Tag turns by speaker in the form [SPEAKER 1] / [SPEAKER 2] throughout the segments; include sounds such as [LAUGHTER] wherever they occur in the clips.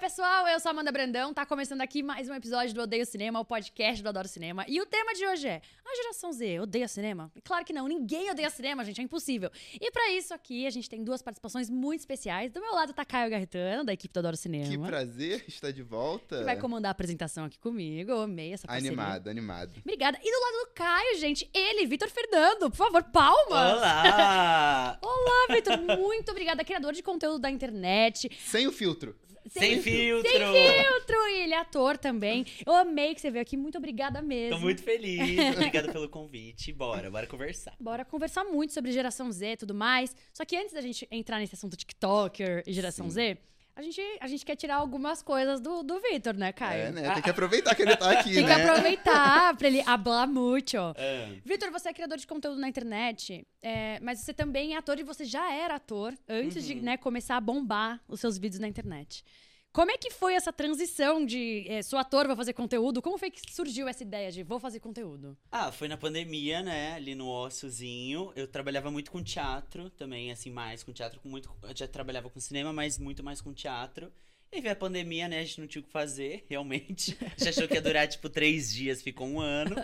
[SPEAKER 1] pessoal, eu sou a Amanda Brandão, tá começando aqui mais um episódio do Odeio Cinema, o podcast do Adoro Cinema. E o tema de hoje é: a geração Z odeia cinema? Claro que não, ninguém odeia cinema, gente, é impossível. E pra isso aqui, a gente tem duas participações muito especiais. Do meu lado tá Caio Garritano, da equipe do Adoro Cinema.
[SPEAKER 2] Que prazer estar de volta.
[SPEAKER 1] que vai comandar a apresentação aqui comigo. Eu amei essa parceria.
[SPEAKER 2] Animado, animado.
[SPEAKER 1] Obrigada. E do lado do Caio, gente, ele, Vitor Fernando. Por favor, palmas.
[SPEAKER 3] Olá!
[SPEAKER 1] Olá, Vitor. Muito obrigada. Criador de conteúdo da internet.
[SPEAKER 2] Sem o filtro.
[SPEAKER 3] Sem filtro!
[SPEAKER 1] Sem filtro. E ele é ator também. Eu amei que você veio aqui. Muito obrigada mesmo.
[SPEAKER 3] Tô muito feliz, obrigado pelo convite. Bora, bora conversar.
[SPEAKER 1] Bora conversar muito sobre geração Z e tudo mais. Só que antes da gente entrar nesse assunto TikToker e geração Z, a gente, a gente quer tirar algumas coisas do, do Vitor, né, Caio?
[SPEAKER 2] É, né? Tem que aproveitar que ele tá aqui,
[SPEAKER 1] [LAUGHS] Tem que
[SPEAKER 2] né?
[SPEAKER 1] aproveitar pra ele hablar muito.
[SPEAKER 3] Ah,
[SPEAKER 1] Vitor, você é criador de conteúdo na internet, é, mas você também é ator e você já era ator antes de né, começar a bombar os seus vídeos na internet. Como é que foi essa transição de é, sou ator, vou fazer conteúdo? Como foi que surgiu essa ideia de vou fazer conteúdo?
[SPEAKER 3] Ah, foi na pandemia, né? Ali no óssozinho. Eu trabalhava muito com teatro também, assim, mais com teatro, com muito. Eu já trabalhava com cinema, mas muito mais com teatro. E aí veio a pandemia, né? A gente não tinha o que fazer, [LAUGHS] realmente. A gente achou que ia durar, tipo, três dias, ficou um ano.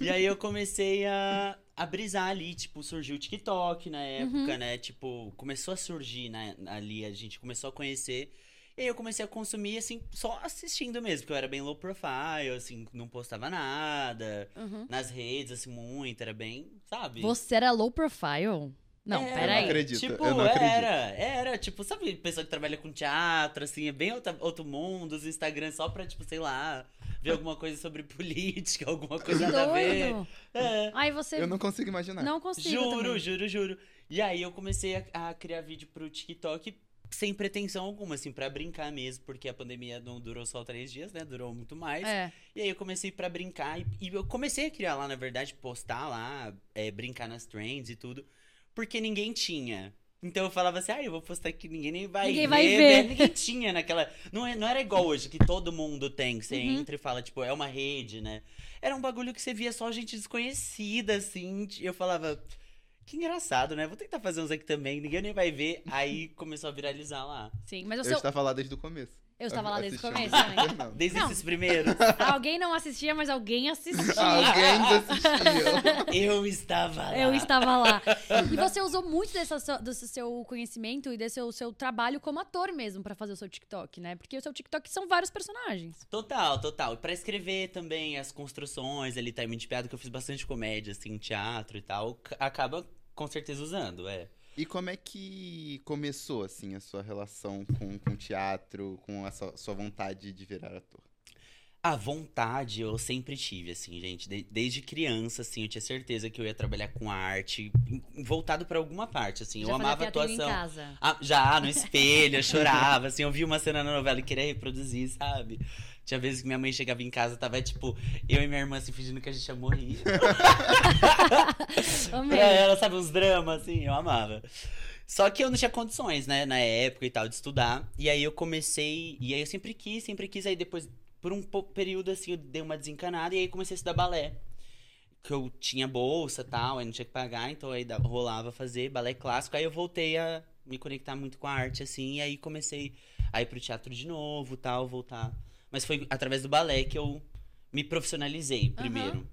[SPEAKER 3] e aí eu comecei a, a brisar ali, tipo, surgiu o TikTok na época, né? Tipo, começou a surgir né, ali, a gente começou a conhecer. E aí eu comecei a consumir, assim, só assistindo mesmo, porque eu era bem low profile, assim, não postava nada
[SPEAKER 2] Uhum.
[SPEAKER 3] nas redes, assim, muito, era bem, sabe?
[SPEAKER 1] Você era low profile? Não,
[SPEAKER 3] É,
[SPEAKER 2] Eu não
[SPEAKER 1] peraí.
[SPEAKER 2] acredito,
[SPEAKER 3] Tipo,
[SPEAKER 2] eu não acredito.
[SPEAKER 3] era, era, tipo, sabe, pessoa que trabalha com teatro, assim, é bem outra- outro mundo, os Instagram só pra, tipo, sei lá, ver alguma coisa sobre [LAUGHS] política, alguma coisa nada a ver.
[SPEAKER 1] Doido.
[SPEAKER 3] É.
[SPEAKER 1] Aí você
[SPEAKER 2] Eu não consigo imaginar.
[SPEAKER 1] não consigo
[SPEAKER 3] Juro,
[SPEAKER 1] também.
[SPEAKER 3] juro, juro. E aí eu comecei a, a criar vídeo pro TikTok sem pretensão alguma, assim, pra brincar mesmo, porque a pandemia não durou só três dias, né? Durou muito mais.
[SPEAKER 1] É.
[SPEAKER 3] E aí eu comecei pra brincar e, e eu comecei a criar lá, na verdade, postar lá, é, brincar nas trends e tudo, porque ninguém tinha. Então eu falava assim, ah, eu vou postar que ninguém nem vai
[SPEAKER 1] Ninguém
[SPEAKER 3] ver.
[SPEAKER 1] vai
[SPEAKER 3] né?
[SPEAKER 1] ver.
[SPEAKER 3] Ninguém tinha naquela. Não, é- não era igual hoje, que todo mundo tem, que você
[SPEAKER 1] Uhum.
[SPEAKER 3] entra e fala, tipo, é uma rede, né? Era um bagulho que você via só gente desconhecida, assim. E eu falava, que engraçado, né? Vou tentar fazer uns aqui também, ninguém nem vai ver. Aí começou a viralizar lá.
[SPEAKER 1] Sim, mas eu,
[SPEAKER 2] Eu
[SPEAKER 1] sou...
[SPEAKER 2] estava lá desde o começo.
[SPEAKER 1] eu estava lá desde o
[SPEAKER 2] Assistindo.
[SPEAKER 1] começo também. [LAUGHS]
[SPEAKER 2] Não.
[SPEAKER 3] Desde
[SPEAKER 1] Não.
[SPEAKER 3] esses primeiros.
[SPEAKER 1] Alguém não assistia, mas alguém
[SPEAKER 2] [LAUGHS]
[SPEAKER 1] assistia.
[SPEAKER 2] Alguém assistiu. [LAUGHS]
[SPEAKER 3] eu estava lá.
[SPEAKER 1] Eu estava
[SPEAKER 3] [LAUGHS]
[SPEAKER 1] lá. E você usou muito dessa sua- desse seu conhecimento e desse seu, seu trabalho como ator mesmo pra fazer o seu TikTok, né? Porque o seu TikTok são vários personagens.
[SPEAKER 3] Total, total. E pra escrever também as construções ali, time de piada, que eu fiz bastante comédia, assim, teatro e tal, c- acaba com certeza usando, é.
[SPEAKER 2] E como é que começou, assim, a sua relação com, com o teatro, com a sua, sua vontade de virar ator?
[SPEAKER 3] A vontade eu sempre tive, assim, gente. De- desde criança, assim, eu tinha certeza que eu ia trabalhar com arte, em- voltado pra alguma parte, assim. eu
[SPEAKER 1] Já fazia
[SPEAKER 3] amava
[SPEAKER 1] teatrinho
[SPEAKER 3] atuação.
[SPEAKER 1] em
[SPEAKER 3] [LAUGHS]
[SPEAKER 1] casa.
[SPEAKER 3] Ah, já, no espelho, eu chorava, assim, eu via uma cena na novela e queria reproduzir, sabe? Tinha vezes que minha mãe chegava em casa, tava, tipo, eu e minha irmã, assim, fingindo que a gente ia morrer.
[SPEAKER 1] Amei.
[SPEAKER 3] Pra ela, sabe, uns dramas, assim, eu amava. Só que eu não tinha condições, né, na época e tal, de estudar. E aí eu comecei, e aí eu sempre quis, sempre quis, aí depois, por um pou- período, assim, eu dei uma desencanada e aí comecei a estudar balé. Que eu tinha bolsa e tal, aí não tinha que pagar, então aí da- rolava fazer balé clássico. Aí eu voltei a me conectar muito com a arte, assim, e aí comecei a ir pro teatro de novo tal, voltar. Mas foi através do balé que eu me profissionalizei primeiro.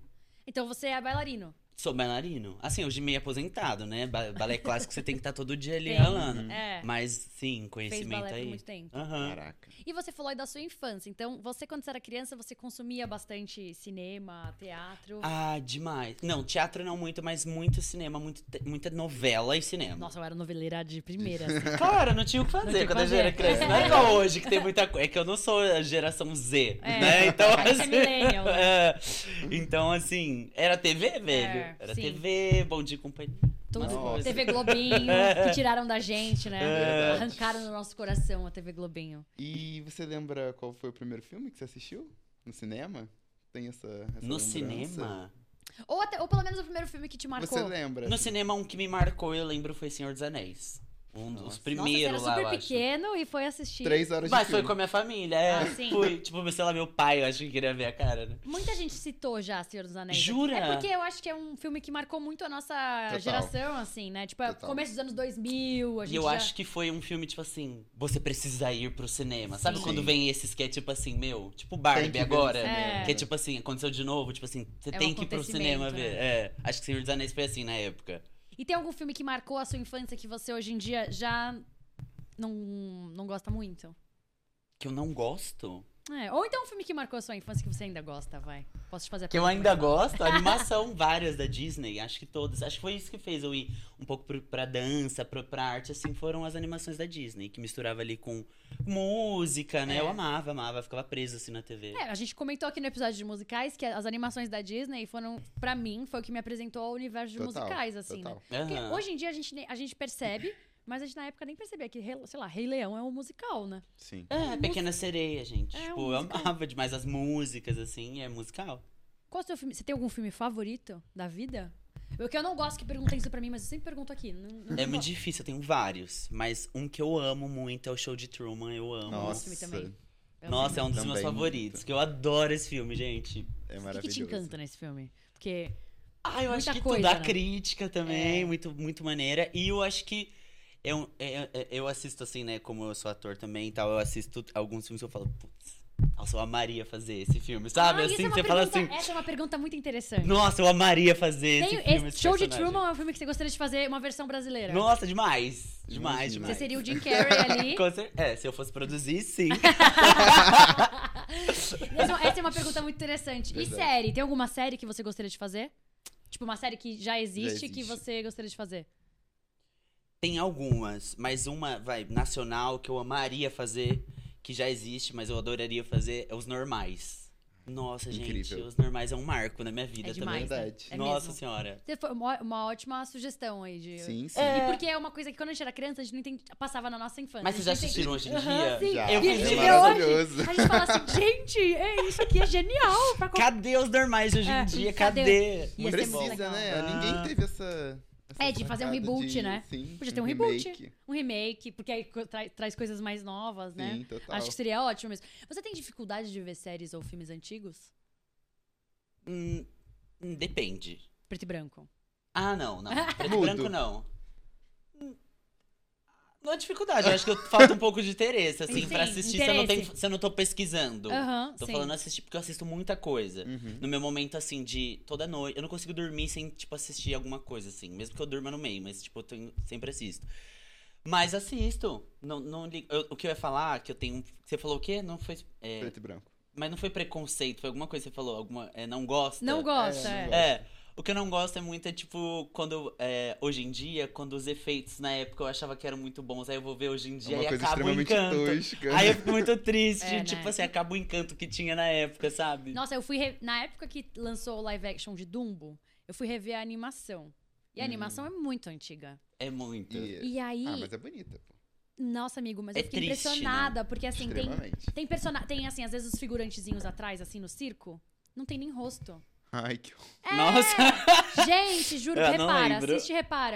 [SPEAKER 1] Então você é bailarino.
[SPEAKER 3] Sou bailarino. Assim, hoje meio aposentado, né? Ba- Balé clássico você tem que estar todo dia ali
[SPEAKER 1] Tem.
[SPEAKER 3] ralando.
[SPEAKER 1] É.
[SPEAKER 3] Mas sim,
[SPEAKER 1] Fez
[SPEAKER 3] Hum. conhecimento
[SPEAKER 1] balé por
[SPEAKER 3] aí.
[SPEAKER 1] muito tempo.
[SPEAKER 3] Aham.
[SPEAKER 2] Caraca.
[SPEAKER 1] E você falou aí da sua infância. Então, você, quando você era criança, você consumia bastante cinema, teatro.
[SPEAKER 3] Ah, demais. Não, teatro não muito, mas muito cinema, muito, te- muita novela e cinema.
[SPEAKER 1] Nossa, eu era noveleira de primeira. assim.
[SPEAKER 3] [LAUGHS] Claro, não tinha o que fazer
[SPEAKER 1] tinha o que
[SPEAKER 3] quando eu era
[SPEAKER 1] fazer.
[SPEAKER 3] criança. Não é igual hoje que tem muita coisa. É que eu não sou a geração Z,
[SPEAKER 1] É. [LAUGHS]
[SPEAKER 3] né? Então,
[SPEAKER 1] Aí você é millennial, né?
[SPEAKER 3] é. Então, assim, era TV,
[SPEAKER 1] É,
[SPEAKER 3] velho. era
[SPEAKER 1] sim.
[SPEAKER 3] TV, Bom Dia e Companhia.
[SPEAKER 1] Tudo.
[SPEAKER 2] Nossa.
[SPEAKER 1] TV
[SPEAKER 3] [LAUGHS]
[SPEAKER 1] Globinho, que tiraram da gente, né?
[SPEAKER 2] Verdade.
[SPEAKER 1] Arrancaram do nosso coração a TV Globinho.
[SPEAKER 2] E você lembra qual foi o primeiro filme que você assistiu? No cinema? Tem essa, essa
[SPEAKER 3] No
[SPEAKER 2] lembrança?
[SPEAKER 3] cinema...
[SPEAKER 1] Ou, até- ou pelo menos o primeiro filme que te marcou.
[SPEAKER 2] Você lembra? assim,
[SPEAKER 3] No cinema, um que me marcou, eu lembro, foi Senhor dos Anéis. Um dos
[SPEAKER 2] Nossa.
[SPEAKER 3] primeiros
[SPEAKER 1] Nossa, você
[SPEAKER 3] lá,
[SPEAKER 1] era
[SPEAKER 3] eu
[SPEAKER 1] super
[SPEAKER 3] acho.
[SPEAKER 1] pequeno e foi assistir.
[SPEAKER 2] Três horas de
[SPEAKER 3] Mas foi
[SPEAKER 2] filme.
[SPEAKER 3] com a minha família, é.
[SPEAKER 1] Ah, sim.
[SPEAKER 3] Fui, tipo, sei lá, meu pai, eu acho que queria ver a cara, né?
[SPEAKER 1] Muita gente citou já Senhor dos Anéis. aqui.
[SPEAKER 3] Jura?
[SPEAKER 1] É porque eu acho que é um filme que marcou muito a nossa
[SPEAKER 2] Total.
[SPEAKER 1] geração, assim, né? Tipo, é
[SPEAKER 2] Total.
[SPEAKER 1] começo dos anos 2000, a gente
[SPEAKER 3] E eu
[SPEAKER 1] já...
[SPEAKER 3] acho que foi um filme, tipo assim, você precisa ir pro cinema. Sabe
[SPEAKER 2] Sim.
[SPEAKER 3] quando vem esses que é tipo assim, meu, tipo
[SPEAKER 2] Tem
[SPEAKER 3] Barbie
[SPEAKER 2] que ver no
[SPEAKER 3] agora?
[SPEAKER 2] cinema.
[SPEAKER 1] É.
[SPEAKER 3] Que é tipo assim, aconteceu de novo, tipo assim, você
[SPEAKER 1] É um
[SPEAKER 3] tem que ir pro cinema
[SPEAKER 1] acontecimento, né?
[SPEAKER 3] ver. É, acho que Senhor dos Anéis foi assim na época.
[SPEAKER 1] E tem algum filme que marcou a sua infância que você hoje em dia já não, não gosta muito?
[SPEAKER 3] Que eu não gosto.
[SPEAKER 1] É, ou então um filme que marcou a sua infância que você ainda gosta, vai. Posso te fazer a
[SPEAKER 3] Que eu
[SPEAKER 1] pergunta
[SPEAKER 3] ainda
[SPEAKER 1] mais uma?
[SPEAKER 3] gosto, animação, várias da Disney, acho que todas. Acho que foi isso que fez eu ir um pouco pro, pra dança, pro, pra arte, assim, foram as animações da Disney, que misturava ali com música, né?
[SPEAKER 1] É.
[SPEAKER 3] Eu amava, amava, ficava preso assim na TV.
[SPEAKER 1] É, a gente comentou aqui no episódio de musicais que as animações da Disney foram, pra mim, foi o que me apresentou ao universo de
[SPEAKER 2] Total,
[SPEAKER 1] musicais, assim,
[SPEAKER 2] total.
[SPEAKER 1] né? Porque
[SPEAKER 3] Aham.
[SPEAKER 1] hoje em dia a gente, nem- a gente percebe, mas a gente na época nem percebia que, Rei- sei lá, Rei Leão é um musical, né?
[SPEAKER 2] Sim.
[SPEAKER 3] É, Pequena Sereia, gente.
[SPEAKER 1] É,
[SPEAKER 3] tipo,
[SPEAKER 1] um
[SPEAKER 3] eu
[SPEAKER 1] musical.
[SPEAKER 3] amava demais as músicas, assim, é musical.
[SPEAKER 1] Qual o seu filme? Você tem algum filme favorito da vida? Eu que eu não gosto que perguntem isso pra mim, mas eu sempre pergunto aqui. não- [LAUGHS] não
[SPEAKER 3] É muito
[SPEAKER 1] gosto.
[SPEAKER 3] difícil, eu tenho vários, mas um que eu amo muito é o show de Truman, eu amo.
[SPEAKER 1] Nossa,
[SPEAKER 2] Nossa,
[SPEAKER 1] filme também. É um
[SPEAKER 3] Nossa, é um dos
[SPEAKER 2] Também
[SPEAKER 3] meus favoritos,
[SPEAKER 2] muito.
[SPEAKER 3] que eu adoro esse filme, gente.
[SPEAKER 2] é
[SPEAKER 1] filme- O que, que
[SPEAKER 2] maravilhoso.
[SPEAKER 1] te encanta nesse filme? Porque
[SPEAKER 3] Ah, eu
[SPEAKER 1] Muita
[SPEAKER 3] acho que
[SPEAKER 1] coisa,
[SPEAKER 3] tudo, a
[SPEAKER 1] né?
[SPEAKER 3] crítica também,
[SPEAKER 1] É.
[SPEAKER 3] muito, muito maneira. E eu acho que é um- é- é- eu assisto assim, né, como eu sou ator também e tal, eu assisto alguns filmes e eu falo, putz, nossa, eu amaria fazer esse filme, sabe?
[SPEAKER 1] Ah, isso
[SPEAKER 3] assim,
[SPEAKER 1] é uma
[SPEAKER 3] você fala
[SPEAKER 1] pergunta-
[SPEAKER 3] assim,
[SPEAKER 1] Essa é uma pergunta muito interessante.
[SPEAKER 3] nossa, eu amaria fazer
[SPEAKER 1] Tem-
[SPEAKER 3] esse filme,
[SPEAKER 1] esse
[SPEAKER 3] esse
[SPEAKER 1] show de
[SPEAKER 3] personagem."
[SPEAKER 1] Truman é um filme que você gostaria de fazer uma versão brasileira.
[SPEAKER 3] Nossa, demais.
[SPEAKER 2] Imagina.
[SPEAKER 3] Demais,
[SPEAKER 1] Você
[SPEAKER 3] demais.
[SPEAKER 1] seria o Jim Carrey [LAUGHS] ali.
[SPEAKER 3] Com cer- É, se eu fosse produzir, sim.
[SPEAKER 1] Essa essa é uma pergunta muito interessante. E
[SPEAKER 2] Verdade.
[SPEAKER 1] série? Tem alguma série que você gostaria de fazer? Tipo, uma série que já existe, que
[SPEAKER 2] existe.
[SPEAKER 1] você gostaria de fazer?
[SPEAKER 3] Tem algumas, mas uma, vai, nacional que eu amaria fazer, que já existe, mas eu adoraria fazer, é os normais. Nossa, gente,
[SPEAKER 2] Incrível.
[SPEAKER 3] os normais é um marco na minha vida
[SPEAKER 1] É
[SPEAKER 3] também.
[SPEAKER 1] demais, né?
[SPEAKER 2] verdade.
[SPEAKER 1] É
[SPEAKER 3] Nossa
[SPEAKER 1] mesmo.
[SPEAKER 3] senhora.
[SPEAKER 1] Você foi uma, uma ótima sugestão aí de.
[SPEAKER 2] Sim, sim.
[SPEAKER 1] E porque é uma coisa que quando a gente era criança, a gente não entendi, passava na nossa infância.
[SPEAKER 3] Mas
[SPEAKER 1] a gente
[SPEAKER 3] vocês já
[SPEAKER 1] não entendi-
[SPEAKER 3] assistiram hoje em
[SPEAKER 1] Aham,
[SPEAKER 3] dia?
[SPEAKER 1] sim.
[SPEAKER 2] Já.
[SPEAKER 1] E a
[SPEAKER 3] Eu
[SPEAKER 1] gente
[SPEAKER 3] fiz
[SPEAKER 1] vê
[SPEAKER 3] isso.
[SPEAKER 1] hoje,
[SPEAKER 2] Maravilhoso.
[SPEAKER 1] a gente fala assim, gente, é, isso aqui é genial. Pra qual...
[SPEAKER 3] Cadê os normais hoje em
[SPEAKER 1] É,
[SPEAKER 3] dia?
[SPEAKER 1] cadê?
[SPEAKER 3] Cadê?
[SPEAKER 1] Ia ser muito
[SPEAKER 2] Precisa,
[SPEAKER 1] legal.
[SPEAKER 2] né?
[SPEAKER 3] Ah.
[SPEAKER 2] Ninguém teve essa. essa
[SPEAKER 1] É, de fazer um
[SPEAKER 2] sacada
[SPEAKER 1] reboot,
[SPEAKER 2] de-
[SPEAKER 1] né?
[SPEAKER 2] Sim.
[SPEAKER 1] Podia ter um reboot, Um remake, porque aí co- tra- traz coisas mais novas, né?
[SPEAKER 2] Sim, total.
[SPEAKER 1] Acho que seria ótimo mesmo. Você tem dificuldade de ver séries ou filmes antigos?
[SPEAKER 3] Hum, hum, depende.
[SPEAKER 1] Preto e branco.
[SPEAKER 3] Ah,
[SPEAKER 1] [LAUGHS]
[SPEAKER 3] não, não. Preto e
[SPEAKER 2] Mudo.
[SPEAKER 3] branco, não. Não é dificuldade, eu acho que eu- falta um pouco de interesse, assim,
[SPEAKER 1] Sim,
[SPEAKER 3] pra assistir se eu, não
[SPEAKER 1] interesse.
[SPEAKER 3] tenho, se eu não tô pesquisando.
[SPEAKER 1] Aham,
[SPEAKER 3] tô
[SPEAKER 1] sim.
[SPEAKER 3] falando assistir porque eu assisto muita coisa.
[SPEAKER 2] Uhum.
[SPEAKER 3] No meu momento, assim, de toda noite. Eu não consigo dormir sem, tipo, assistir alguma coisa, assim. Mesmo que eu durma no meio, mas, tipo, eu tenho- sempre assisto. Mas assisto. Não, não ligo. Eu- o que eu ia falar, que eu tenho. Você falou o quê? Não foi. é,
[SPEAKER 2] Preto e branco.
[SPEAKER 3] mas não foi preconceito, foi alguma coisa que você falou. Alguma. é, não gosta.
[SPEAKER 1] Não gosta,
[SPEAKER 2] É,
[SPEAKER 1] é.
[SPEAKER 2] não
[SPEAKER 3] É. O que eu não gosto é muito, é tipo, quando. é, hoje em dia, quando os efeitos na época eu achava que eram muito bons, aí eu vou ver hoje em
[SPEAKER 2] É
[SPEAKER 3] dia
[SPEAKER 2] uma
[SPEAKER 3] e
[SPEAKER 2] coisa
[SPEAKER 3] acaba o
[SPEAKER 2] extremamente
[SPEAKER 3] encanto.
[SPEAKER 2] tosca.
[SPEAKER 3] Aí eu fico muito triste,
[SPEAKER 1] [LAUGHS] É, né?
[SPEAKER 3] tipo assim, acaba o encanto que tinha na época, sabe?
[SPEAKER 1] Nossa, eu fui. re- Na época que lançou o live action de Dumbo, eu fui rever a animação. E a
[SPEAKER 3] Hum.
[SPEAKER 1] animação é muito antiga.
[SPEAKER 3] É muito.
[SPEAKER 2] E-
[SPEAKER 1] E aí.
[SPEAKER 2] Ah, mas é bonita. pô.
[SPEAKER 1] Nossa, amigo, mas
[SPEAKER 3] É
[SPEAKER 1] eu fiquei
[SPEAKER 3] triste, né?
[SPEAKER 1] impressionada, porque assim, tem,
[SPEAKER 2] Extremamente.
[SPEAKER 1] tem personagem. Tem, assim, às vezes os figurantezinhos atrás, assim, no circo, não tem nem rosto.
[SPEAKER 2] Ai, que
[SPEAKER 1] É,
[SPEAKER 3] Nossa!
[SPEAKER 1] Gente, juro,
[SPEAKER 3] Eu não
[SPEAKER 1] repara,
[SPEAKER 3] lembro.
[SPEAKER 1] assiste e
[SPEAKER 3] [LAUGHS]
[SPEAKER 1] repara.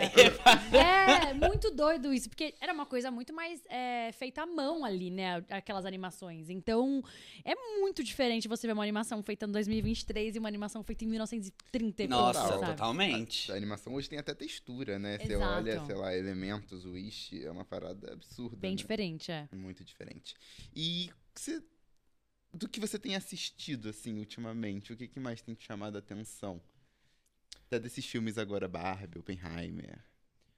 [SPEAKER 1] é, muito doido isso, porque era uma coisa muito mais é, feita à mão ali, né? Aquelas animações. Então, é muito diferente você ver uma animação feita em 2023 e uma animação feita em 1930 e
[SPEAKER 3] Nossa,
[SPEAKER 1] pouco, sabe?
[SPEAKER 3] totalmente.
[SPEAKER 2] A animação hoje tem até textura, né? Você
[SPEAKER 1] Exato.
[SPEAKER 2] olha, sei lá, elementos, o Wish, é uma parada absurda.
[SPEAKER 1] Bem
[SPEAKER 2] né?
[SPEAKER 1] diferente, é.
[SPEAKER 2] Muito diferente. E você- do que você tem assistido, assim, ultimamente? O que, que mais tem te chamado a atenção? Tá desses filmes agora, Barbie, Oppenheimer.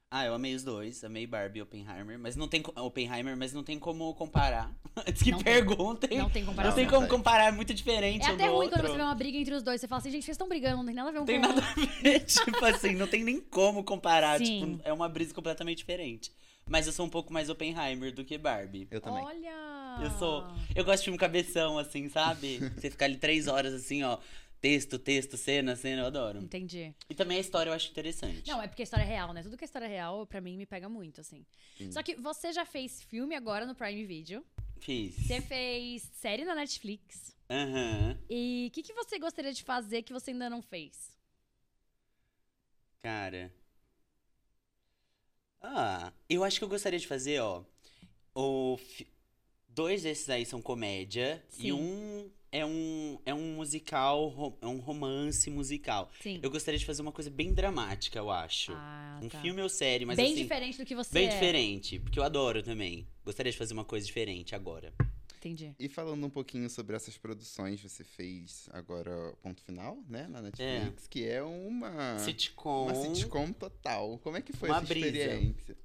[SPEAKER 3] Ah, eu amei os dois, amei Barbie e Oppenheimer, mas não tem co- Oppenheimer, mas não tem como comparar. [LAUGHS] Antes que
[SPEAKER 1] Não tem.
[SPEAKER 3] perguntem.
[SPEAKER 1] Não
[SPEAKER 3] Não,
[SPEAKER 1] tem
[SPEAKER 2] Não
[SPEAKER 1] comparação.
[SPEAKER 3] tem
[SPEAKER 2] não
[SPEAKER 3] como
[SPEAKER 2] tem.
[SPEAKER 3] comparar, é muito diferente
[SPEAKER 1] É
[SPEAKER 3] um
[SPEAKER 1] até
[SPEAKER 3] do
[SPEAKER 1] ruim
[SPEAKER 3] outro.
[SPEAKER 1] quando você vê uma briga entre os dois. Você fala assim, gente, vocês estão brigando, não tem nada a ver um
[SPEAKER 3] Tem
[SPEAKER 1] com o
[SPEAKER 3] nada
[SPEAKER 1] outro.
[SPEAKER 3] É, [LAUGHS] tipo assim, não tem nem como comparar,
[SPEAKER 1] Sim.
[SPEAKER 3] tipo, é uma brisa completamente diferente. Mas eu sou um pouco mais Oppenheimer do que Barbie.
[SPEAKER 2] Eu também.
[SPEAKER 1] Olha!
[SPEAKER 3] Eu sou- Eu gosto de filme cabeção, assim, sabe? Você ficar ali três horas, assim, ó, texto, texto, cena, cena, eu adoro.
[SPEAKER 1] Entendi.
[SPEAKER 3] E também a história eu acho interessante.
[SPEAKER 1] Não, é porque a história é real, né? Tudo que é história real, pra mim, me pega muito, assim.
[SPEAKER 3] Hum.
[SPEAKER 2] Sim.
[SPEAKER 1] Só que você já fez filme agora no Prime Video.
[SPEAKER 3] Fiz.
[SPEAKER 1] Você fez série na Netflix.
[SPEAKER 3] Aham.
[SPEAKER 1] E o que, que você gostaria de fazer que você ainda não fez?
[SPEAKER 3] Cara. Ah, eu acho que eu gostaria de fazer, ó. O fi- Dois desses aí são comédia
[SPEAKER 1] Sim.
[SPEAKER 3] e um é um é um musical, ro- é um romance musical.
[SPEAKER 1] Sim.
[SPEAKER 3] Eu gostaria de fazer uma coisa bem dramática, eu acho.
[SPEAKER 1] Ah,
[SPEAKER 3] Um
[SPEAKER 1] tá.
[SPEAKER 3] filme ou série, mas
[SPEAKER 1] bem
[SPEAKER 3] assim,
[SPEAKER 1] diferente do que você
[SPEAKER 3] bem
[SPEAKER 1] é.
[SPEAKER 3] diferente, porque eu adoro também. Gostaria de fazer uma coisa diferente agora.
[SPEAKER 1] Entendi.
[SPEAKER 2] E falando um pouquinho sobre essas produções, você fez agora Ponto Final, né? Na Netflix, que é uma,
[SPEAKER 3] Sitcom.
[SPEAKER 2] uma sitcom total. Como é que foi
[SPEAKER 3] Uma
[SPEAKER 2] essa
[SPEAKER 3] brisa.
[SPEAKER 2] experiência?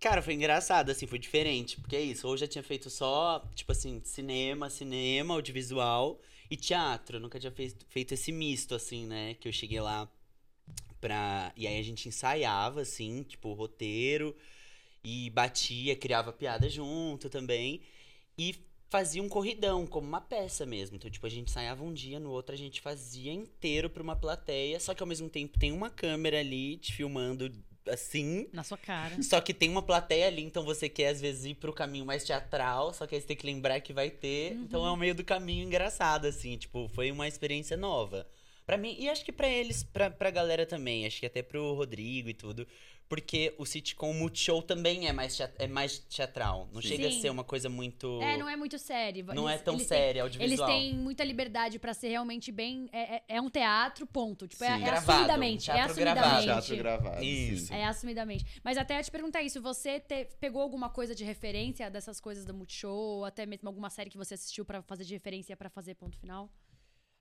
[SPEAKER 3] Cara, foi engraçado, assim, foi diferente, porque é isso. Ou eu já tinha feito só, tipo assim, cinema, cinema, audiovisual e teatro. Eu nunca tinha fez- feito esse misto, assim, né? Que eu cheguei lá pra. E aí a gente ensaiava, assim, tipo, o roteiro e batia, criava piada junto também. E fazia um corridão, como uma peça mesmo. Então, tipo, a gente ensaiava um dia, no outro a gente fazia inteiro pra uma plateia, só que ao mesmo tempo tem uma câmera ali te filmando assim.
[SPEAKER 1] Na sua cara.
[SPEAKER 3] [LAUGHS] Só que tem uma plateia ali, então você quer às vezes ir pro caminho mais teatral, só que aí você tem que lembrar que vai ter.
[SPEAKER 1] Uhum.
[SPEAKER 3] Então é um meio do caminho engraçado, assim, tipo, foi uma experiência nova. Pra mim, e acho que pra eles, pra, pra galera também, acho que até pro Rodrigo e tudo, porque o sitcom Multishow também é mais, tea- é mais teatral. Não
[SPEAKER 2] Sim.
[SPEAKER 3] chega
[SPEAKER 1] Sim.
[SPEAKER 3] a ser uma coisa muito.
[SPEAKER 1] É, não é muito sério.
[SPEAKER 3] não é
[SPEAKER 1] Eles-
[SPEAKER 3] tão
[SPEAKER 1] eles têm-
[SPEAKER 3] séria,
[SPEAKER 1] Eles
[SPEAKER 3] audiovisual.
[SPEAKER 1] têm muita liberdade pra ser realmente bem. É, é- é um teatro, ponto. Tipo, é,
[SPEAKER 2] Sim.
[SPEAKER 1] é
[SPEAKER 3] Gravado,
[SPEAKER 1] assumidamente.
[SPEAKER 3] um
[SPEAKER 1] É
[SPEAKER 3] teatro
[SPEAKER 1] assumidamente.
[SPEAKER 3] gravado.
[SPEAKER 2] Teatro gravado,
[SPEAKER 3] Isso.
[SPEAKER 2] sim.
[SPEAKER 1] É, assumidamente. Mas até te perguntar isso, você te- pegou alguma coisa de referência dessas coisas do Multishow, ou até mesmo alguma série que você assistiu pra fazer de referência pra fazer ponto final?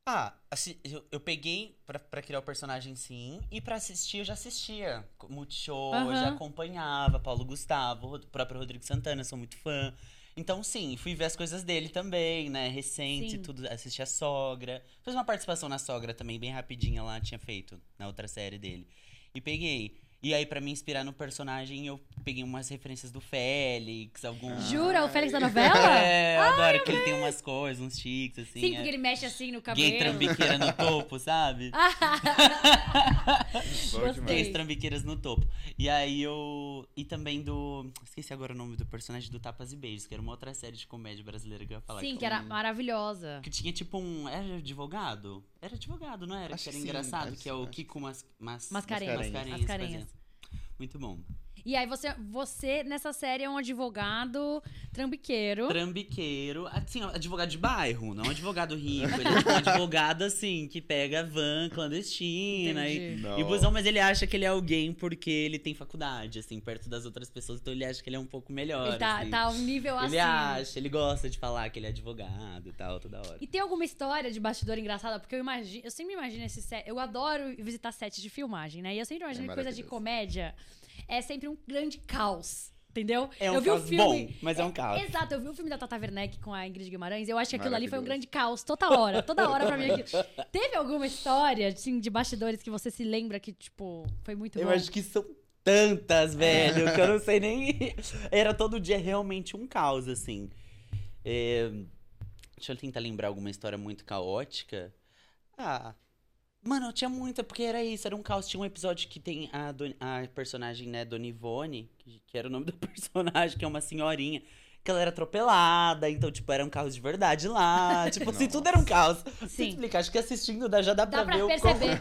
[SPEAKER 3] Ah, assim, eu, eu peguei pra, pra criar o personagem, sim. E pra assistir, eu já assistia. Co- Multishow, eu já
[SPEAKER 1] Aham.
[SPEAKER 3] acompanhava. Paulo Gustavo, o próprio Rodrigo Santana, sou muito fã. Então, sim, fui ver as coisas dele também, né? Recente,
[SPEAKER 1] Sim.
[SPEAKER 3] tudo. Assisti a Sogra. Fez uma participação na Sogra também, bem rapidinha lá, tinha feito. Na outra série dele. E peguei. E aí, pra me inspirar no personagem, eu peguei umas referências do Félix, alguns...
[SPEAKER 1] Jura o Félix da
[SPEAKER 2] Ai.
[SPEAKER 3] [LAUGHS]
[SPEAKER 1] novela?
[SPEAKER 3] Ah, É, eu adoro que ele tem umas coisas, uns tiques, assim.
[SPEAKER 1] Sim,
[SPEAKER 3] é.
[SPEAKER 1] porque ele mexe assim no cabelo.
[SPEAKER 3] Gay trambiqueira no topo,
[SPEAKER 1] [LAUGHS]
[SPEAKER 3] sabe?
[SPEAKER 2] Bom demais.
[SPEAKER 1] Gostei.
[SPEAKER 3] Gays trambiqueiras no topo. E aí eu. E também do. Esqueci agora o nome do personagem do Tapas e Beijos, que era uma outra série de comédia brasileira que eu ia falar.
[SPEAKER 1] Sim, que era maravilhosa.
[SPEAKER 3] Que tinha tipo um. Era advogado? Era advogado, não era?
[SPEAKER 2] Acho
[SPEAKER 3] que era
[SPEAKER 2] que sim,
[SPEAKER 3] engraçado,
[SPEAKER 2] acho-
[SPEAKER 3] que é o
[SPEAKER 2] acho
[SPEAKER 3] Kiko Mas... Mas...
[SPEAKER 1] Mascarenhas.
[SPEAKER 3] Mascarenhas.
[SPEAKER 1] Mascarenhas.
[SPEAKER 3] fazia. Muito bom.
[SPEAKER 1] E aí você, você, nessa série, é um advogado trambiqueiro.
[SPEAKER 3] Trambiqueiro, assim, ó, advogado de bairro, não advogado rico. Ele é tipo um [LAUGHS] advogado assim, que pega van clandestina e
[SPEAKER 1] Entendi.
[SPEAKER 2] Não.
[SPEAKER 3] E o busão, mas ele acha que ele é alguém porque ele tem faculdade, assim, perto das outras pessoas, então ele acha que ele é um pouco melhor.
[SPEAKER 1] Ele tá,
[SPEAKER 3] assim.
[SPEAKER 1] tá um nível
[SPEAKER 3] Ele
[SPEAKER 1] acima.
[SPEAKER 3] acha, ele gosta de falar que ele é advogado e tal, toda hora.
[SPEAKER 1] E tem alguma história de bastidor engraçada? Porque eu imagino, eu sempre imagino esse set. Eu adoro visitar sets de filmagem, né? E eu sempre imagino
[SPEAKER 2] É
[SPEAKER 1] que coisa de
[SPEAKER 2] maravilhoso.
[SPEAKER 1] comédia é sempre um grande caos. Entendeu?
[SPEAKER 3] É um
[SPEAKER 1] eu vi
[SPEAKER 3] caos
[SPEAKER 1] o filme.
[SPEAKER 3] bom, mas é um caos.
[SPEAKER 1] Exato, eu vi o filme da Tata Werneck com a Ingrid Guimarães e eu acho que aquilo ali foi um grande caos
[SPEAKER 2] Maravilhoso.
[SPEAKER 1] toda hora, toda hora pra mim aqui. Teve alguma história, assim, de bastidores que você se lembra que, tipo, foi muito
[SPEAKER 3] Eu
[SPEAKER 1] bom?
[SPEAKER 3] acho que são
[SPEAKER 1] [LAUGHS]
[SPEAKER 3] tantas, velho, que eu não sei nem. [LAUGHS] Era todo dia realmente um caos, assim. É, Deixa eu tentar lembrar alguma história muito caótica. Ah. Mano, tinha muita, porque era isso, era um caos. Tinha um episódio que tem a, Don- a personagem, né, Dona Ivone, que, que era o nome [LAUGHS] do personagem, que é uma senhorinha, que ela era atropelada, então, tipo, era um caos de verdade lá. Tipo assim, tudo era um caos. Sem
[SPEAKER 1] Sim.
[SPEAKER 3] explicar, acho que assistindo dá- já dá,
[SPEAKER 1] Dá pra
[SPEAKER 3] ver o
[SPEAKER 1] perceber.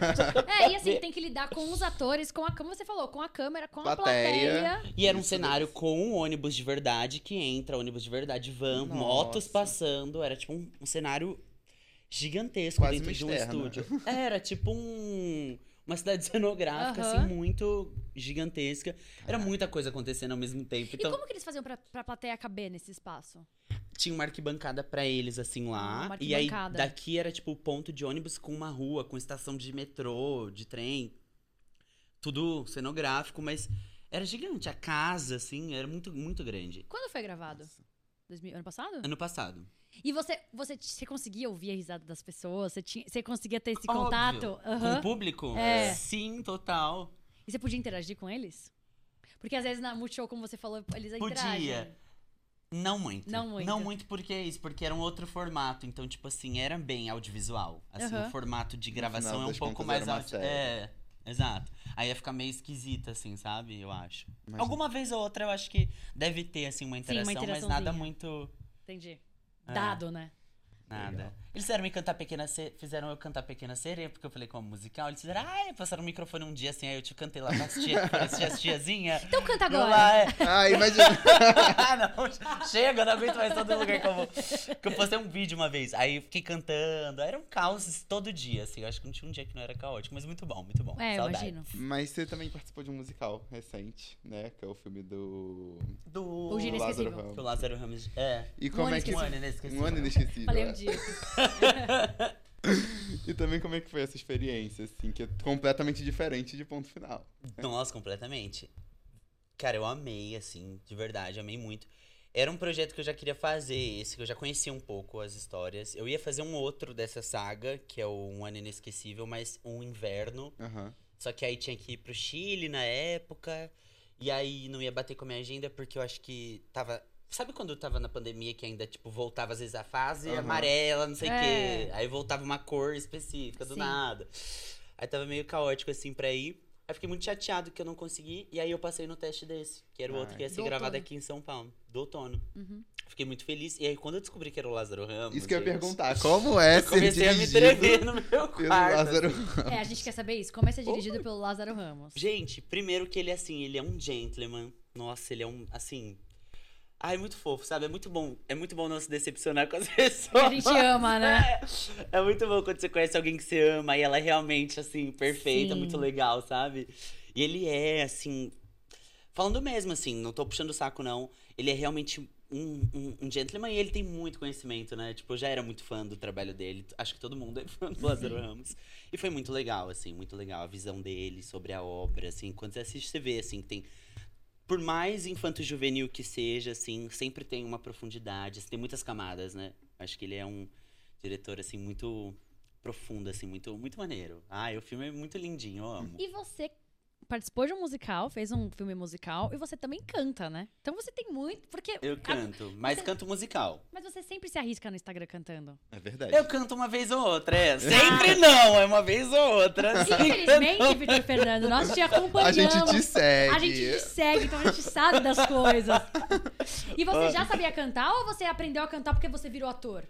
[SPEAKER 1] [LAUGHS]
[SPEAKER 3] como...
[SPEAKER 1] É, e assim, tem que lidar com os atores, com a, como você falou, com a câmera, com a
[SPEAKER 2] Plateia.
[SPEAKER 1] plateia.
[SPEAKER 3] E era um
[SPEAKER 2] Isso,
[SPEAKER 3] cenário com um ônibus de verdade que entra, ônibus de verdade, van,
[SPEAKER 2] Nossa.
[SPEAKER 3] motos passando. Era tipo um, um cenário gigantesco
[SPEAKER 2] Quase
[SPEAKER 3] dentro
[SPEAKER 2] uma
[SPEAKER 3] de um
[SPEAKER 2] externa.
[SPEAKER 3] estúdio. Era tipo um- uma cidade cenográfica,
[SPEAKER 1] Aham.
[SPEAKER 3] assim, muito gigantesca. Era muita coisa acontecendo ao mesmo tempo. Então,
[SPEAKER 1] e como que eles faziam pra, pra plateia caber nesse espaço?
[SPEAKER 3] tinha uma arquibancada pra eles, assim,
[SPEAKER 1] Ah,
[SPEAKER 3] lá.
[SPEAKER 1] uma
[SPEAKER 3] e aí,
[SPEAKER 1] arquibancada.
[SPEAKER 3] daqui era, tipo, o ponto de ônibus com uma rua, com estação de metrô, de trem. Tudo cenográfico, mas era gigante. A casa, assim, era muito, muito grande.
[SPEAKER 1] Quando foi gravado? 2000 ano passado?
[SPEAKER 3] Ano passado.
[SPEAKER 1] E você, você, você conseguia ouvir a risada das pessoas? Você, tinha, você conseguia ter esse
[SPEAKER 3] Óbvio.
[SPEAKER 1] contato?
[SPEAKER 3] Com
[SPEAKER 1] Aham.
[SPEAKER 3] o público?
[SPEAKER 1] É.
[SPEAKER 3] Sim, total.
[SPEAKER 1] E você podia interagir com eles? Porque às vezes na Multishow, como você falou, eles
[SPEAKER 3] Podia.
[SPEAKER 1] interagem.
[SPEAKER 3] Não muito.
[SPEAKER 1] Não muito.
[SPEAKER 3] Não muito porque é isso, porque era um outro formato. Então, tipo assim, era bem audiovisual. Assim,
[SPEAKER 1] Aham.
[SPEAKER 3] o formato de gravação
[SPEAKER 2] final
[SPEAKER 3] é um
[SPEAKER 2] das
[SPEAKER 3] pouco
[SPEAKER 2] contas,
[SPEAKER 3] mais
[SPEAKER 2] era uma
[SPEAKER 3] audi-
[SPEAKER 2] série.
[SPEAKER 3] É, exato. Aí ia ficar meio esquisito, assim, sabe? Eu acho.
[SPEAKER 2] Imagina.
[SPEAKER 3] Alguma vez ou outra eu acho que deve ter, assim, uma
[SPEAKER 1] Sim, uma
[SPEAKER 3] interação, mas nada
[SPEAKER 1] interaçãozinha.
[SPEAKER 3] muito.
[SPEAKER 1] Entendi.
[SPEAKER 3] É.
[SPEAKER 1] Dado, né?
[SPEAKER 3] Nada.
[SPEAKER 2] Legal.
[SPEAKER 3] Eles fizeram me cantar Pequena Sereia, fizeram eu cantar Pequena Sereia, porque eu falei como musical. Eles fizeram, ai, passaram o microfone um dia assim, aí eu te cantei lá pra tia, as tias- tiazinha.
[SPEAKER 1] Então canta
[SPEAKER 3] Eu
[SPEAKER 1] agora.
[SPEAKER 3] lá, é.
[SPEAKER 2] Ah,
[SPEAKER 3] [LAUGHS]
[SPEAKER 2] imagina.
[SPEAKER 3] ah, não, chega, eu não aguento mais todo lugar que eu vou. Que eu postei um vídeo uma vez, aí eu fiquei cantando. Era um caos todo dia, assim. Eu acho que não tinha um dia que não era caótico, mas muito bom, muito bom.
[SPEAKER 1] É, eu
[SPEAKER 3] Saudade.
[SPEAKER 1] imagino.
[SPEAKER 2] Mas você também participou de um musical recente, né? Que é o filme do.
[SPEAKER 3] Do.
[SPEAKER 1] O Gino
[SPEAKER 2] Lázaro
[SPEAKER 1] Inesquecível.
[SPEAKER 3] Do
[SPEAKER 2] Ramos.
[SPEAKER 3] Lázaro Ramos. É.
[SPEAKER 2] E como é que.
[SPEAKER 3] Um ano inesquecível.
[SPEAKER 2] Um ano inesquecível.
[SPEAKER 1] Falei um
[SPEAKER 2] é.
[SPEAKER 1] dia.
[SPEAKER 2] [LAUGHS] E também como é que foi essa experiência, assim, que é completamente diferente de ponto final.
[SPEAKER 3] Nossa, completamente. Cara, eu amei, assim, de verdade, amei muito. Era um projeto que eu já queria fazer, esse, que eu já conhecia um pouco as histórias. Eu ia fazer um outro dessa saga, que é o Um Ano Inesquecível, mas um inverno.
[SPEAKER 2] Aham.
[SPEAKER 3] Só que aí tinha que ir pro Chile na época. E aí não ia bater com a minha agenda, porque eu acho que tava. Sabe quando eu tava na pandemia que ainda, tipo, voltava às vezes a fase
[SPEAKER 2] Aham.
[SPEAKER 3] amarela, não sei o
[SPEAKER 1] É.
[SPEAKER 3] quê. Aí voltava uma cor específica, do
[SPEAKER 1] Sim.
[SPEAKER 3] nada. Aí tava meio caótico assim pra ir. Aí fiquei muito chateado que eu não consegui. E aí eu passei no teste desse, que era o outro
[SPEAKER 2] Ai.
[SPEAKER 3] que ia ser
[SPEAKER 1] Do
[SPEAKER 3] gravado
[SPEAKER 1] outono.
[SPEAKER 3] aqui em São Paulo, do outono.
[SPEAKER 1] Uhum.
[SPEAKER 3] Fiquei muito feliz. E aí quando eu descobri que era o Lázaro Ramos.
[SPEAKER 2] Isso que eu ia
[SPEAKER 3] gente,
[SPEAKER 2] perguntar, como é
[SPEAKER 3] Eu
[SPEAKER 2] ser
[SPEAKER 3] comecei a me
[SPEAKER 2] dirigido
[SPEAKER 3] tremer no
[SPEAKER 2] [LAUGHS]
[SPEAKER 3] meu
[SPEAKER 2] pelo
[SPEAKER 3] quarto.
[SPEAKER 2] Lázaro
[SPEAKER 1] É, a gente quer saber isso. Como é ser dirigido pelo Lázaro Ramos?
[SPEAKER 3] Gente, primeiro que ele, assim, ele é um gentleman. Nossa, ele é um, assim... Ai, é muito fofo, sabe? É muito bom. É muito bom não se decepcionar com as [LAUGHS] pessoas.
[SPEAKER 1] A gente ama, né?
[SPEAKER 3] É, é muito bom quando você conhece alguém que você ama e ela é realmente, assim, perfeita,
[SPEAKER 1] Sim.
[SPEAKER 3] muito legal, sabe? E ele é, assim. Falando mesmo, assim, não tô puxando o saco, não. Ele é realmente um, um, um gentleman e ele tem muito conhecimento, né? Tipo, eu já era muito fã do trabalho dele. Acho que todo mundo é fã
[SPEAKER 1] [LAUGHS]
[SPEAKER 3] do Lázaro Ramos. E foi muito legal, assim, muito legal a visão dele sobre a obra, assim. Quando você assiste, você vê, assim, que tem por mais infanto-juvenil que seja, assim, sempre tem uma profundidade, assim, tem muitas camadas, né? Acho que ele é um diretor, assim, muito profundo, assim, muito, muito maneiro. Ah, e o filme é muito lindinho, eu amo.
[SPEAKER 1] E você participou de um musical, fez um filme musical e você também canta, né? Então você tem muito. Porque.
[SPEAKER 3] Eu canto, mas canto musical.
[SPEAKER 1] Mas você sempre se arrisca no Instagram
[SPEAKER 3] [LAUGHS]
[SPEAKER 1] cantando.
[SPEAKER 2] É verdade.
[SPEAKER 3] Eu canto uma vez ou outra, é. Sempre não, é uma vez ou outra.
[SPEAKER 1] Infelizmente, Vitor Fernando, nós te
[SPEAKER 2] A
[SPEAKER 1] acompanhamos.
[SPEAKER 2] gente te segue.
[SPEAKER 1] A gente te segue, então a gente sabe das
[SPEAKER 3] [LAUGHS]
[SPEAKER 1] coisas. E você já sabia cantar ou você aprendeu a cantar porque você virou ator?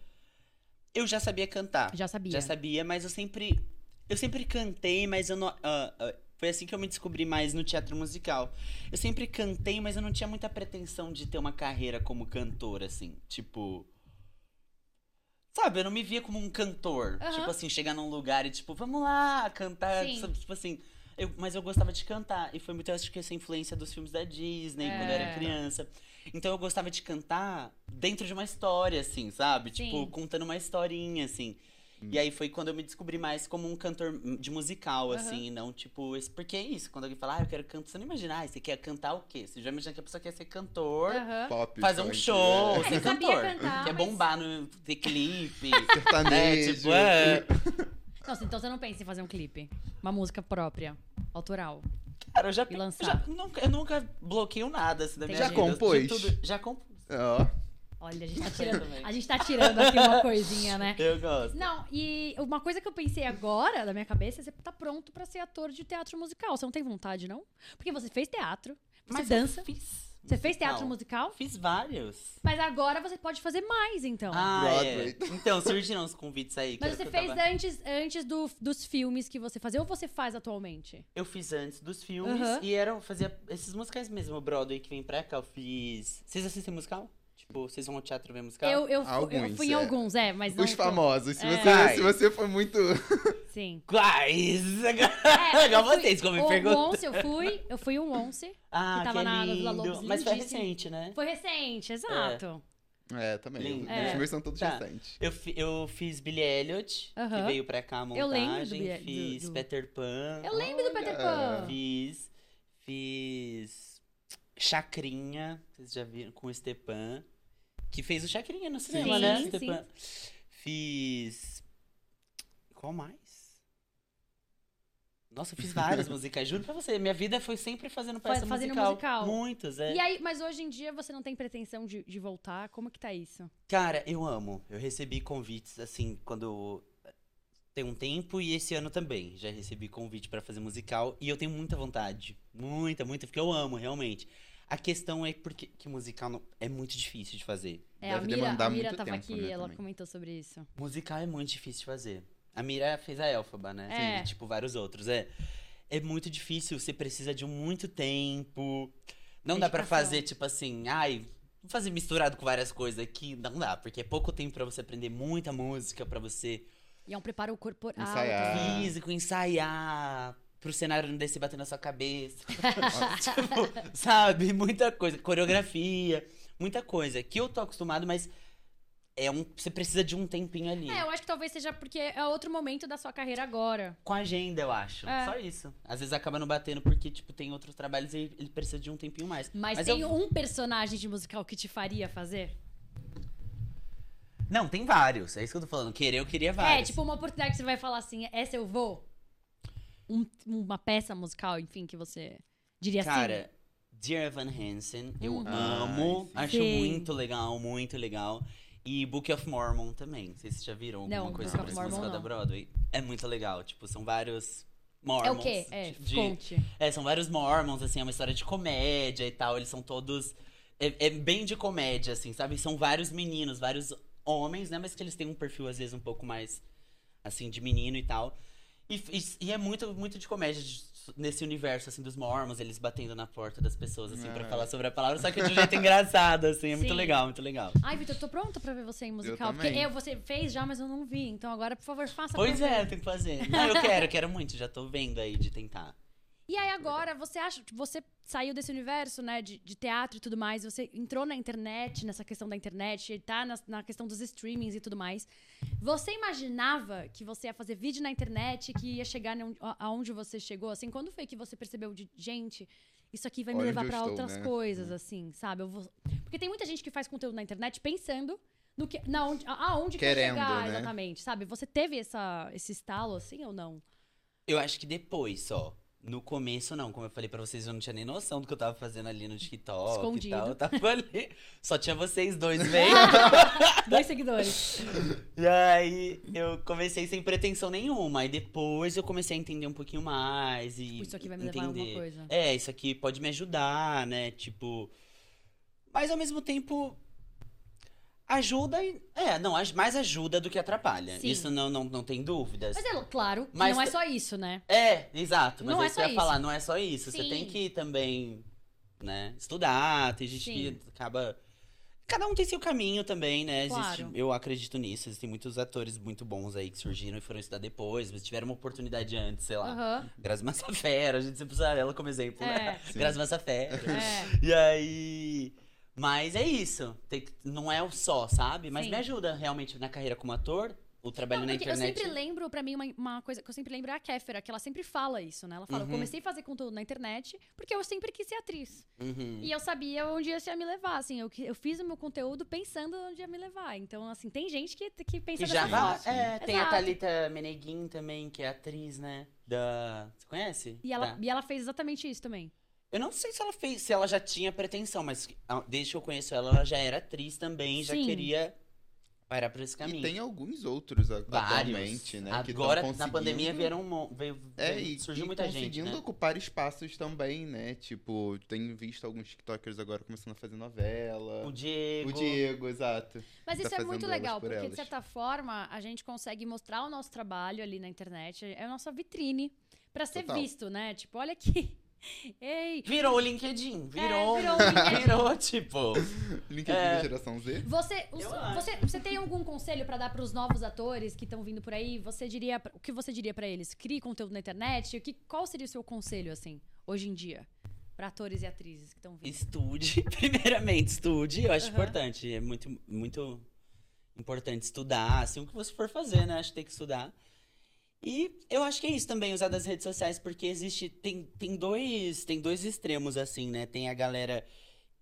[SPEAKER 3] Eu já sabia cantar.
[SPEAKER 1] Já sabia.
[SPEAKER 3] Já sabia, mas eu sempre. Eu sempre cantei, mas eu não. ah, ah, foi assim que eu me descobri mais no teatro musical. Eu sempre cantei, mas eu não tinha muita pretensão de ter uma carreira como cantor, assim. Tipo. Sabe, eu não me via como um cantor.
[SPEAKER 1] Aham.
[SPEAKER 3] Tipo assim, chegar num lugar e, tipo, vamos lá, cantar.
[SPEAKER 1] Sim.
[SPEAKER 3] sabe? Tipo assim. eu- mas eu gostava de cantar. E foi muito, eu acho que essa influência dos filmes da Disney, quando
[SPEAKER 1] É.
[SPEAKER 3] eu era criança. Então eu gostava de cantar dentro de uma história, assim, sabe?
[SPEAKER 1] Sim.
[SPEAKER 3] Tipo, contando uma historinha, assim. E aí foi quando eu me descobri mais como um cantor de musical,
[SPEAKER 1] Aham.
[SPEAKER 3] assim, e não tipo. esse- Porque é isso, quando alguém fala, ah, eu quero cantar, você não imagina, ah, você quer cantar o quê? Você já imagina que a pessoa quer ser cantor,
[SPEAKER 1] Aham.
[SPEAKER 2] Pop,
[SPEAKER 3] fazer um
[SPEAKER 2] funk,
[SPEAKER 3] show,
[SPEAKER 2] né?
[SPEAKER 1] ele
[SPEAKER 3] ser
[SPEAKER 1] sabia
[SPEAKER 3] cantor.
[SPEAKER 1] cantar,
[SPEAKER 3] quer
[SPEAKER 1] mas-
[SPEAKER 3] bombar no ter clipe. né?
[SPEAKER 2] [LAUGHS] Sertanejo.
[SPEAKER 3] Tipo, é.
[SPEAKER 1] Nossa, então você não pensa em fazer um clipe. Uma música própria, autoral.
[SPEAKER 3] Cara, eu já.
[SPEAKER 1] E lançar.
[SPEAKER 3] já- nunca, eu nunca bloqueio nada assim, da minha
[SPEAKER 1] Já
[SPEAKER 3] vida. Eu- de
[SPEAKER 2] compôs?
[SPEAKER 3] tudo- já compus.
[SPEAKER 2] Ó,
[SPEAKER 1] Olha, a gente tá
[SPEAKER 3] Uma [LAUGHS] coisa também.
[SPEAKER 1] tirando, a gente tá tirando aqui uma coisinha,
[SPEAKER 3] [LAUGHS]
[SPEAKER 1] né?
[SPEAKER 3] Eu gosto.
[SPEAKER 1] Não, e uma coisa que eu pensei agora da minha cabeça é você tá pronto pra ser ator de teatro musical. Você não tem vontade, não? Porque você fez teatro, você
[SPEAKER 3] eu
[SPEAKER 1] dança.
[SPEAKER 3] Fiz.
[SPEAKER 1] Você fez teatro
[SPEAKER 3] musical.
[SPEAKER 1] musical,
[SPEAKER 3] Fiz vários.
[SPEAKER 1] mas agora você pode fazer mais, então.
[SPEAKER 3] Ah, é.
[SPEAKER 2] Broadway.
[SPEAKER 3] Então, surgiram os convites aí. que
[SPEAKER 1] mas
[SPEAKER 3] era
[SPEAKER 1] você
[SPEAKER 3] que eu
[SPEAKER 1] fez
[SPEAKER 3] tava-
[SPEAKER 1] antes, antes do- dos filmes que você fazia, ou você faz atualmente?
[SPEAKER 3] Eu fiz antes dos filmes
[SPEAKER 1] Aham.
[SPEAKER 3] e eram, fazia esses musicais mesmo, o Broadway que vem pra cá, eu fiz. Vocês assistem musical? Tipo, vocês vão ao teatro ver musical?
[SPEAKER 1] Eu, eu, fu- eu
[SPEAKER 2] Alguns,
[SPEAKER 1] fui em
[SPEAKER 2] é.
[SPEAKER 1] alguns, é, mas não.
[SPEAKER 2] os famosos. Se
[SPEAKER 1] É.
[SPEAKER 2] você, se você foi muito. [LAUGHS]
[SPEAKER 1] Sim.
[SPEAKER 3] Quais! [LAUGHS]
[SPEAKER 1] É,
[SPEAKER 3] Agora
[SPEAKER 1] eu fui-
[SPEAKER 3] vocês como me
[SPEAKER 1] o
[SPEAKER 3] perguntam.
[SPEAKER 1] Once eu fui, eu fui um Once.
[SPEAKER 3] Ah,
[SPEAKER 1] que tava
[SPEAKER 3] que
[SPEAKER 1] na- na Vila
[SPEAKER 3] lindo.
[SPEAKER 1] Lobos,
[SPEAKER 3] Mas foi
[SPEAKER 1] lindíssimo.
[SPEAKER 3] recente, né?
[SPEAKER 1] Foi recente, exato.
[SPEAKER 2] É, também.
[SPEAKER 3] Lindo.
[SPEAKER 2] Os
[SPEAKER 1] É.
[SPEAKER 2] meus são todos
[SPEAKER 3] Tá.
[SPEAKER 2] recentes.
[SPEAKER 3] Eu, fi- eu fiz Billy Elliot, que
[SPEAKER 1] Aham.
[SPEAKER 3] veio pra cá a montagem.
[SPEAKER 1] Eu lembro do Billie- do-
[SPEAKER 3] Fiz
[SPEAKER 1] do-
[SPEAKER 3] Peter Pan.
[SPEAKER 2] É.
[SPEAKER 1] Eu lembro do Peter
[SPEAKER 2] Olha.
[SPEAKER 1] Pan.
[SPEAKER 3] Fiz. Fiz. Chacrinha, vocês já viram, com o Stepan. Que fez o Chacrinha no cinema,
[SPEAKER 1] Sim,
[SPEAKER 3] né?
[SPEAKER 1] sim.
[SPEAKER 3] Stepan. Fiz. Qual mais? Nossa, eu
[SPEAKER 1] [LAUGHS]
[SPEAKER 3] fiz várias musicais, juro pra você. Minha vida foi sempre fazendo peça
[SPEAKER 1] fazendo
[SPEAKER 3] musical.
[SPEAKER 1] musical.
[SPEAKER 3] Muitos, é.
[SPEAKER 1] E aí, mas hoje em dia você não tem pretensão de, de voltar? Como que tá isso?
[SPEAKER 3] Cara, eu amo. Eu recebi convites, assim, quando. Tem um tempo e esse ano também. Já recebi convite pra fazer musical e eu tenho muita vontade. Muita, muita, porque eu amo, realmente. A questão é porque que musical não- é muito difícil de fazer.
[SPEAKER 1] É, a
[SPEAKER 2] Deve
[SPEAKER 1] Mira,
[SPEAKER 2] demandar
[SPEAKER 1] a Mira
[SPEAKER 2] muito
[SPEAKER 1] tava
[SPEAKER 2] tempo,
[SPEAKER 1] aqui,
[SPEAKER 2] né,
[SPEAKER 1] ela
[SPEAKER 2] também.
[SPEAKER 1] comentou sobre isso.
[SPEAKER 3] Musical é muito difícil de fazer. A Mira fez a Elfaba, né?
[SPEAKER 1] É.
[SPEAKER 3] E, tipo, vários outros. É, é muito difícil, você precisa de muito tempo. Não dá pra
[SPEAKER 1] Dedicação.
[SPEAKER 3] fazer, tipo assim, ai, vou fazer misturado com várias coisas aqui. Não dá, porque é pouco tempo pra você aprender muita música, pra você
[SPEAKER 1] E é um preparo corporal.
[SPEAKER 2] Ensaiar.
[SPEAKER 1] também.
[SPEAKER 2] Ah.
[SPEAKER 3] físico, ensaiar. Pro cenário não descer batendo na
[SPEAKER 1] [LAUGHS]
[SPEAKER 3] sua cabeça. [LAUGHS] Tipo, sabe? Muita coisa. Coreografia, muita coisa. Que eu tô acostumado, mas é um, você precisa de um tempinho ali.
[SPEAKER 1] É, eu acho que talvez seja porque é outro momento da sua carreira agora.
[SPEAKER 3] com a agenda, eu acho.
[SPEAKER 1] É.
[SPEAKER 3] Só isso. Às vezes acaba não batendo porque, tipo, tem outros trabalhos e ele precisa de um tempinho mais.
[SPEAKER 1] Mas,
[SPEAKER 3] Mas
[SPEAKER 1] tem
[SPEAKER 3] eu-
[SPEAKER 1] um personagem de musical que te faria fazer?
[SPEAKER 3] Não, tem vários. É isso que eu tô falando. Querer, eu queria
[SPEAKER 1] É,
[SPEAKER 3] vários.
[SPEAKER 1] tipo uma oportunidade que você vai falar assim, essa eu vou. Um- uma peça musical, enfim, que você diria assim.
[SPEAKER 3] Cara, Dear Evan Hansen, eu
[SPEAKER 1] Uhum.
[SPEAKER 3] amo.
[SPEAKER 2] Ai,
[SPEAKER 3] acho
[SPEAKER 1] sim. Sim.
[SPEAKER 3] muito legal, muito legal. E Book of Mormon também. Vocês já viram alguma
[SPEAKER 1] Não, Book
[SPEAKER 3] coisa sobre
[SPEAKER 1] of
[SPEAKER 3] esse
[SPEAKER 1] Mormon,
[SPEAKER 3] musical da
[SPEAKER 1] não.
[SPEAKER 3] Broadway? É muito legal. Tipo, são vários
[SPEAKER 1] É
[SPEAKER 3] Mormons.
[SPEAKER 1] o quê? É,
[SPEAKER 3] de- de-
[SPEAKER 1] conte.
[SPEAKER 3] É, são vários Mormons, assim, é uma história de comédia e tal. Eles são todos. É, é bem de comédia, assim, sabe? São vários meninos, vários homens, né? Mas que eles têm um perfil, às vezes, um pouco mais, assim, de menino e tal. E, e- e é muito, muito de comédia de- nesse universo, assim, dos Mormons, eles batendo na porta das pessoas, assim, pra
[SPEAKER 2] Ah.
[SPEAKER 3] falar sobre a palavra. Só que de um jeito engraçado, assim, é muito
[SPEAKER 1] Sim.
[SPEAKER 3] legal, muito legal.
[SPEAKER 1] Ai, Vitor, tô pronta pra ver você em musical. porque
[SPEAKER 2] também.
[SPEAKER 1] eu, você fez já, mas eu não vi. Então agora, por favor, faça pra
[SPEAKER 3] Pois
[SPEAKER 1] eu ver.
[SPEAKER 3] é, tem que fazer. Não, eu quero, eu quero muito, já tô vendo aí de tentar.
[SPEAKER 1] E aí agora, você acha, tipo, você saiu desse universo, né, de, de teatro e tudo mais, você entrou na internet, nessa questão da internet, e tá nas- na, questão dos streamings e tudo mais. Você imaginava que você ia fazer vídeo na internet, que ia chegar num- a- aonde você chegou, assim? Quando foi que você percebeu de, gente, isso aqui vai me
[SPEAKER 2] Olha
[SPEAKER 1] levar
[SPEAKER 2] onde eu
[SPEAKER 1] pra
[SPEAKER 2] estou,
[SPEAKER 1] outras
[SPEAKER 2] né?
[SPEAKER 1] coisas, assim, sabe? Eu vou- Porque tem muita gente que faz conteúdo na internet pensando no que, na onde, a- aonde
[SPEAKER 2] Querendo,
[SPEAKER 1] que eu chegar,
[SPEAKER 2] né?
[SPEAKER 1] exatamente, sabe? Você teve essa, esse estalo, assim, ou não?
[SPEAKER 3] Eu acho que depois só. No começo, não. Como eu falei pra vocês, eu não tinha nem noção do que eu tava fazendo ali no TikTok
[SPEAKER 1] Escondido.
[SPEAKER 3] e tal. Eu tava ali. Só tinha vocês dois vendo.
[SPEAKER 1] [LAUGHS] Dois seguidores.
[SPEAKER 3] e aí, eu comecei sem pretensão nenhuma. Aí depois eu comecei a entender um pouquinho mais e
[SPEAKER 1] Tipo, isso aqui vai me levar a
[SPEAKER 3] entender.
[SPEAKER 1] alguma coisa.
[SPEAKER 3] É, isso aqui pode me ajudar, né? Tipo... Mas ao mesmo tempo... Ajuda e... É, não, aj- mais ajuda do que atrapalha.
[SPEAKER 1] Sim.
[SPEAKER 3] Isso não, não, não tem dúvidas.
[SPEAKER 1] Mas é claro, que
[SPEAKER 3] Mas
[SPEAKER 1] não é
[SPEAKER 3] t-
[SPEAKER 1] só isso, né?
[SPEAKER 3] É, exato. Mas
[SPEAKER 1] Não
[SPEAKER 3] é
[SPEAKER 1] é
[SPEAKER 3] isso
[SPEAKER 1] só
[SPEAKER 3] que eu ia
[SPEAKER 1] isso.
[SPEAKER 3] falar, não é só isso. Você tem
[SPEAKER 1] Sim.
[SPEAKER 3] que também, né, estudar. Tem gente
[SPEAKER 1] Sim.
[SPEAKER 3] que acaba. Cada um tem seu caminho também, né? Existe-
[SPEAKER 1] Claro.
[SPEAKER 3] eu acredito nisso. Existem muitos atores muito bons aí que surgiram e foram estudar depois, mas tiveram uma oportunidade antes, sei lá.
[SPEAKER 1] Aham.
[SPEAKER 3] Grazi Massafera, a gente sempre usa ela como exemplo, [LAUGHS] né?
[SPEAKER 2] É. Sim.
[SPEAKER 3] Grazi Massafera.
[SPEAKER 1] [LAUGHS] É.
[SPEAKER 3] E aí. Mas é isso. Tem que- não é o só, sabe? Mas
[SPEAKER 1] Sim.
[SPEAKER 3] me ajuda realmente na carreira como ator, o trabalho
[SPEAKER 1] Não,
[SPEAKER 3] na
[SPEAKER 1] porque eu
[SPEAKER 3] internet.
[SPEAKER 1] sempre lembro, pra mim, uma, uma coisa que eu sempre lembro é a Kéfera, que ela sempre fala isso, né? Ela fala, eu
[SPEAKER 3] Uhum.
[SPEAKER 1] comecei a fazer conteúdo na internet porque eu sempre quis ser atriz.
[SPEAKER 3] Uhum.
[SPEAKER 1] E eu sabia onde isso ia me levar, assim. Eu, que- eu fiz o meu conteúdo pensando onde ia me levar. Então, assim, tem gente que, que pensa
[SPEAKER 3] Que já
[SPEAKER 1] dessa
[SPEAKER 3] vai.
[SPEAKER 1] forma.
[SPEAKER 3] É, tem a
[SPEAKER 1] Exato.
[SPEAKER 3] Thalita Meneguin também, que é atriz, né? Da. Você conhece?
[SPEAKER 1] E ela,
[SPEAKER 3] Da-
[SPEAKER 1] e ela fez exatamente isso também.
[SPEAKER 3] Eu não sei se ela fez, se ela já tinha pretensão, mas ah, desde que eu conheço ela, ela já era atriz também, já
[SPEAKER 1] Sim.
[SPEAKER 3] queria parar por esse caminho.
[SPEAKER 2] E tem alguns outros a-
[SPEAKER 3] Vários.
[SPEAKER 2] atualmente, né? que tão
[SPEAKER 3] Agora, na
[SPEAKER 2] conseguindo-
[SPEAKER 3] pandemia, vieram, um mon- veio,
[SPEAKER 2] É,
[SPEAKER 3] veio-
[SPEAKER 2] e,
[SPEAKER 3] surgiu
[SPEAKER 2] e
[SPEAKER 3] muita gente,
[SPEAKER 2] conseguindo
[SPEAKER 3] né?
[SPEAKER 2] ocupar espaços também, né? Tipo, tenho visto alguns TikTokers agora começando a fazer novela.
[SPEAKER 3] O Diego.
[SPEAKER 2] O Diego,
[SPEAKER 3] [LAUGHS]
[SPEAKER 2] exato.
[SPEAKER 1] Mas
[SPEAKER 2] Tá
[SPEAKER 1] isso é
[SPEAKER 2] fazendo
[SPEAKER 1] muito
[SPEAKER 2] elas
[SPEAKER 1] legal,
[SPEAKER 2] por
[SPEAKER 1] porque de
[SPEAKER 2] elas.
[SPEAKER 1] certa forma a gente consegue mostrar o nosso trabalho ali na internet, é a nossa vitrine pra ser
[SPEAKER 2] Total.
[SPEAKER 1] visto, né? Tipo, olha aqui. [LAUGHS] Ei,
[SPEAKER 3] Virou o LinkedIn, virou.
[SPEAKER 1] É, virou o LinkedIn.
[SPEAKER 3] [LAUGHS] virou, tipo.
[SPEAKER 2] LinkedIn
[SPEAKER 3] É.
[SPEAKER 2] da geração
[SPEAKER 3] [LAUGHS]
[SPEAKER 2] Z?
[SPEAKER 1] Você, os-
[SPEAKER 3] Eu acho.
[SPEAKER 1] você, você tem algum conselho pra dar pros novos atores que estão vindo por aí? Você diria, o que você diria pra eles? Crie conteúdo na internet? O que, qual seria o seu conselho assim, hoje em dia, Pra atores e atrizes que estão vindo?
[SPEAKER 3] Estude, [LAUGHS] primeiramente, estude. Eu acho
[SPEAKER 1] Aham.
[SPEAKER 3] importante. É muito, muito importante estudar, assim, o que você for fazer, né? Acho que tem que estudar. E eu acho que é isso também, usar das redes sociais, porque existe. Tem, tem dois. Tem dois extremos, assim, né? Tem a galera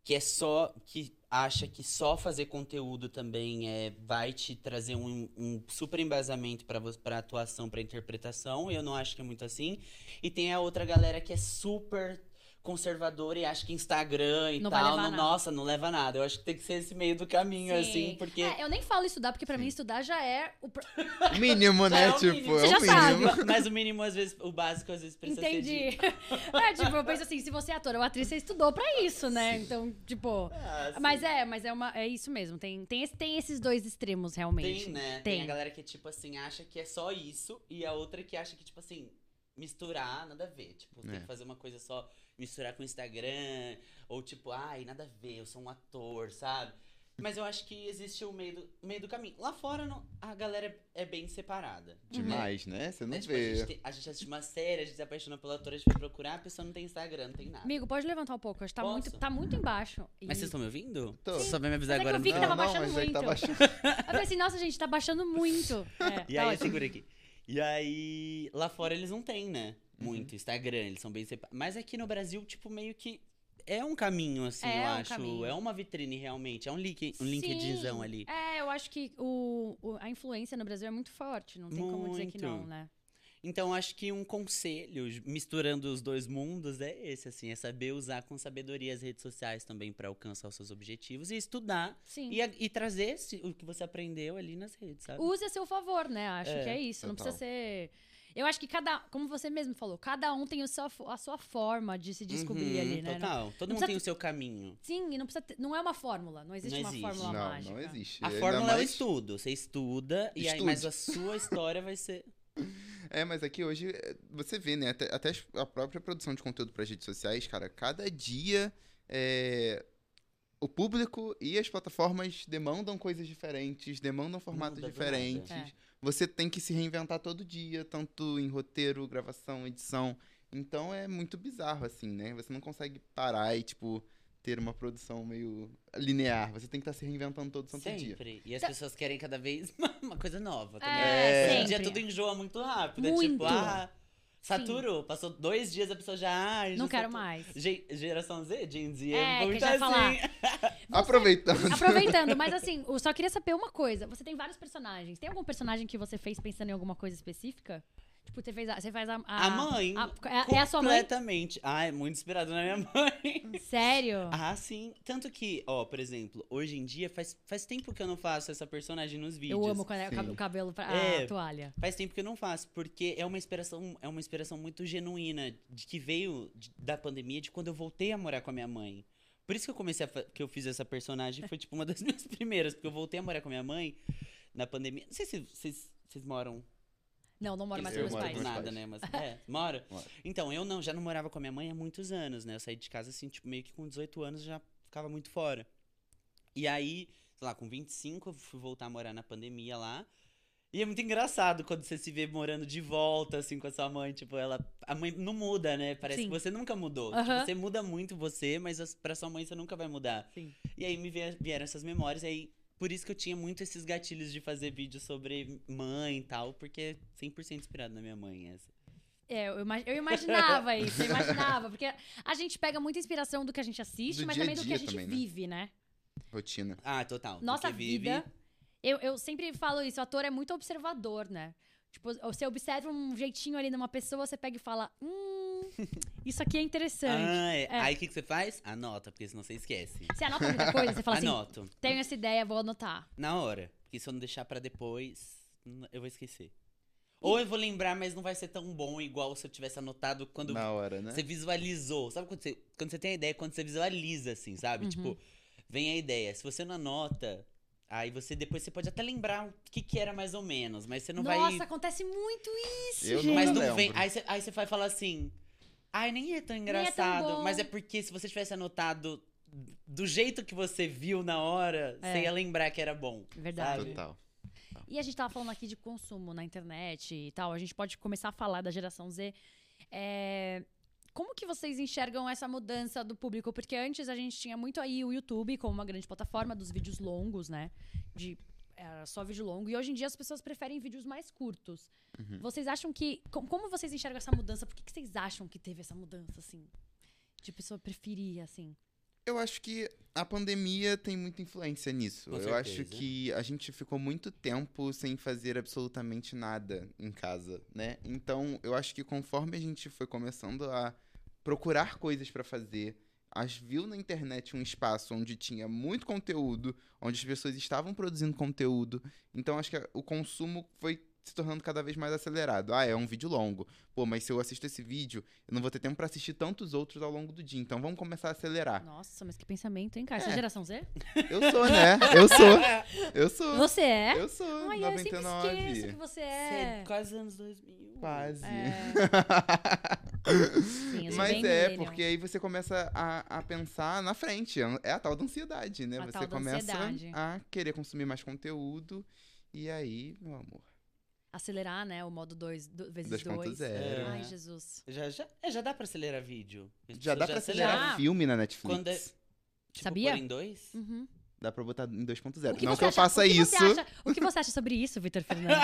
[SPEAKER 3] que é só. que acha que só fazer conteúdo também é, vai te trazer um, um super embasamento pra, vo- pra atuação, pra interpretação. Eu não acho que é muito assim. E tem a outra galera que é super conservadora e acha que Instagram e
[SPEAKER 1] Não vai
[SPEAKER 3] tal,
[SPEAKER 1] levar
[SPEAKER 3] não,
[SPEAKER 1] nada.
[SPEAKER 3] nossa, não leva nada. Eu acho que tem que ser esse meio do caminho,
[SPEAKER 1] Sim.
[SPEAKER 3] assim, porque.
[SPEAKER 1] É, eu nem falo estudar, porque pra mim estudar já é o. pr-
[SPEAKER 2] Mínimo, né?
[SPEAKER 3] é o
[SPEAKER 2] tipo,
[SPEAKER 3] mínimo.
[SPEAKER 2] é
[SPEAKER 1] Você já
[SPEAKER 2] o mínimo.
[SPEAKER 1] sabe.
[SPEAKER 3] Mas o mínimo, às vezes, o básico, às vezes, precisa ser.
[SPEAKER 1] Entendi.
[SPEAKER 3] dito.
[SPEAKER 1] [LAUGHS] é, tipo, eu penso assim, se você é ator ou atriz, você estudou pra isso, né? Então, tipo.
[SPEAKER 3] Ah, assim,
[SPEAKER 1] Mas é, mas é uma. É isso mesmo. Tem, tem, esse- tem esses dois extremos, realmente.
[SPEAKER 3] Tem, né? Tem.
[SPEAKER 1] Tem.
[SPEAKER 3] a galera que, tipo assim, acha que é só isso, e a outra que acha que, tipo assim, misturar, nada a ver. Tipo, tem
[SPEAKER 2] É.
[SPEAKER 3] que fazer uma coisa só, misturar com o Instagram, ou tipo, ai, nada a ver, eu sou um ator, sabe? Mas eu acho que existe o meio do, o meio do caminho. Lá fora, não- a galera é bem separada.
[SPEAKER 2] Demais, né? Você não
[SPEAKER 3] É, tipo, Uhum. a,
[SPEAKER 2] vê.
[SPEAKER 3] gente tem- a gente assiste uma série, a gente se apaixona pela atora, a gente vai procurar, a pessoa não tem Instagram, não tem nada.
[SPEAKER 1] Amigo, pode levantar um pouco. acho que Tá
[SPEAKER 3] Posso?
[SPEAKER 1] muito, tá muito embaixo. E-
[SPEAKER 3] Mas vocês estão me ouvindo?
[SPEAKER 2] Tô.
[SPEAKER 3] Só vem me avisar
[SPEAKER 1] Mas é que
[SPEAKER 3] agora.
[SPEAKER 1] eu vi que
[SPEAKER 3] no
[SPEAKER 1] tava
[SPEAKER 3] final.
[SPEAKER 1] baixando
[SPEAKER 2] mas aí tá
[SPEAKER 1] muito.
[SPEAKER 2] baixando.
[SPEAKER 1] [LAUGHS] Eu falei assim, nossa, gente, tá baixando
[SPEAKER 3] [LAUGHS]
[SPEAKER 1] muito. É,
[SPEAKER 3] E
[SPEAKER 1] tá
[SPEAKER 3] aí,
[SPEAKER 1] ótimo.
[SPEAKER 3] segura aqui. E aí, lá fora eles não têm, né?
[SPEAKER 1] Uhum.
[SPEAKER 3] Muito Instagram, eles são bem separados. Mas aqui no Brasil, tipo, meio que é um caminho, assim,
[SPEAKER 1] É
[SPEAKER 3] eu
[SPEAKER 1] um
[SPEAKER 3] acho.
[SPEAKER 1] caminho.
[SPEAKER 3] É uma vitrine, realmente. É um, link, um
[SPEAKER 1] Sim.
[SPEAKER 3] LinkedInzão ali.
[SPEAKER 1] É, eu acho que o, o- a influência no Brasil é muito forte. Não tem como dizer que
[SPEAKER 3] Muito.
[SPEAKER 1] não, né?
[SPEAKER 3] Então, acho que um conselho, j- misturando os dois mundos, é esse, assim. É saber usar com sabedoria as redes sociais também pra alcançar os seus objetivos e estudar.
[SPEAKER 1] Sim.
[SPEAKER 3] E, a- e trazer esse- o que você aprendeu ali nas redes, sabe?
[SPEAKER 1] Use a seu favor, né? Acho
[SPEAKER 3] É,
[SPEAKER 1] que é isso. Não
[SPEAKER 2] total.
[SPEAKER 1] precisa ser. Eu acho que cada. Como você mesmo falou, cada um tem o seu, a sua forma de se descobrir
[SPEAKER 3] Uhum,
[SPEAKER 1] ali, né? Não-
[SPEAKER 3] Total. Todo
[SPEAKER 1] não
[SPEAKER 3] mundo
[SPEAKER 1] precisa
[SPEAKER 3] tem o seu caminho.
[SPEAKER 1] Sim, e não precisa. ter- não é uma fórmula. Não existe
[SPEAKER 3] Não
[SPEAKER 1] uma
[SPEAKER 3] existe.
[SPEAKER 1] fórmula
[SPEAKER 2] Não,
[SPEAKER 1] mágica.
[SPEAKER 2] não existe.
[SPEAKER 3] A
[SPEAKER 2] Ainda
[SPEAKER 3] fórmula é o
[SPEAKER 2] mais-
[SPEAKER 3] estudo. Você estuda, e aí, mas a sua história vai
[SPEAKER 2] [LAUGHS]
[SPEAKER 3] ser.
[SPEAKER 2] É, mas aqui hoje é, você vê, né? Até, até as- a própria produção de conteúdo para redes sociais, cara, cada dia é, o público e as plataformas demandam coisas diferentes, demandam formatos
[SPEAKER 3] Muda do nada.
[SPEAKER 2] diferentes.
[SPEAKER 1] É.
[SPEAKER 2] Você tem que se reinventar todo dia, tanto em roteiro, gravação, edição. Então é muito bizarro, assim, né? Você não consegue parar e, tipo, ter uma produção meio linear. Você tem que estar se reinventando todo santo dia.
[SPEAKER 3] Sempre. E as
[SPEAKER 1] Tá.
[SPEAKER 3] pessoas querem cada vez [LAUGHS] uma coisa nova também.
[SPEAKER 1] É,
[SPEAKER 2] É.
[SPEAKER 3] Hoje em dia
[SPEAKER 1] sempre.
[SPEAKER 3] tudo enjoa muito rápido. É
[SPEAKER 1] Muito.
[SPEAKER 3] tipo, ah, saturou. Passou dois dias, a pessoa já. Ai, já
[SPEAKER 1] Não quero
[SPEAKER 3] saturou.
[SPEAKER 1] mais.
[SPEAKER 3] Ge- geração Z, Gen Z,
[SPEAKER 1] É, que
[SPEAKER 3] muito
[SPEAKER 1] já ia
[SPEAKER 3] assim.
[SPEAKER 1] falar. [LAUGHS]
[SPEAKER 2] Aproveitando.
[SPEAKER 1] Aproveitando, mas assim, eu só queria saber uma coisa. Você tem vários personagens. Tem algum personagem que você fez pensando em alguma coisa específica? Tipo, você, fez a, você faz a.
[SPEAKER 3] A mãe,
[SPEAKER 1] a- é, é a sua mãe?
[SPEAKER 3] Completamente. Ai, muito inspirado na minha
[SPEAKER 1] [LAUGHS]
[SPEAKER 3] mãe.
[SPEAKER 1] Sério?
[SPEAKER 3] Ah, sim. Tanto que, ó, por exemplo, hoje em dia faz, faz tempo que eu não faço essa personagem nos vídeos.
[SPEAKER 1] eu amo quando é o cab-
[SPEAKER 2] Sim.
[SPEAKER 1] o cabelo pra a
[SPEAKER 3] É.
[SPEAKER 1] toalha.
[SPEAKER 3] Faz tempo que eu não faço, porque é uma inspiração, é uma inspiração muito genuína de que veio de- da pandemia, de quando eu voltei a morar com a minha mãe. Por isso que eu comecei a fa- que eu fiz essa personagem, foi tipo uma das [LAUGHS] minhas primeiras, porque eu voltei a morar com a minha mãe na pandemia. Não sei se vocês vocês moram
[SPEAKER 1] Não, não moro mais com
[SPEAKER 2] Eu
[SPEAKER 1] meus
[SPEAKER 2] moro
[SPEAKER 1] pais.
[SPEAKER 2] com meus
[SPEAKER 3] nada,
[SPEAKER 2] pais.
[SPEAKER 3] né? Mas é, mora.
[SPEAKER 2] [LAUGHS] Moro.
[SPEAKER 3] Então, eu não, já não morava com a minha mãe há muitos anos, né? Eu saí de casa assim, tipo, meio que com 18 anos já ficava muito fora. E aí, sei lá, com 25 eu fui voltar a morar na pandemia lá. E é muito engraçado quando você se vê morando de volta, assim, com a sua mãe. Tipo, ela. A mãe não muda, né? Parece
[SPEAKER 1] Sim.
[SPEAKER 3] que você nunca mudou.
[SPEAKER 1] Aham.
[SPEAKER 3] Tipo, você muda muito você, mas as- pra sua mãe você nunca vai mudar.
[SPEAKER 1] Sim.
[SPEAKER 3] E aí me vie- vieram essas memórias, e aí por isso que eu tinha muito esses gatilhos de fazer vídeos sobre mãe e tal, porque é 100% inspirado na minha mãe essa.
[SPEAKER 1] É, eu, ima- eu
[SPEAKER 2] [LAUGHS]
[SPEAKER 1] imaginava isso, eu imaginava. Porque a gente pega muita inspiração do que a gente assiste,
[SPEAKER 2] Do
[SPEAKER 1] mas
[SPEAKER 2] dia a
[SPEAKER 1] também do que a
[SPEAKER 2] dia
[SPEAKER 1] gente
[SPEAKER 2] também, né?
[SPEAKER 1] vive, né?
[SPEAKER 2] Rotina.
[SPEAKER 3] Ah, total.
[SPEAKER 1] Nossa
[SPEAKER 3] porque vive-
[SPEAKER 1] vida. Eu, eu sempre falo isso, o ator é muito observador, né? Tipo, você observa um jeitinho ali numa pessoa, você pega e fala: Hum, isso aqui é interessante.
[SPEAKER 3] Ah, é.
[SPEAKER 1] É.
[SPEAKER 3] Aí o que, que você faz? Anota, porque senão você esquece.
[SPEAKER 2] Ah.
[SPEAKER 1] Você anota muita coisa, você
[SPEAKER 2] [LAUGHS]
[SPEAKER 1] fala assim:
[SPEAKER 3] Anoto.
[SPEAKER 1] tenho essa ideia, vou anotar.
[SPEAKER 3] Na hora. Porque se eu não deixar pra depois, n- eu vou esquecer. Ou eu vou lembrar, mas não vai ser tão bom igual se eu tivesse anotado quando
[SPEAKER 2] Na hora, né?
[SPEAKER 3] Você visualizou. Sabe quando você, quando você tem a ideia, quando você visualiza, assim, sabe?
[SPEAKER 1] Uhum.
[SPEAKER 3] Tipo, vem a ideia. Se você não anota, aí você depois você pode até lembrar o que, que era mais ou menos, mas você não
[SPEAKER 1] Nossa,
[SPEAKER 3] vai.
[SPEAKER 1] acontece muito isso,
[SPEAKER 2] Eu
[SPEAKER 1] gente.
[SPEAKER 2] não
[SPEAKER 3] Mas não
[SPEAKER 2] lembro.
[SPEAKER 3] vem. Aí você, aí você vai falar assim. Ai, nem é tão
[SPEAKER 1] tão
[SPEAKER 3] engraçado.
[SPEAKER 1] bom."
[SPEAKER 3] mas é porque se você tivesse anotado do jeito que você viu na hora,
[SPEAKER 1] É.
[SPEAKER 3] você ia lembrar que era bom.
[SPEAKER 1] Verdade.
[SPEAKER 3] sabe?
[SPEAKER 2] Total.
[SPEAKER 1] E a gente tava falando aqui de consumo na internet e tal. A gente pode começar a falar da geração Z. É, Como que vocês enxergam essa mudança do público? Porque antes a gente tinha muito aí o YouTube como uma grande plataforma dos vídeos longos, né? De era só vídeo longo. E hoje em dia as pessoas preferem vídeos mais curtos. Vocês acham que. com- Como vocês enxergam essa mudança? Por que, que vocês acham que teve essa mudança, assim? De pessoa preferir, assim?
[SPEAKER 2] Eu acho que a pandemia tem muita influência nisso.
[SPEAKER 3] Com
[SPEAKER 2] eu acho
[SPEAKER 3] certeza.
[SPEAKER 2] que a gente ficou muito tempo sem fazer absolutamente nada em casa, né? Então, eu acho que conforme a gente foi começando a procurar coisas pra fazer. As viu na internet um espaço onde tinha muito conteúdo, onde as pessoas estavam produzindo conteúdo. Então acho que o consumo foi se tornando cada vez mais acelerado. Ah, é um vídeo longo. Pô, mas se eu assisto esse vídeo, eu não vou ter tempo pra assistir tantos outros ao longo do dia. Então vamos começar a acelerar.
[SPEAKER 1] Nossa, mas que pensamento, hein, cara? Você é
[SPEAKER 2] É.
[SPEAKER 1] geração Z?
[SPEAKER 2] Eu sou, né? Eu sou. Eu sou.
[SPEAKER 1] Você é?
[SPEAKER 2] Eu sou.
[SPEAKER 1] Ai, eu sempre esqueço que
[SPEAKER 2] 99.
[SPEAKER 1] você é.
[SPEAKER 3] Quase anos 2000.
[SPEAKER 2] Quase. [LAUGHS]
[SPEAKER 1] É. Sim, eu sou
[SPEAKER 2] Mas
[SPEAKER 1] bem
[SPEAKER 2] é,
[SPEAKER 1] millennial.
[SPEAKER 2] porque aí você começa a, a pensar na frente. É a tal da ansiedade, né?
[SPEAKER 1] A
[SPEAKER 2] você
[SPEAKER 1] tal da
[SPEAKER 2] começa
[SPEAKER 1] ansiedade.
[SPEAKER 2] a querer consumir mais conteúdo. E aí, meu amor.
[SPEAKER 1] Acelerar, né? O modo 2 vezes 2.
[SPEAKER 2] 2.0.
[SPEAKER 1] Ai,
[SPEAKER 3] É.
[SPEAKER 1] Jesus.
[SPEAKER 3] Já, já, é, já dá pra acelerar vídeo. As
[SPEAKER 2] Já
[SPEAKER 3] pessoas
[SPEAKER 2] dá pra
[SPEAKER 3] aceleram.
[SPEAKER 2] acelerar um
[SPEAKER 1] Já.
[SPEAKER 2] filme na Netflix.
[SPEAKER 3] Quando é- Tipo,
[SPEAKER 1] Sabia?
[SPEAKER 3] pôr em dois?
[SPEAKER 1] Uhum.
[SPEAKER 2] Dá pra botar em
[SPEAKER 1] O
[SPEAKER 2] 2.0.
[SPEAKER 1] que
[SPEAKER 2] Não
[SPEAKER 1] você
[SPEAKER 2] que eu
[SPEAKER 1] acha-
[SPEAKER 2] faça
[SPEAKER 1] o que
[SPEAKER 2] isso.
[SPEAKER 1] você acha- o que você acha sobre isso, Vitor
[SPEAKER 2] [LAUGHS]
[SPEAKER 1] Fernando?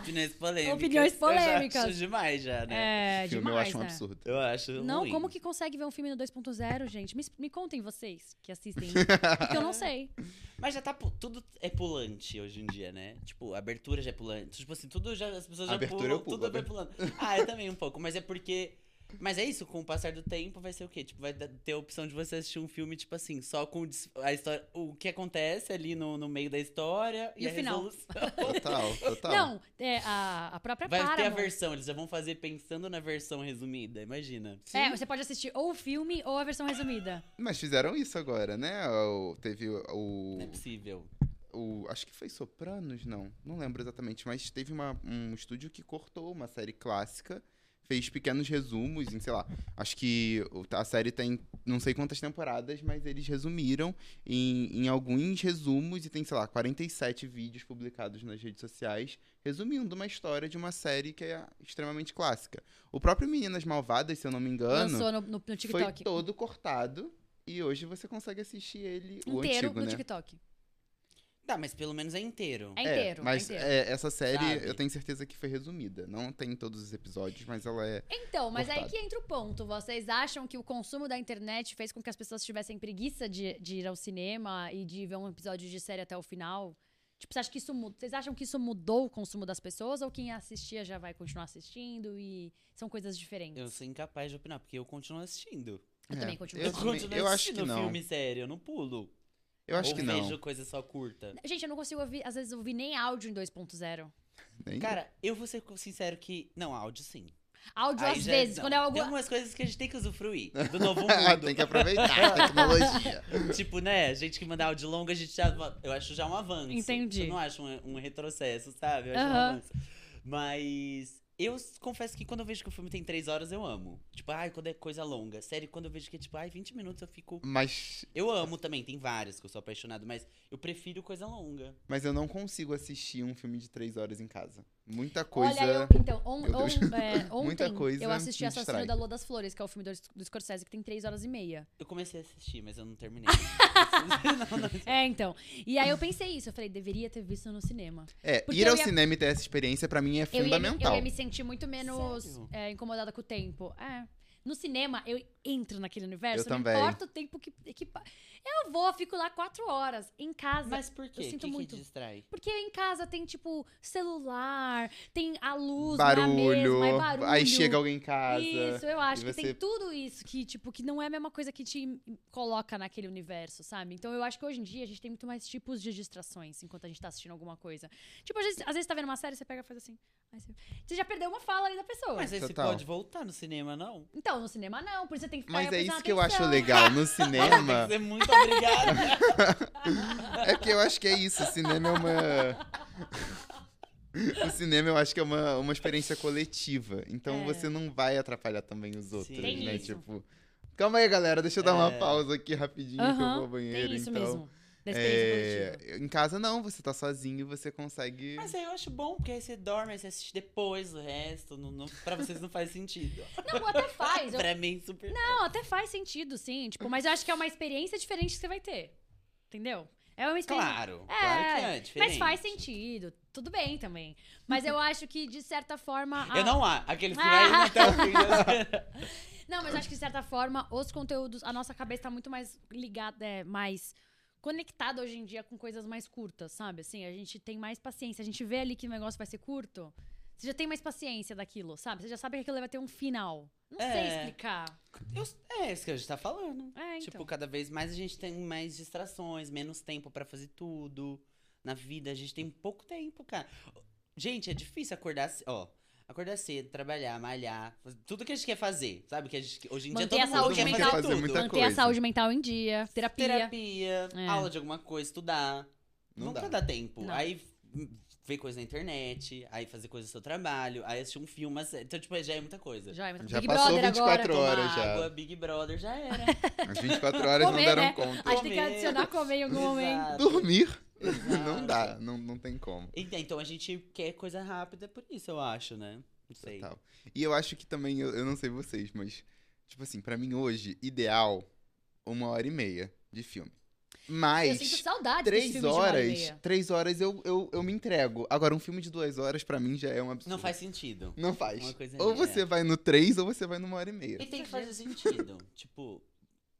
[SPEAKER 3] Opiniões polêmicas.
[SPEAKER 1] Opiniões polêmicas.
[SPEAKER 3] Eu já acho demais já, né?
[SPEAKER 1] É,
[SPEAKER 2] filme
[SPEAKER 1] demais,
[SPEAKER 2] eu acho um
[SPEAKER 1] né?
[SPEAKER 2] absurdo.
[SPEAKER 3] Eu acho
[SPEAKER 1] Não,
[SPEAKER 3] ruim.
[SPEAKER 1] como que consegue ver um filme no 2.0, gente? Me, es- me contem vocês que
[SPEAKER 2] [LAUGHS]
[SPEAKER 1] assistem. porque eu não sei.
[SPEAKER 3] Mas já tá... pu- Tudo é pulante hoje em dia, né? Tipo, a abertura já é pulante. Tipo assim, tudo já... As pessoas já
[SPEAKER 2] Abertura
[SPEAKER 3] pulam.
[SPEAKER 2] eu pulo,
[SPEAKER 3] tudo vai pulando.
[SPEAKER 2] [LAUGHS]
[SPEAKER 3] Ah, eu também um pouco. Mas é porque... Mas é isso, com o passar do tempo vai ser o quê? Tipo, vai dar- ter a opção de você assistir um filme, tipo assim, só com o des- a história, o que acontece ali no, no meio da história
[SPEAKER 1] E
[SPEAKER 3] e
[SPEAKER 1] o
[SPEAKER 3] a
[SPEAKER 1] final.
[SPEAKER 3] resolução.
[SPEAKER 1] [LAUGHS]
[SPEAKER 2] Total, total.
[SPEAKER 1] Não, é, a, a própria
[SPEAKER 3] Vai ter a
[SPEAKER 1] Paramount.
[SPEAKER 3] versão, eles já vão fazer pensando na versão resumida, imagina.
[SPEAKER 1] É, você pode assistir ou o filme ou a versão resumida.
[SPEAKER 2] Mas fizeram isso agora, né? O- teve o,
[SPEAKER 3] Não é possível.
[SPEAKER 2] o- Acho que foi Sopranos, não. Não lembro exatamente. Mas teve uma- um estúdio que cortou uma série clássica. Fez pequenos resumos em, sei lá. Acho que o- a série tem não sei quantas temporadas, mas eles resumiram em, em alguns resumos e tem, sei lá, 47 vídeos publicados nas redes sociais resumindo uma história de uma série que é extremamente clássica. O próprio Meninas Malvadas, se eu não me engano.
[SPEAKER 1] Lançou no, no- no TikTok.
[SPEAKER 2] Foi todo cortado. E hoje você consegue assistir ele o
[SPEAKER 1] inteiro
[SPEAKER 2] antigo,
[SPEAKER 1] no
[SPEAKER 2] né?
[SPEAKER 1] TikTok.
[SPEAKER 3] Tá, mas pelo menos é inteiro.
[SPEAKER 1] É
[SPEAKER 2] É,
[SPEAKER 1] inteiro. é
[SPEAKER 2] mas
[SPEAKER 1] inteiro.
[SPEAKER 2] é, essa série
[SPEAKER 3] Sabe?
[SPEAKER 2] eu tenho certeza que foi resumida. Não tem todos os episódios, mas ela é.
[SPEAKER 1] Então, mas aí
[SPEAKER 2] cortado.
[SPEAKER 1] que entra o ponto. Vocês acham que o consumo da internet fez com que as pessoas tivessem preguiça de, de ir ao cinema e de ver um episódio de série até o final? Tipo, você acha que isso mudou? Vocês acham que isso mudou o consumo das pessoas? Ou quem assistia já vai continuar assistindo e são coisas diferentes?
[SPEAKER 3] Eu sou incapaz de opinar, porque eu continuo assistindo.
[SPEAKER 1] Eu
[SPEAKER 2] é,
[SPEAKER 1] também continuo
[SPEAKER 2] Eu,
[SPEAKER 1] assistindo.
[SPEAKER 2] também-
[SPEAKER 3] continuo
[SPEAKER 2] eu acho
[SPEAKER 3] assistindo
[SPEAKER 2] que não.
[SPEAKER 3] filme sério, eu não pulo.
[SPEAKER 2] Eu acho
[SPEAKER 3] Ou
[SPEAKER 2] que não.
[SPEAKER 3] vejo coisa só curta.
[SPEAKER 1] Gente, eu não consigo ouvir, às vezes, ouvir nem áudio em 2.0.
[SPEAKER 2] Nem- [LAUGHS]
[SPEAKER 3] Cara, eu vou ser sincero que. Não, áudio sim.
[SPEAKER 1] Áudio,
[SPEAKER 3] Aí
[SPEAKER 1] às
[SPEAKER 3] já-
[SPEAKER 1] vezes,
[SPEAKER 3] não,
[SPEAKER 1] quando é algo.
[SPEAKER 3] Tem algumas coisas que a gente tem que usufruir
[SPEAKER 2] [LAUGHS]
[SPEAKER 3] do novo
[SPEAKER 2] Ah,
[SPEAKER 3] mundo.
[SPEAKER 2] tem que aproveitar a tecnologia.
[SPEAKER 3] Tipo, né, gente que manda áudio longo, a gente já. Eu acho já um avanço.
[SPEAKER 1] Entendi.
[SPEAKER 3] Eu não acho um, um retrocesso, sabe? Eu acho um
[SPEAKER 1] Aham.
[SPEAKER 3] avanço. Mas. Eu s- confesso que quando eu vejo que o filme tem três horas, eu amo. Tipo, ai, quando é coisa longa. Sério, quando eu vejo que é tipo, ai, 20 minutos eu fico.
[SPEAKER 2] Mas,
[SPEAKER 3] Eu amo também, tem várias que eu sou apaixonado, mas eu prefiro coisa longa.
[SPEAKER 2] mas eu não consigo assistir um filme de três horas em casa. Muita coisa.
[SPEAKER 1] Olha, eu, então, on-
[SPEAKER 2] Meu Deus.
[SPEAKER 1] on- é, ontem
[SPEAKER 2] [LAUGHS] Muita coisa
[SPEAKER 1] eu assisti
[SPEAKER 2] me
[SPEAKER 1] Assassino
[SPEAKER 2] distrai.
[SPEAKER 1] da Lua das Flores, que é o filme do, do Scorsese, que tem três horas e meia.
[SPEAKER 3] Eu comecei a assistir, mas eu não terminei.
[SPEAKER 1] Ah,
[SPEAKER 3] não, não.
[SPEAKER 1] É, então. E aí eu pensei isso, eu falei, deveria ter visto no cinema.
[SPEAKER 2] É,
[SPEAKER 1] porque
[SPEAKER 2] ir
[SPEAKER 1] eu
[SPEAKER 2] ao
[SPEAKER 1] ia-
[SPEAKER 2] cinema e ter essa experiência pra mim é
[SPEAKER 1] Eu ia, me, eu
[SPEAKER 2] fundamental.
[SPEAKER 1] ia me sentir muito menos
[SPEAKER 3] Sério?
[SPEAKER 1] é, incomodada com o tempo. É. No cinema, eu entro naquele universo,
[SPEAKER 2] Eu
[SPEAKER 1] não
[SPEAKER 2] também.
[SPEAKER 1] importa o tempo que, que pa- Eu vou, fico lá quatro horas, em casa.
[SPEAKER 3] Mas por quê?
[SPEAKER 1] Eu sinto
[SPEAKER 3] O que
[SPEAKER 1] muito.
[SPEAKER 3] Que distrai?
[SPEAKER 1] Porque em casa tem, tipo, celular, tem a luz, não é a
[SPEAKER 2] barulho,
[SPEAKER 1] mesma, é barulho.
[SPEAKER 2] Aí chega alguém em casa.
[SPEAKER 1] Isso, eu acho
[SPEAKER 2] e
[SPEAKER 1] que
[SPEAKER 2] você-
[SPEAKER 1] tem tudo isso que, tipo, que não é a mesma coisa que te coloca naquele universo, sabe? Então eu acho que hoje em dia a gente tem muito mais tipos de distrações enquanto a gente tá assistindo alguma coisa. Tipo, às vezes, às vezes tá vendo uma série, você pega e faz assim. aí você... você já perdeu uma fala ali da pessoa.
[SPEAKER 3] Mas é aí você
[SPEAKER 2] Total.
[SPEAKER 3] pode voltar no cinema, não?
[SPEAKER 1] Então, no cinema não, por isso você tem que ficar
[SPEAKER 2] Mas é
[SPEAKER 1] prestando
[SPEAKER 2] isso que eu acho
[SPEAKER 1] atenção. [LAUGHS]
[SPEAKER 2] legal no
[SPEAKER 3] Tem
[SPEAKER 2] cinema.
[SPEAKER 3] que ser muito obrigada.
[SPEAKER 2] É porque eu acho que é isso. O cinema é uma. [LAUGHS] O cinema eu acho que é uma, uma experiência coletiva. Então
[SPEAKER 1] É.
[SPEAKER 2] você não vai atrapalhar também os outros,
[SPEAKER 3] Tem
[SPEAKER 2] né?
[SPEAKER 1] isso.
[SPEAKER 2] Tipo. Calma aí, galera. Deixa eu dar uma
[SPEAKER 3] É.
[SPEAKER 2] pausa aqui rapidinho que eu
[SPEAKER 1] Aham,
[SPEAKER 2] vou ao banheiro.
[SPEAKER 1] Tem isso
[SPEAKER 2] então.
[SPEAKER 1] mesmo. Da experiência
[SPEAKER 2] É,
[SPEAKER 1] coletiva.
[SPEAKER 2] Em casa não, você tá sozinho e você consegue.
[SPEAKER 3] Mas aí eu acho bom, porque aí você dorme, aí você assiste depois o resto. Não, não, pra vocês não faz sentido.
[SPEAKER 1] Não, até faz. eu-
[SPEAKER 3] pra mim, super.
[SPEAKER 1] Não, até faz sentido, sim. Tipo, mas eu acho que é uma experiência diferente que você vai ter. Entendeu? É uma experiência.
[SPEAKER 3] Claro, claro que é diferente.
[SPEAKER 1] Mas faz sentido. Tudo bem também. Mas eu acho que, de certa forma. a-
[SPEAKER 3] Eu não há. Aqueles que
[SPEAKER 1] Ah.
[SPEAKER 3] vai indo até o
[SPEAKER 1] [LAUGHS]
[SPEAKER 3] fim. da-
[SPEAKER 1] Não, mas eu acho que, de certa forma, os conteúdos. A nossa cabeça tá muito mais ligada, é, mais conectada hoje em dia com coisas mais curtas, sabe? Assim, a gente tem mais paciência. A gente vê ali que o negócio vai ser curto. Você já tem mais paciência daquilo, sabe? Você já sabe que aquilo vai ter um final. Não
[SPEAKER 3] É.
[SPEAKER 1] sei explicar.
[SPEAKER 3] Eu- é isso que a gente tá falando.
[SPEAKER 1] É, então.
[SPEAKER 3] Tipo, cada vez mais a gente tem mais distrações, menos tempo pra fazer tudo. Na vida, a gente tem pouco tempo, cara. Gente, é difícil acordar, ce- ó, acordar cedo, trabalhar, malhar, fazer tudo que a gente quer fazer, sabe? Que a gente, hoje em
[SPEAKER 1] Manter
[SPEAKER 3] dia
[SPEAKER 1] a
[SPEAKER 3] todo
[SPEAKER 1] saúde
[SPEAKER 3] mundo quer
[SPEAKER 1] mental.
[SPEAKER 3] fazer tudo.
[SPEAKER 2] Muita
[SPEAKER 1] Manter a
[SPEAKER 2] coisa.
[SPEAKER 1] saúde mental em dia, terapia.
[SPEAKER 3] Terapia,
[SPEAKER 1] É.
[SPEAKER 3] aula de alguma coisa, estudar.
[SPEAKER 2] Não
[SPEAKER 3] Nunca
[SPEAKER 2] dá.
[SPEAKER 3] dá, tempo.
[SPEAKER 1] Não.
[SPEAKER 3] Aí hum, ver coisa na internet, aí fazer coisa do seu trabalho, aí assistir um filme, uma série. Então, tipo, já é muita coisa.
[SPEAKER 1] Já, mas
[SPEAKER 2] Já
[SPEAKER 1] Big
[SPEAKER 2] passou
[SPEAKER 1] Brother
[SPEAKER 2] 24
[SPEAKER 1] agora.
[SPEAKER 2] horas
[SPEAKER 3] Tomar
[SPEAKER 2] já.
[SPEAKER 3] Água, Big Brother já
[SPEAKER 1] [LAUGHS]
[SPEAKER 3] era.
[SPEAKER 2] As 24 horas não
[SPEAKER 1] Comer,
[SPEAKER 2] deram
[SPEAKER 1] né? Ah,
[SPEAKER 2] conta.
[SPEAKER 1] A gente tem que adicionar comer em algum momento.
[SPEAKER 3] Exato.
[SPEAKER 2] Dormir.
[SPEAKER 1] tá.
[SPEAKER 3] Exato.
[SPEAKER 2] [LAUGHS]
[SPEAKER 1] Ah,
[SPEAKER 2] Não dá, não, não tem como.
[SPEAKER 3] Ent- Então a gente quer coisa rápida por isso, eu acho, né? Não sei.
[SPEAKER 2] Total. E eu acho que também, eu, eu não sei vocês, mas, tipo assim, pra mim hoje, ideal, uma hora e meia de filme.
[SPEAKER 1] Eu
[SPEAKER 2] Mas,
[SPEAKER 1] sinto saudade desse
[SPEAKER 2] três
[SPEAKER 1] filme de uma hora e
[SPEAKER 2] horas,
[SPEAKER 1] meia.
[SPEAKER 2] três horas eu, eu, eu me entrego. Agora, um filme de duas horas, pra mim, já é um absurdo.
[SPEAKER 3] Não faz sentido.
[SPEAKER 2] Não faz.
[SPEAKER 3] Uma coisa
[SPEAKER 2] ou
[SPEAKER 3] ali,
[SPEAKER 2] você
[SPEAKER 3] é.
[SPEAKER 2] vai no três, ou você vai numa hora e meia.
[SPEAKER 3] E tem que
[SPEAKER 2] [LAUGHS]
[SPEAKER 3] fazer sentido. tipo,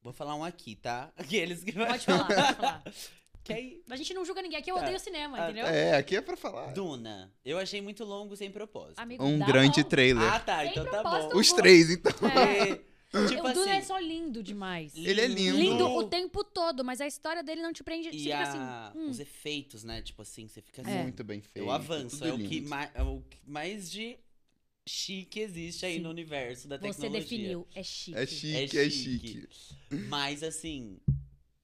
[SPEAKER 3] vou falar um aqui, tá? [LAUGHS] Aqueles que
[SPEAKER 1] Pode falar,
[SPEAKER 3] [LAUGHS]
[SPEAKER 1] pode falar.
[SPEAKER 3] Que aí-
[SPEAKER 1] A gente não julga ninguém aqui, eu
[SPEAKER 3] Tá.
[SPEAKER 1] odeio cinema,
[SPEAKER 3] Ah,
[SPEAKER 1] entendeu?
[SPEAKER 2] É, aqui é pra falar.
[SPEAKER 3] Duna. Eu achei muito longo sem propósito.
[SPEAKER 1] Amigo,
[SPEAKER 2] Um
[SPEAKER 1] dá
[SPEAKER 2] grande
[SPEAKER 1] mal.
[SPEAKER 2] trailer.
[SPEAKER 3] Ah, tá.
[SPEAKER 1] Sem
[SPEAKER 3] Então tá bom.
[SPEAKER 1] propósito.
[SPEAKER 2] Os três, então.
[SPEAKER 1] É.
[SPEAKER 3] E, tipo
[SPEAKER 1] o Duna é
[SPEAKER 3] assim.
[SPEAKER 1] só lindo demais.
[SPEAKER 2] Ele é lindo.
[SPEAKER 1] Lindo o tempo todo, mas a história dele não te prende. Você
[SPEAKER 3] E
[SPEAKER 1] fica
[SPEAKER 3] a-
[SPEAKER 1] assim. hum.
[SPEAKER 3] os efeitos, né? Tipo assim, você fica assim.
[SPEAKER 1] É.
[SPEAKER 2] Muito bem feito.
[SPEAKER 3] Eu avanço.
[SPEAKER 2] tudo
[SPEAKER 3] É o, que
[SPEAKER 2] lindo.
[SPEAKER 3] mais, é o que mais de chique existe aí
[SPEAKER 1] Sim.
[SPEAKER 3] no universo da
[SPEAKER 1] Você
[SPEAKER 3] tecnologia.
[SPEAKER 1] definiu, é chique.
[SPEAKER 2] É chique, é chique.
[SPEAKER 3] Mas assim,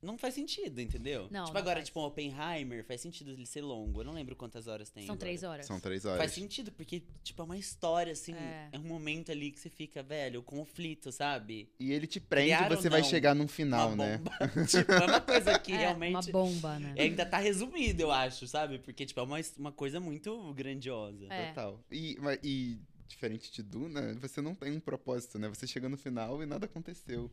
[SPEAKER 3] não faz sentido, entendeu?
[SPEAKER 1] Não,
[SPEAKER 3] tipo,
[SPEAKER 1] não
[SPEAKER 3] agora,
[SPEAKER 1] faz.
[SPEAKER 3] tipo, um Oppenheimer, faz sentido ele ser longo. Eu não lembro quantas horas tem.
[SPEAKER 1] São
[SPEAKER 3] agora.
[SPEAKER 1] três horas.
[SPEAKER 2] São três horas.
[SPEAKER 3] Faz sentido, porque, tipo, é uma história, assim.
[SPEAKER 1] É.
[SPEAKER 3] É, um momento ali que você fica, velho, o conflito, sabe?
[SPEAKER 2] E ele te prende,
[SPEAKER 3] Criaram,
[SPEAKER 2] você vai
[SPEAKER 3] não,
[SPEAKER 2] chegar num final,
[SPEAKER 3] uma
[SPEAKER 2] né?
[SPEAKER 3] bomba. [LAUGHS] tipo, é uma coisa que
[SPEAKER 1] [LAUGHS] É, Uma
[SPEAKER 3] realmente.
[SPEAKER 1] bomba, né?
[SPEAKER 3] Ainda tá resumido, eu acho, sabe? Porque, tipo, é uma, uma coisa muito grandiosa.
[SPEAKER 1] É.
[SPEAKER 2] Total. E, mas- e diferente de Duna, você não tem um propósito, né? Você chega no final e nada aconteceu.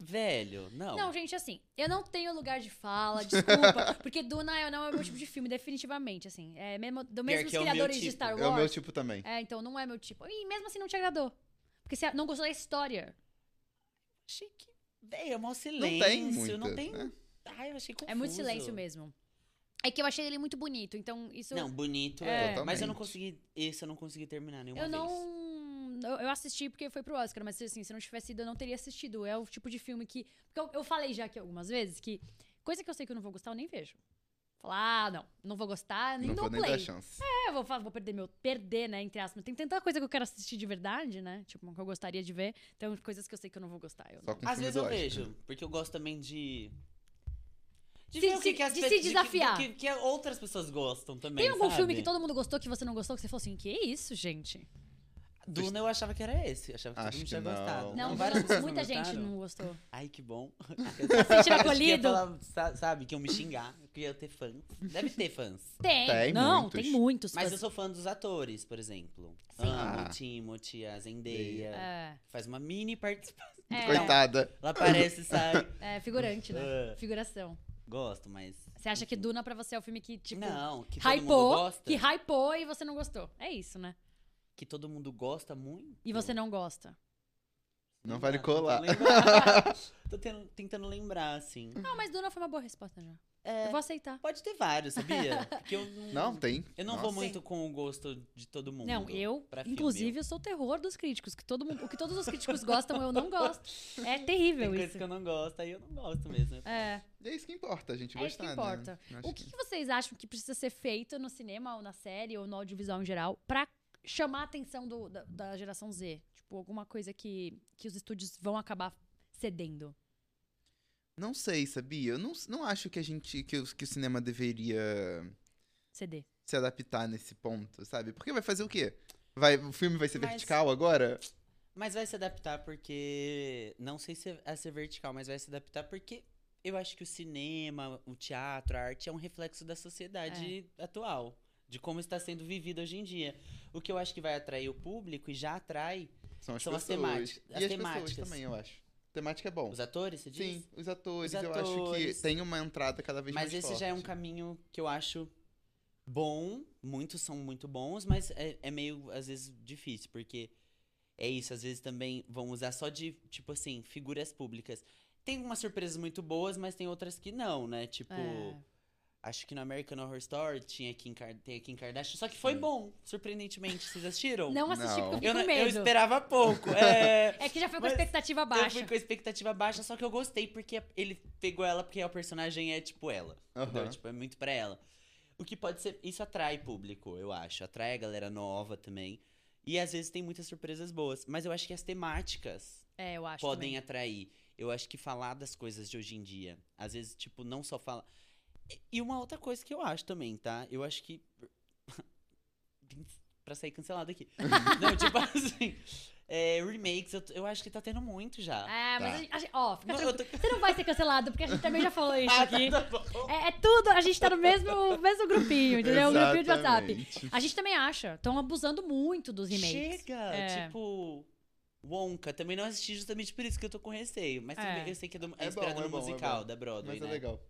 [SPEAKER 3] Velho, não.
[SPEAKER 1] Não, gente, assim, eu não tenho lugar de fala, desculpa. porque Duna eu não é o meu tipo de filme, definitivamente, assim. É mesmo, do
[SPEAKER 3] Pior
[SPEAKER 1] mesmo
[SPEAKER 3] que é o meu
[SPEAKER 1] criadores de
[SPEAKER 3] tipo.
[SPEAKER 1] Star
[SPEAKER 2] É o meu
[SPEAKER 1] Wars.
[SPEAKER 2] tipo também.
[SPEAKER 1] É, então não é meu tipo. E mesmo assim não te agradou. Porque você não gostou da história.
[SPEAKER 3] Achei que. Velho, é mó silêncio.
[SPEAKER 2] Não tem muito.
[SPEAKER 3] Não tem.
[SPEAKER 2] né?
[SPEAKER 3] Ai, eu achei confuso.
[SPEAKER 1] É muito silêncio mesmo. É que eu achei ele muito bonito, então isso.
[SPEAKER 3] Não, bonito
[SPEAKER 1] É.
[SPEAKER 3] é. Mas eu
[SPEAKER 2] Totalmente.
[SPEAKER 3] não consegui. Esse eu não consegui terminar nenhuma
[SPEAKER 1] eu
[SPEAKER 3] vez.
[SPEAKER 1] não. Eu, eu assisti porque foi pro Oscar, mas assim, se não tivesse ido, eu não teria assistido. É o tipo de filme que. Porque eu, eu falei já aqui algumas vezes que coisa que eu sei que eu não vou gostar, eu nem vejo. Falar, ah, não, não vou gostar, nem
[SPEAKER 2] não
[SPEAKER 1] dou
[SPEAKER 2] vou nem
[SPEAKER 1] play.
[SPEAKER 2] dar chance.
[SPEAKER 1] É, eu vou, fa- vou perder meu. Perder, né? Entre aspas. Tem tanta coisa que eu quero assistir de verdade, né? Tipo, que eu gostaria de ver. Então, coisas que eu sei que eu não vou gostar. Eu
[SPEAKER 2] Só
[SPEAKER 1] não...
[SPEAKER 2] com
[SPEAKER 3] Às
[SPEAKER 2] filme
[SPEAKER 3] vezes
[SPEAKER 2] do
[SPEAKER 3] eu
[SPEAKER 2] Oscar.
[SPEAKER 3] vejo, porque eu gosto também de. De
[SPEAKER 1] Se-
[SPEAKER 3] ver o que,
[SPEAKER 1] se-
[SPEAKER 3] que as
[SPEAKER 1] de
[SPEAKER 3] pe-
[SPEAKER 1] se
[SPEAKER 3] que- que-
[SPEAKER 1] desafiar.
[SPEAKER 3] Que, que outras pessoas gostam também.
[SPEAKER 1] Tem algum
[SPEAKER 3] sabe?
[SPEAKER 1] filme que todo mundo gostou que você não gostou, que você falou assim, que isso, gente?
[SPEAKER 3] Duna eu achava que era esse. eu Achava que
[SPEAKER 2] Acho
[SPEAKER 3] todo mundo
[SPEAKER 2] que
[SPEAKER 3] tinha
[SPEAKER 2] não.
[SPEAKER 3] gostado.
[SPEAKER 1] Não,
[SPEAKER 3] várias pessoas
[SPEAKER 1] muita gente
[SPEAKER 3] gostaram.
[SPEAKER 1] não gostou.
[SPEAKER 3] Ai,
[SPEAKER 1] [LAUGHS]
[SPEAKER 3] que bom.
[SPEAKER 1] Sentir
[SPEAKER 3] Eu
[SPEAKER 1] acolhido.
[SPEAKER 3] falar, sa- sabe, que eu me xingar. Eu queria ter fãs. Deve ter fãs.
[SPEAKER 1] Tem.
[SPEAKER 2] Tem
[SPEAKER 1] não,
[SPEAKER 2] muitos.
[SPEAKER 1] tem muitos.
[SPEAKER 3] Mas
[SPEAKER 1] fãs.
[SPEAKER 3] eu sou fã dos atores, por exemplo.
[SPEAKER 1] Sim.
[SPEAKER 3] Amo
[SPEAKER 2] Ah.
[SPEAKER 3] o Timothy, a Zendaya.
[SPEAKER 1] É,
[SPEAKER 3] Faz uma mini participação.
[SPEAKER 1] é,
[SPEAKER 2] Coitada.
[SPEAKER 3] Ela aparece e sai.
[SPEAKER 1] é figurante, né?
[SPEAKER 3] É.
[SPEAKER 1] Figuração.
[SPEAKER 3] Gosto, mas.
[SPEAKER 1] Você acha que Duna pra você é o filme que, tipo,
[SPEAKER 3] não, que todo mundo
[SPEAKER 1] hypou,
[SPEAKER 3] gosta.
[SPEAKER 1] que hypou e você não gostou. É isso, né?
[SPEAKER 3] que todo mundo gosta muito.
[SPEAKER 1] E você não gosta.
[SPEAKER 2] Não vale
[SPEAKER 3] dá,
[SPEAKER 2] colar.
[SPEAKER 3] Tô, lembrar. [LAUGHS] Tô ten- tentando lembrar, assim.
[SPEAKER 1] Não, mas Duna foi uma boa resposta já.
[SPEAKER 3] É.
[SPEAKER 1] Eu vou aceitar.
[SPEAKER 3] Pode ter vários, sabia? Porque eu não.
[SPEAKER 2] Não, tem.
[SPEAKER 3] Eu não
[SPEAKER 2] Nossa.
[SPEAKER 3] vou muito com o gosto de todo mundo.
[SPEAKER 1] Não, eu,
[SPEAKER 3] pra filme.
[SPEAKER 1] inclusive, eu sou o terror dos críticos. Que todo mundo, o que todos os críticos gostam, eu não gosto. É terrível
[SPEAKER 3] Tem coisas
[SPEAKER 1] isso.
[SPEAKER 3] que eu não gosto, aí eu não gosto mesmo.
[SPEAKER 1] É,
[SPEAKER 2] E é isso que importa, a gente
[SPEAKER 1] é isso que
[SPEAKER 2] gostar,
[SPEAKER 1] importa.
[SPEAKER 2] né? Acho
[SPEAKER 1] O que, que vocês acham que precisa ser feito no cinema ou na série ou no audiovisual em geral pra chamar a atenção do- da, da geração Z? Tipo, alguma coisa que, que os estúdios vão acabar cedendo.
[SPEAKER 2] Não sei, sabia? Eu não, não acho que a gente. Que, o- que o cinema deveria
[SPEAKER 1] CD.
[SPEAKER 2] se adaptar nesse ponto, sabe? Porque vai fazer o quê? Vai, o filme vai ser
[SPEAKER 3] Mas-
[SPEAKER 2] vertical agora?
[SPEAKER 3] Mas vai se adaptar porque. Não sei se é ser vertical, mas vai se adaptar porque eu acho que o cinema, o teatro, a arte é um reflexo da sociedade atual. De como está sendo vivido hoje em dia. O que eu acho que vai atrair o público e já atrai
[SPEAKER 2] São as
[SPEAKER 3] São as
[SPEAKER 2] pessoas.
[SPEAKER 3] temáticas-
[SPEAKER 2] E
[SPEAKER 3] as
[SPEAKER 2] as pessoas
[SPEAKER 3] temáticas.
[SPEAKER 2] também, eu acho. Temática é bom.
[SPEAKER 3] os atores, você diz?
[SPEAKER 2] Sim, os atores,
[SPEAKER 3] Os
[SPEAKER 2] eu acho que
[SPEAKER 3] atores.
[SPEAKER 2] tem uma entrada cada vez
[SPEAKER 3] Mas
[SPEAKER 2] mais
[SPEAKER 3] esse
[SPEAKER 2] forte.
[SPEAKER 3] já é um caminho que eu acho bom. Muitos são muito bons, mas é, é meio, às vezes, difícil, porque é isso, às vezes também vão usar só de, tipo assim, figuras públicas. Tem algumas surpresas muito boas, mas tem outras que não, né? Tipo,
[SPEAKER 1] É.
[SPEAKER 3] Acho que no American Horror Story tinha Kim, Kar tem a Kim Kardashian. Só que foi bom, surpreendentemente. Vocês assistiram?
[SPEAKER 1] Não assisti porque eu fiquei
[SPEAKER 3] eu, não-
[SPEAKER 1] com
[SPEAKER 3] eu
[SPEAKER 1] medo.
[SPEAKER 3] esperava pouco.
[SPEAKER 1] [LAUGHS]
[SPEAKER 3] É,
[SPEAKER 1] É que já foi com
[SPEAKER 3] Mas
[SPEAKER 1] expectativa
[SPEAKER 3] eu
[SPEAKER 1] baixa.
[SPEAKER 3] fui com a expectativa baixa, só que eu gostei porque ele pegou ela porque o personagem é tipo ela. entendeu?
[SPEAKER 2] Aham.
[SPEAKER 3] Tipo, é muito pra ela. O que pode ser. Isso atrai público, eu acho. Atrai a galera nova também. E às vezes tem muitas surpresas boas. Mas eu acho que as temáticas
[SPEAKER 1] É, eu acho.
[SPEAKER 3] podem
[SPEAKER 1] também.
[SPEAKER 3] atrair. Eu acho que falar das coisas de hoje em dia, às vezes, tipo, não só falar. E- E uma outra coisa que eu acho também, tá? Eu acho que. [LAUGHS] pra sair cancelado aqui. não, tipo assim. é, remakes, eu, t- eu acho que tá tendo muito já.
[SPEAKER 1] É, mas
[SPEAKER 2] Tá.
[SPEAKER 1] a gente, a gente- ó, fica
[SPEAKER 3] Não,
[SPEAKER 1] tranquilo.
[SPEAKER 3] eu tô-
[SPEAKER 1] Você não vai ser cancelado, porque a gente também já falou isso
[SPEAKER 3] Ah,
[SPEAKER 1] Então,
[SPEAKER 3] [LAUGHS]
[SPEAKER 1] aqui.
[SPEAKER 3] tá, tá bom.
[SPEAKER 1] É, é tudo, a gente tá no mesmo, mesmo grupinho, entendeu? O grupinho de WhatsApp.
[SPEAKER 2] Exatamente.
[SPEAKER 1] A gente também acha. Estão abusando muito dos remakes.
[SPEAKER 3] Chega!
[SPEAKER 1] É.
[SPEAKER 3] Tipo. Wonka, também não assisti justamente por isso que eu tô com receio. Mas
[SPEAKER 1] É.
[SPEAKER 3] também eu sei que é, do, é
[SPEAKER 2] É bom,
[SPEAKER 3] inspirado
[SPEAKER 2] é
[SPEAKER 3] no
[SPEAKER 2] bom, é
[SPEAKER 3] musical
[SPEAKER 2] bom.
[SPEAKER 3] da Broadway,
[SPEAKER 2] Mas é
[SPEAKER 3] né?
[SPEAKER 2] legal.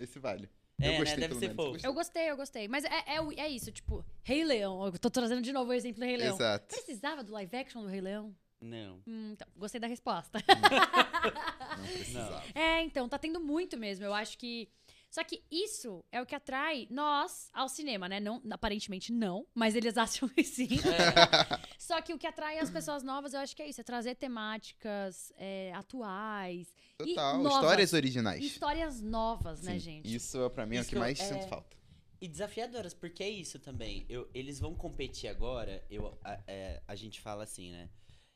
[SPEAKER 2] Esse vale.
[SPEAKER 3] É,
[SPEAKER 2] Eu
[SPEAKER 3] né?
[SPEAKER 2] gostei,
[SPEAKER 3] Deve
[SPEAKER 2] pelo
[SPEAKER 3] ser
[SPEAKER 2] menos. Gostei.
[SPEAKER 3] fofo.
[SPEAKER 1] Eu gostei, eu gostei. Mas é, é, o- é isso, tipo, Rei Leão. Eu tô trazendo de novo o exemplo do Rei Leão.
[SPEAKER 2] Exato.
[SPEAKER 1] Precisava do live action do Rei Leão?
[SPEAKER 3] Não.
[SPEAKER 1] Hum, então, gostei da resposta. [LAUGHS]
[SPEAKER 2] Não precisava.
[SPEAKER 1] É, então, tá tendo muito mesmo. Eu acho que. Só que isso é o que atrai nós ao cinema, né? Não, aparentemente não, mas eles [LAUGHS] acham que sim.
[SPEAKER 2] É.
[SPEAKER 1] Só que o que atrai as pessoas novas, eu acho que é isso: é trazer temáticas é, atuais. E
[SPEAKER 2] Total.
[SPEAKER 1] novas.
[SPEAKER 2] Histórias originais.
[SPEAKER 1] Histórias novas, né,
[SPEAKER 2] Sim,
[SPEAKER 1] gente?
[SPEAKER 2] Isso, pra mim, é o
[SPEAKER 3] Isso
[SPEAKER 2] que mais
[SPEAKER 3] é-
[SPEAKER 2] sinto falta.
[SPEAKER 3] E desafiadoras, porque é isso também. Eu- eles vão competir agora, eu, a, é, a gente fala assim, né?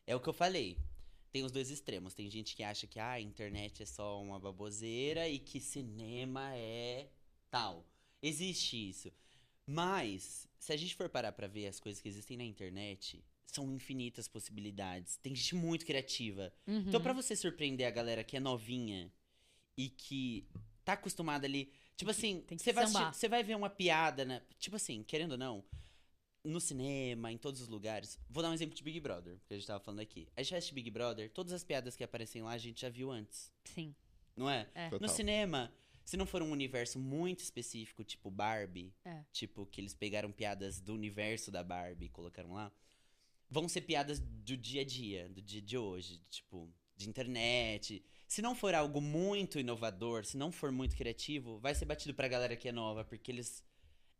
[SPEAKER 3] É o que eu falei. Tem os dois extremos. Tem gente que acha que ah, a internet é só uma baboseira e que cinema é tal. Existe isso. Mas, se a gente for parar pra ver as coisas que existem na internet, são infinitas possibilidades. Tem gente muito criativa. Então,
[SPEAKER 1] Uhum.
[SPEAKER 3] pra você surpreender a galera que é novinha e que tá acostumada ali. Tipo assim,
[SPEAKER 1] tem que
[SPEAKER 3] você vai, assistir-
[SPEAKER 1] sambar.
[SPEAKER 3] você vai ver uma piada, né? Tipo assim, querendo ou não, no cinema, em todos os lugares. Vou dar um exemplo de Big Brother, que a gente tava falando aqui. A gente assiste Big Brother, todas as piadas que aparecem lá a gente já viu antes,
[SPEAKER 1] Sim.
[SPEAKER 3] não é?
[SPEAKER 1] É.
[SPEAKER 2] Total.
[SPEAKER 3] No cinema, se não for um universo muito específico, tipo Barbie,
[SPEAKER 1] É.
[SPEAKER 3] tipo que eles pegaram piadas do universo da Barbie e colocaram lá, vão ser piadas do dia a dia, do dia de hoje, tipo, de internet. Se não for algo muito inovador, se não for muito criativo, vai ser batido pra galera que é nova, porque eles.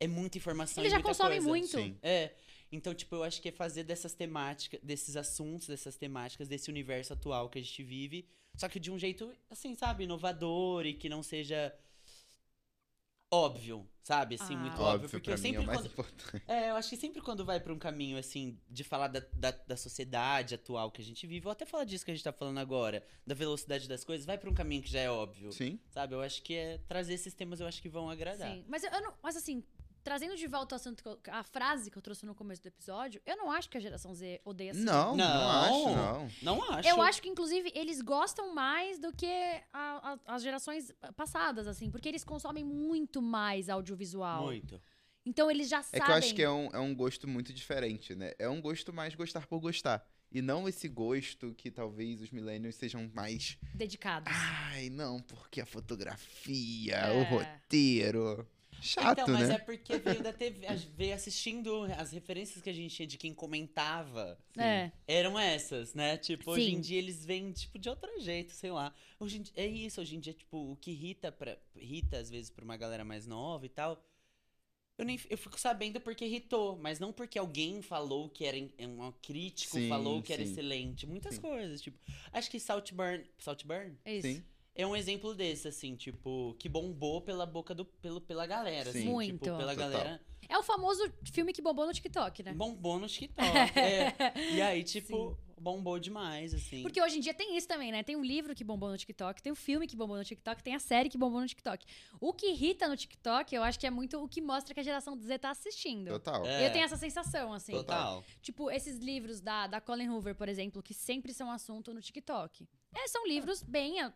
[SPEAKER 3] É muita informação.
[SPEAKER 1] Eles
[SPEAKER 3] e
[SPEAKER 1] já
[SPEAKER 3] muita
[SPEAKER 1] consomem
[SPEAKER 3] coisa.
[SPEAKER 1] muito.
[SPEAKER 2] Sim.
[SPEAKER 3] É. Então, tipo, eu acho que é fazer dessas temáticas, desses assuntos, dessas temáticas, desse universo atual que a gente vive, só que de um jeito, assim, sabe, inovador e que não seja óbvio, sabe? Assim,
[SPEAKER 1] Ah.
[SPEAKER 3] muito óbvio.
[SPEAKER 2] Óbvio,
[SPEAKER 3] porque
[SPEAKER 2] pra
[SPEAKER 3] eu
[SPEAKER 2] mim, é
[SPEAKER 3] sempre
[SPEAKER 2] o mais [LAUGHS]
[SPEAKER 3] quando.
[SPEAKER 2] importante.
[SPEAKER 3] É, eu acho que sempre quando vai pra um caminho, assim, de falar da, da, da sociedade atual que a gente vive, ou até falar disso que a gente tá falando agora, da velocidade das coisas, vai pra um caminho que já é óbvio.
[SPEAKER 2] Sim.
[SPEAKER 3] Sabe? Eu acho que é trazer esses temas, eu acho que vão agradar.
[SPEAKER 1] Sim. Mas eu, eu não. Mas assim, trazendo de volta o assunto que eu- a frase que eu trouxe no começo do episódio, eu não acho que a geração Z odeia cinema.
[SPEAKER 2] Não, não,
[SPEAKER 3] Não.
[SPEAKER 2] acho, não.
[SPEAKER 3] Não acho.
[SPEAKER 1] Eu acho que, inclusive, eles gostam mais do que a- a- as gerações passadas, assim, porque eles consomem muito mais audiovisual.
[SPEAKER 3] Muito.
[SPEAKER 1] Então eles já
[SPEAKER 2] É
[SPEAKER 1] sabem.
[SPEAKER 2] que eu acho que é um, é um gosto muito diferente, né? É um gosto mais gostar por gostar. E não esse gosto que talvez os millennials sejam mais.
[SPEAKER 1] Dedicados.
[SPEAKER 2] Ai, não, porque a fotografia,
[SPEAKER 1] É.
[SPEAKER 2] o roteiro. Chato,
[SPEAKER 3] então, mas
[SPEAKER 2] né?
[SPEAKER 3] é porque veio da TV, a- veio assistindo as referências que a gente tinha de quem comentava.
[SPEAKER 1] É.
[SPEAKER 3] Eram essas, né? Tipo, hoje
[SPEAKER 1] Sim.
[SPEAKER 3] em dia eles vêm, tipo, de outro jeito, sei lá. Hoje em di- é isso, hoje em dia, tipo, o que irrita, pra, irrita às vezes pra uma galera mais nova e tal. Eu, nem, eu fico sabendo porque irritou, mas não porque alguém falou que era in- é um crítico,
[SPEAKER 2] Sim,
[SPEAKER 3] falou que era
[SPEAKER 2] sim.
[SPEAKER 3] excelente. Muitas
[SPEAKER 2] Sim.
[SPEAKER 3] coisas, tipo. Acho que Saltburn. Saltburn?
[SPEAKER 1] É isso.
[SPEAKER 2] Sim.
[SPEAKER 3] É um exemplo desse, assim, tipo, que bombou pela boca do. Pelo, pela galera,
[SPEAKER 2] Sim.
[SPEAKER 3] assim.
[SPEAKER 1] Muito.
[SPEAKER 3] Tipo, pela
[SPEAKER 2] Total.
[SPEAKER 3] galera.
[SPEAKER 1] É o famoso filme que bombou no TikTok, né?
[SPEAKER 3] Bombou no
[SPEAKER 1] [LAUGHS]
[SPEAKER 3] TikTok. é. E aí, tipo, bombou demais, assim.
[SPEAKER 1] Porque hoje em dia tem isso também, né? Tem um livro que bombou no TikTok, tem um filme que bombou no TikTok, tem a série que bombou no TikTok. O que irrita no TikTok, eu acho que é muito o que mostra que a geração Z tá assistindo.
[SPEAKER 2] Total.
[SPEAKER 3] É.
[SPEAKER 1] Eu tenho essa sensação, assim.
[SPEAKER 3] Total.
[SPEAKER 1] Tipo, esses livros da, da Colin Hoover, por exemplo, que sempre são assunto no TikTok. É, são livros bem. a-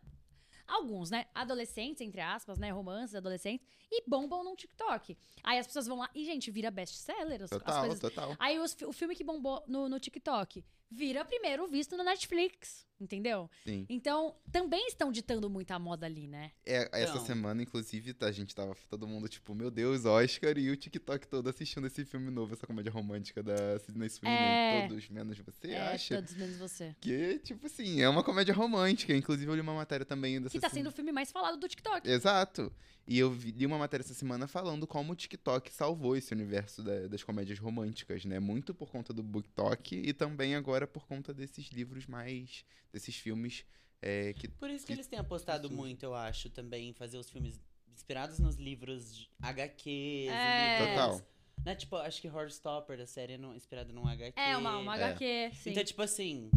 [SPEAKER 1] Alguns, né? Adolescentes, entre aspas, né? Romances adolescentes. E bombam no TikTok. Aí as pessoas vão lá e, gente, vira best-seller. As, as
[SPEAKER 2] Total,
[SPEAKER 1] coisas. Ah,
[SPEAKER 2] total.
[SPEAKER 1] Aí os fi- o filme que bombou no, no TikTok vira primeiro visto na Netflix, entendeu?
[SPEAKER 2] Sim.
[SPEAKER 1] Então, também estão ditando muita moda ali, né?
[SPEAKER 2] É, essa
[SPEAKER 3] Então.
[SPEAKER 2] semana, inclusive, tá- a gente tava todo mundo tipo, meu Deus, Oscar e o TikTok todo assistindo esse filme novo, essa comédia romântica da Sidney Sweeney,
[SPEAKER 1] É.
[SPEAKER 2] todos menos você
[SPEAKER 1] é,
[SPEAKER 2] acha?
[SPEAKER 1] todos menos você.
[SPEAKER 2] Que, tipo assim, é uma comédia romântica. Inclusive, eu li uma matéria também dessa
[SPEAKER 1] Que tá
[SPEAKER 2] semana.
[SPEAKER 1] sendo o filme mais falado do TikTok.
[SPEAKER 2] Exato. E eu vi, li uma matéria essa semana falando como o TikTok salvou esse universo da- das comédias românticas, né? Muito por conta do BookTok e também agora por conta desses livros mais. desses filmes é, que.
[SPEAKER 3] Por isso
[SPEAKER 2] Que-
[SPEAKER 3] que eles têm apostado
[SPEAKER 2] isso.
[SPEAKER 3] muito, eu acho, também, em fazer os filmes inspirados nos livros de HQs.
[SPEAKER 1] É.
[SPEAKER 3] livros-
[SPEAKER 2] Total.
[SPEAKER 3] Né? Tipo, acho que Horrorstopper, da série, é no- inspirado num HQ.
[SPEAKER 1] É, uma, uma
[SPEAKER 2] É.
[SPEAKER 1] HQ, sim.
[SPEAKER 3] Então, tipo assim.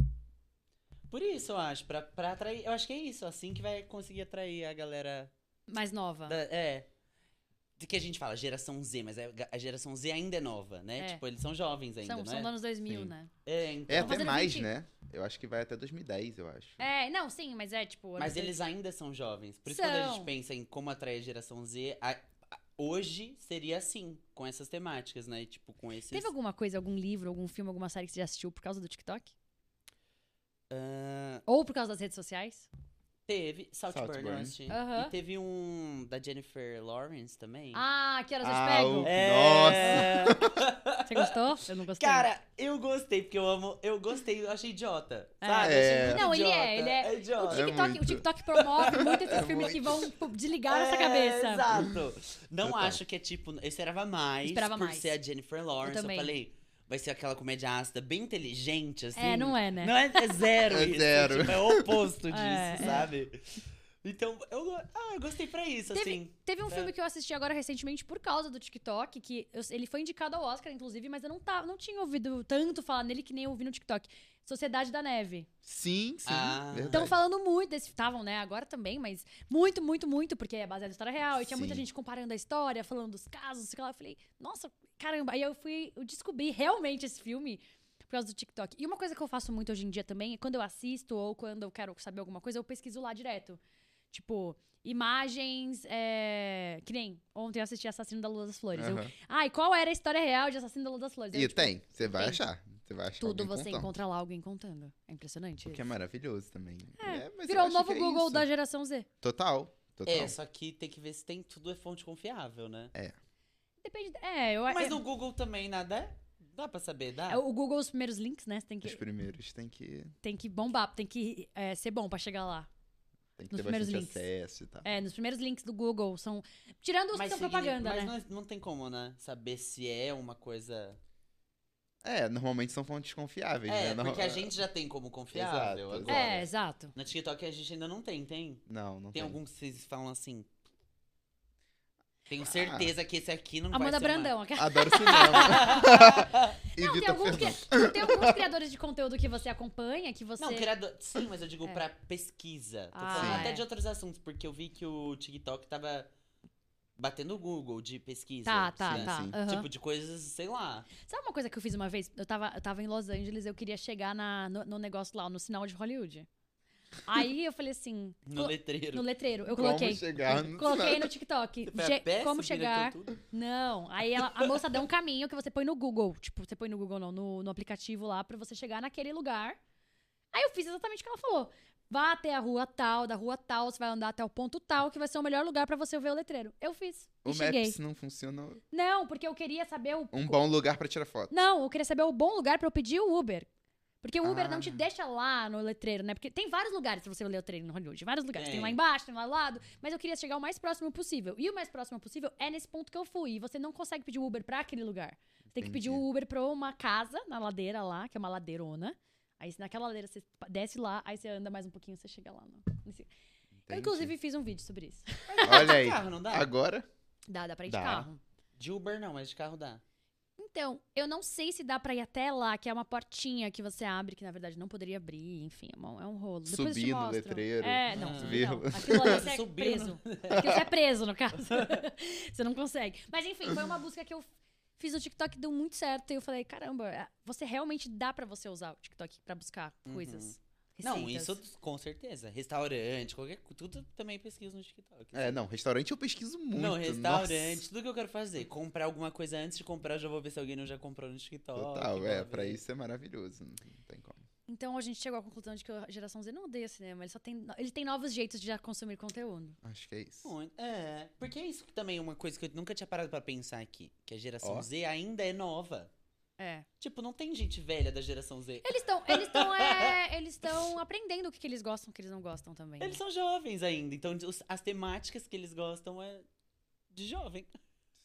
[SPEAKER 3] Por isso, eu acho. Pra, pra atrair. Eu acho que é isso, assim que vai conseguir atrair a galera.
[SPEAKER 1] mais nova.
[SPEAKER 3] da- é. De que a gente fala, geração Z, mas é- a geração Z ainda é nova, né?
[SPEAKER 1] É.
[SPEAKER 3] Tipo, eles são jovens ainda,
[SPEAKER 1] são
[SPEAKER 3] né?
[SPEAKER 1] são dos anos 2000,
[SPEAKER 2] Sim.
[SPEAKER 1] né?
[SPEAKER 3] É, então.
[SPEAKER 2] É até
[SPEAKER 1] fazendo
[SPEAKER 2] mais,
[SPEAKER 1] 20.
[SPEAKER 2] né? Eu acho que vai até 2010, eu acho.
[SPEAKER 1] É, não, sim, mas é tipo. anos
[SPEAKER 3] Mas
[SPEAKER 1] 2000.
[SPEAKER 3] eles ainda são jovens. Por isso, quando a
[SPEAKER 1] São.
[SPEAKER 3] gente pensa em como atrair a geração Z, a- a- hoje seria assim, com essas temáticas, né? E, Tipo, com esses.
[SPEAKER 1] Teve alguma coisa, algum livro, algum filme, alguma série que você já assistiu por causa do TikTok?
[SPEAKER 3] Ah,
[SPEAKER 1] Ou por causa das redes sociais?
[SPEAKER 3] teve Saltburn, eu
[SPEAKER 2] Saltburn.
[SPEAKER 3] assisti.
[SPEAKER 1] Aham.
[SPEAKER 3] E teve um da Jennifer Lawrence também.
[SPEAKER 1] Ah, que horas
[SPEAKER 2] Ah,
[SPEAKER 1] eu te
[SPEAKER 2] o-
[SPEAKER 1] pego?
[SPEAKER 3] É...
[SPEAKER 1] Você gostou? Eu não gostei.
[SPEAKER 3] Cara, eu gostei, porque eu amo. Eu gostei, eu achei idiota. Sabe? Eu
[SPEAKER 2] É.
[SPEAKER 3] achei muito
[SPEAKER 1] Não, ele
[SPEAKER 3] idiota.
[SPEAKER 1] é, ele é- o
[SPEAKER 3] idiota.
[SPEAKER 2] É
[SPEAKER 1] TikTok,
[SPEAKER 2] muito.
[SPEAKER 1] o TikTok promove muito esses
[SPEAKER 2] É
[SPEAKER 1] filmes que vão pô, desligar
[SPEAKER 3] É,
[SPEAKER 1] essa cabeça.
[SPEAKER 3] [LAUGHS] Exato. Não
[SPEAKER 2] Total.
[SPEAKER 3] acho que é tipo. Eu esperava mais
[SPEAKER 1] Esperava
[SPEAKER 3] por
[SPEAKER 1] mais.
[SPEAKER 3] ser a Jennifer
[SPEAKER 1] Eu
[SPEAKER 3] Lawrence. Eu,
[SPEAKER 1] também.
[SPEAKER 3] falei, vai ser aquela comédia ácida bem inteligente, assim.
[SPEAKER 1] É, não é, né?
[SPEAKER 3] Não é, [LAUGHS] é zero
[SPEAKER 2] É
[SPEAKER 3] isso.
[SPEAKER 2] zero.
[SPEAKER 3] tipo, é o oposto disso,
[SPEAKER 1] [LAUGHS] É, é.
[SPEAKER 3] sabe? Então, eu, go- ah, eu gostei pra isso,
[SPEAKER 1] Teve-
[SPEAKER 3] assim.
[SPEAKER 1] Teve um
[SPEAKER 3] É.
[SPEAKER 1] filme que eu assisti agora recentemente por causa do TikTok, que eu- ele foi indicado ao Oscar, inclusive, mas eu não, tava, não tinha ouvido tanto falar nele que nem eu ouvi no TikTok. Sociedade da Neve.
[SPEAKER 2] Sim, sim.
[SPEAKER 3] Ah.
[SPEAKER 2] verdade.
[SPEAKER 1] Estão falando muito desse. Estavam, né? Agora também, mas muito, muito, muito, porque é baseado em história real. E tinha muita
[SPEAKER 2] Sim.
[SPEAKER 1] gente comparando a história, falando dos casos, sei lá. Eu falei, nossa, caramba. Aí eu fui, eu descobri realmente esse filme por causa do TikTok. E uma coisa que eu faço muito hoje em dia também é quando eu assisto ou quando eu quero saber alguma coisa, eu pesquiso lá direto. Tipo, imagens. é, Que nem ontem eu assisti Assassino da Lua das Flores. Eu...
[SPEAKER 2] Aham.
[SPEAKER 1] Ai, qual era a história real de Assassino da Lua das Flores? Eu,
[SPEAKER 2] E
[SPEAKER 1] tipo,
[SPEAKER 2] tem, você vai
[SPEAKER 1] tem.
[SPEAKER 2] achar. Você vai achar.
[SPEAKER 1] Tudo
[SPEAKER 2] alguém
[SPEAKER 1] você
[SPEAKER 2] contando,
[SPEAKER 1] encontra lá alguém contando. É impressionante.
[SPEAKER 2] O que é
[SPEAKER 1] isso.
[SPEAKER 2] maravilhoso também. É, mas eu
[SPEAKER 1] Virou o
[SPEAKER 2] acho
[SPEAKER 1] novo
[SPEAKER 2] que é
[SPEAKER 1] Google
[SPEAKER 2] isso.
[SPEAKER 1] da geração Z.
[SPEAKER 2] Total. Total.
[SPEAKER 3] É, só que tem que ver se tem tudo é fonte confiável, né?
[SPEAKER 1] Depende. É, eu
[SPEAKER 3] Mas
[SPEAKER 1] é-
[SPEAKER 3] no Google também nada é. Dá pra saber, dá?
[SPEAKER 1] é, o Google, os primeiros links, né? Você tem
[SPEAKER 2] Os
[SPEAKER 1] que,
[SPEAKER 2] primeiros tem que,
[SPEAKER 1] tem que bombar, tem que é, ser bom pra chegar lá.
[SPEAKER 2] tem que
[SPEAKER 1] Nos
[SPEAKER 2] ter
[SPEAKER 1] primeiros
[SPEAKER 2] bastante
[SPEAKER 1] links.
[SPEAKER 2] acesso e tal.
[SPEAKER 1] É, nos primeiros links do Google são. Tirando os que são
[SPEAKER 3] signi-
[SPEAKER 1] propaganda,
[SPEAKER 3] mas
[SPEAKER 1] né?
[SPEAKER 3] não, não tem como, né? Saber se é uma coisa.
[SPEAKER 2] É, normalmente são fontes confiáveis,
[SPEAKER 3] É,
[SPEAKER 2] né? Não-
[SPEAKER 3] porque a gente já tem como confiável
[SPEAKER 2] Exato,
[SPEAKER 3] agora.
[SPEAKER 1] É, exato.
[SPEAKER 3] Na TikTok a gente ainda não tem, tem?
[SPEAKER 2] Não, não
[SPEAKER 3] Tem
[SPEAKER 2] tem.
[SPEAKER 3] algum que vocês falam assim.
[SPEAKER 2] Ah.
[SPEAKER 3] Tenho certeza que esse aqui não
[SPEAKER 1] Amanda
[SPEAKER 3] vai ser. uma-
[SPEAKER 1] Brandão. aquela-
[SPEAKER 3] [LAUGHS]
[SPEAKER 2] Adoro cinema.
[SPEAKER 1] [LAUGHS] Não, tem
[SPEAKER 2] Evita
[SPEAKER 1] alguns,
[SPEAKER 2] perdão.
[SPEAKER 1] que- não, tem alguns criadores de conteúdo que você acompanha, que você.
[SPEAKER 3] Não, criador. Sim, mas eu digo
[SPEAKER 1] É.
[SPEAKER 3] pra pesquisa. Tô
[SPEAKER 1] Ah,
[SPEAKER 3] falando
[SPEAKER 2] Sim.
[SPEAKER 3] até
[SPEAKER 1] é.
[SPEAKER 3] de outros assuntos, porque eu vi que o TikTok tava batendo o Google de pesquisa.
[SPEAKER 1] Tá, tá,
[SPEAKER 2] Sim,
[SPEAKER 1] tá.
[SPEAKER 2] sim.
[SPEAKER 1] aham.
[SPEAKER 3] Tipo, de coisas, sei lá.
[SPEAKER 1] Sabe uma coisa que eu fiz uma vez? Eu tava, eu tava em Los Angeles, eu queria chegar na, no, no negócio lá, no sinal de Hollywood. Aí eu falei assim.
[SPEAKER 3] [LAUGHS] No
[SPEAKER 1] colo-
[SPEAKER 3] letreiro.
[SPEAKER 1] no letreiro, eu
[SPEAKER 2] Como
[SPEAKER 1] coloquei.
[SPEAKER 2] chegar no-
[SPEAKER 1] Coloquei no TikTok.
[SPEAKER 3] Você foi a
[SPEAKER 1] che-
[SPEAKER 3] pé,
[SPEAKER 1] como
[SPEAKER 3] subiram
[SPEAKER 1] chegar.
[SPEAKER 3] aquilo tudo?
[SPEAKER 1] Não, aí ela- a moça deu um caminho que você põe no Google. Tipo, você põe no Google, não, no, no aplicativo lá pra você chegar naquele lugar. Aí eu fiz exatamente o que ela falou. Vá até a rua tal, da rua tal, você vai andar até o ponto tal, que vai ser o melhor lugar pra você ver o letreiro. Eu fiz. E
[SPEAKER 2] O
[SPEAKER 1] cheguei.
[SPEAKER 2] Maps não funciona.
[SPEAKER 1] Não, porque eu queria saber o.
[SPEAKER 2] Um bom lugar pra tirar foto.
[SPEAKER 1] Não, eu queria saber o bom lugar pra eu pedir o Uber. Porque o Uber
[SPEAKER 2] Ah.
[SPEAKER 1] não te deixa lá no letreiro, né? Porque tem vários lugares pra você ler o letreiro no Hollywood. Vários lugares. Tem
[SPEAKER 3] Tem.
[SPEAKER 1] lá embaixo, tem lá ao lado. Mas eu queria chegar o mais próximo possível. E o mais próximo possível é nesse ponto que eu fui. E você não consegue pedir o Uber pra aquele lugar. Você tem que pedir
[SPEAKER 2] Entendi.
[SPEAKER 1] o Uber pra uma casa na ladeira lá, que é uma ladeirona. Aí se naquela ladeira você pa- desce lá, aí você anda mais um pouquinho, você chega lá. No... nesse- Eu,
[SPEAKER 2] Entendi.
[SPEAKER 1] inclusive, fiz um vídeo sobre isso.
[SPEAKER 2] Olha
[SPEAKER 3] Tá De
[SPEAKER 2] aí.
[SPEAKER 3] carro não dá?
[SPEAKER 2] Agora,
[SPEAKER 1] Dá, dá pra ir
[SPEAKER 2] Dá.
[SPEAKER 1] de carro.
[SPEAKER 3] De Uber não, mas de carro dá.
[SPEAKER 1] Então, eu não sei se dá pra ir até lá, que é uma portinha que você abre, que na verdade não poderia abrir, enfim, é um, é um rolo. Depois eu te
[SPEAKER 2] Subir no
[SPEAKER 1] mostro.
[SPEAKER 2] letreiro.
[SPEAKER 1] É, não,
[SPEAKER 3] Ah.
[SPEAKER 1] subir não.
[SPEAKER 2] Vírgula.
[SPEAKER 1] Aquilo ali você é
[SPEAKER 3] Subir
[SPEAKER 1] preso.
[SPEAKER 3] no-
[SPEAKER 1] Aquilo você é preso, no caso. [LAUGHS] você não consegue. Mas enfim, foi uma busca que eu fiz no TikTok, deu muito certo. E eu falei, caramba, é- você realmente dá pra você usar o TikTok pra buscar coisas.
[SPEAKER 3] Uhum. Não,
[SPEAKER 1] receitas.
[SPEAKER 3] isso com certeza. Restaurante, qualquer co- tudo também pesquiso no TikTok. assim.
[SPEAKER 2] É, não, restaurante eu pesquiso muito.
[SPEAKER 3] não,
[SPEAKER 2] nossa.
[SPEAKER 3] restaurante, tudo que eu quero fazer. Comprar alguma coisa antes de comprar, eu já vou ver se alguém não já comprou no TikTok.
[SPEAKER 2] Total,
[SPEAKER 3] blá,
[SPEAKER 2] é,
[SPEAKER 3] blá,
[SPEAKER 2] pra
[SPEAKER 3] blá.
[SPEAKER 2] isso é maravilhoso. Não tem como.
[SPEAKER 1] Então a gente chegou à conclusão de que a geração Z não odeia cinema, ele só tem. Ele tem novos jeitos de já consumir conteúdo.
[SPEAKER 2] Acho que é isso.
[SPEAKER 3] Muito. É, porque é isso que também é uma coisa que eu nunca tinha parado pra pensar aqui. Que a geração
[SPEAKER 2] Ó.
[SPEAKER 3] Z ainda é nova.
[SPEAKER 1] É.
[SPEAKER 3] Tipo, não tem gente velha da geração Z.
[SPEAKER 1] Eles estão. Eles estão. é, eles estão aprendendo o que, que eles gostam, o que eles não gostam também. né?
[SPEAKER 3] Eles são jovens ainda, então os- as temáticas que eles gostam é de jovem.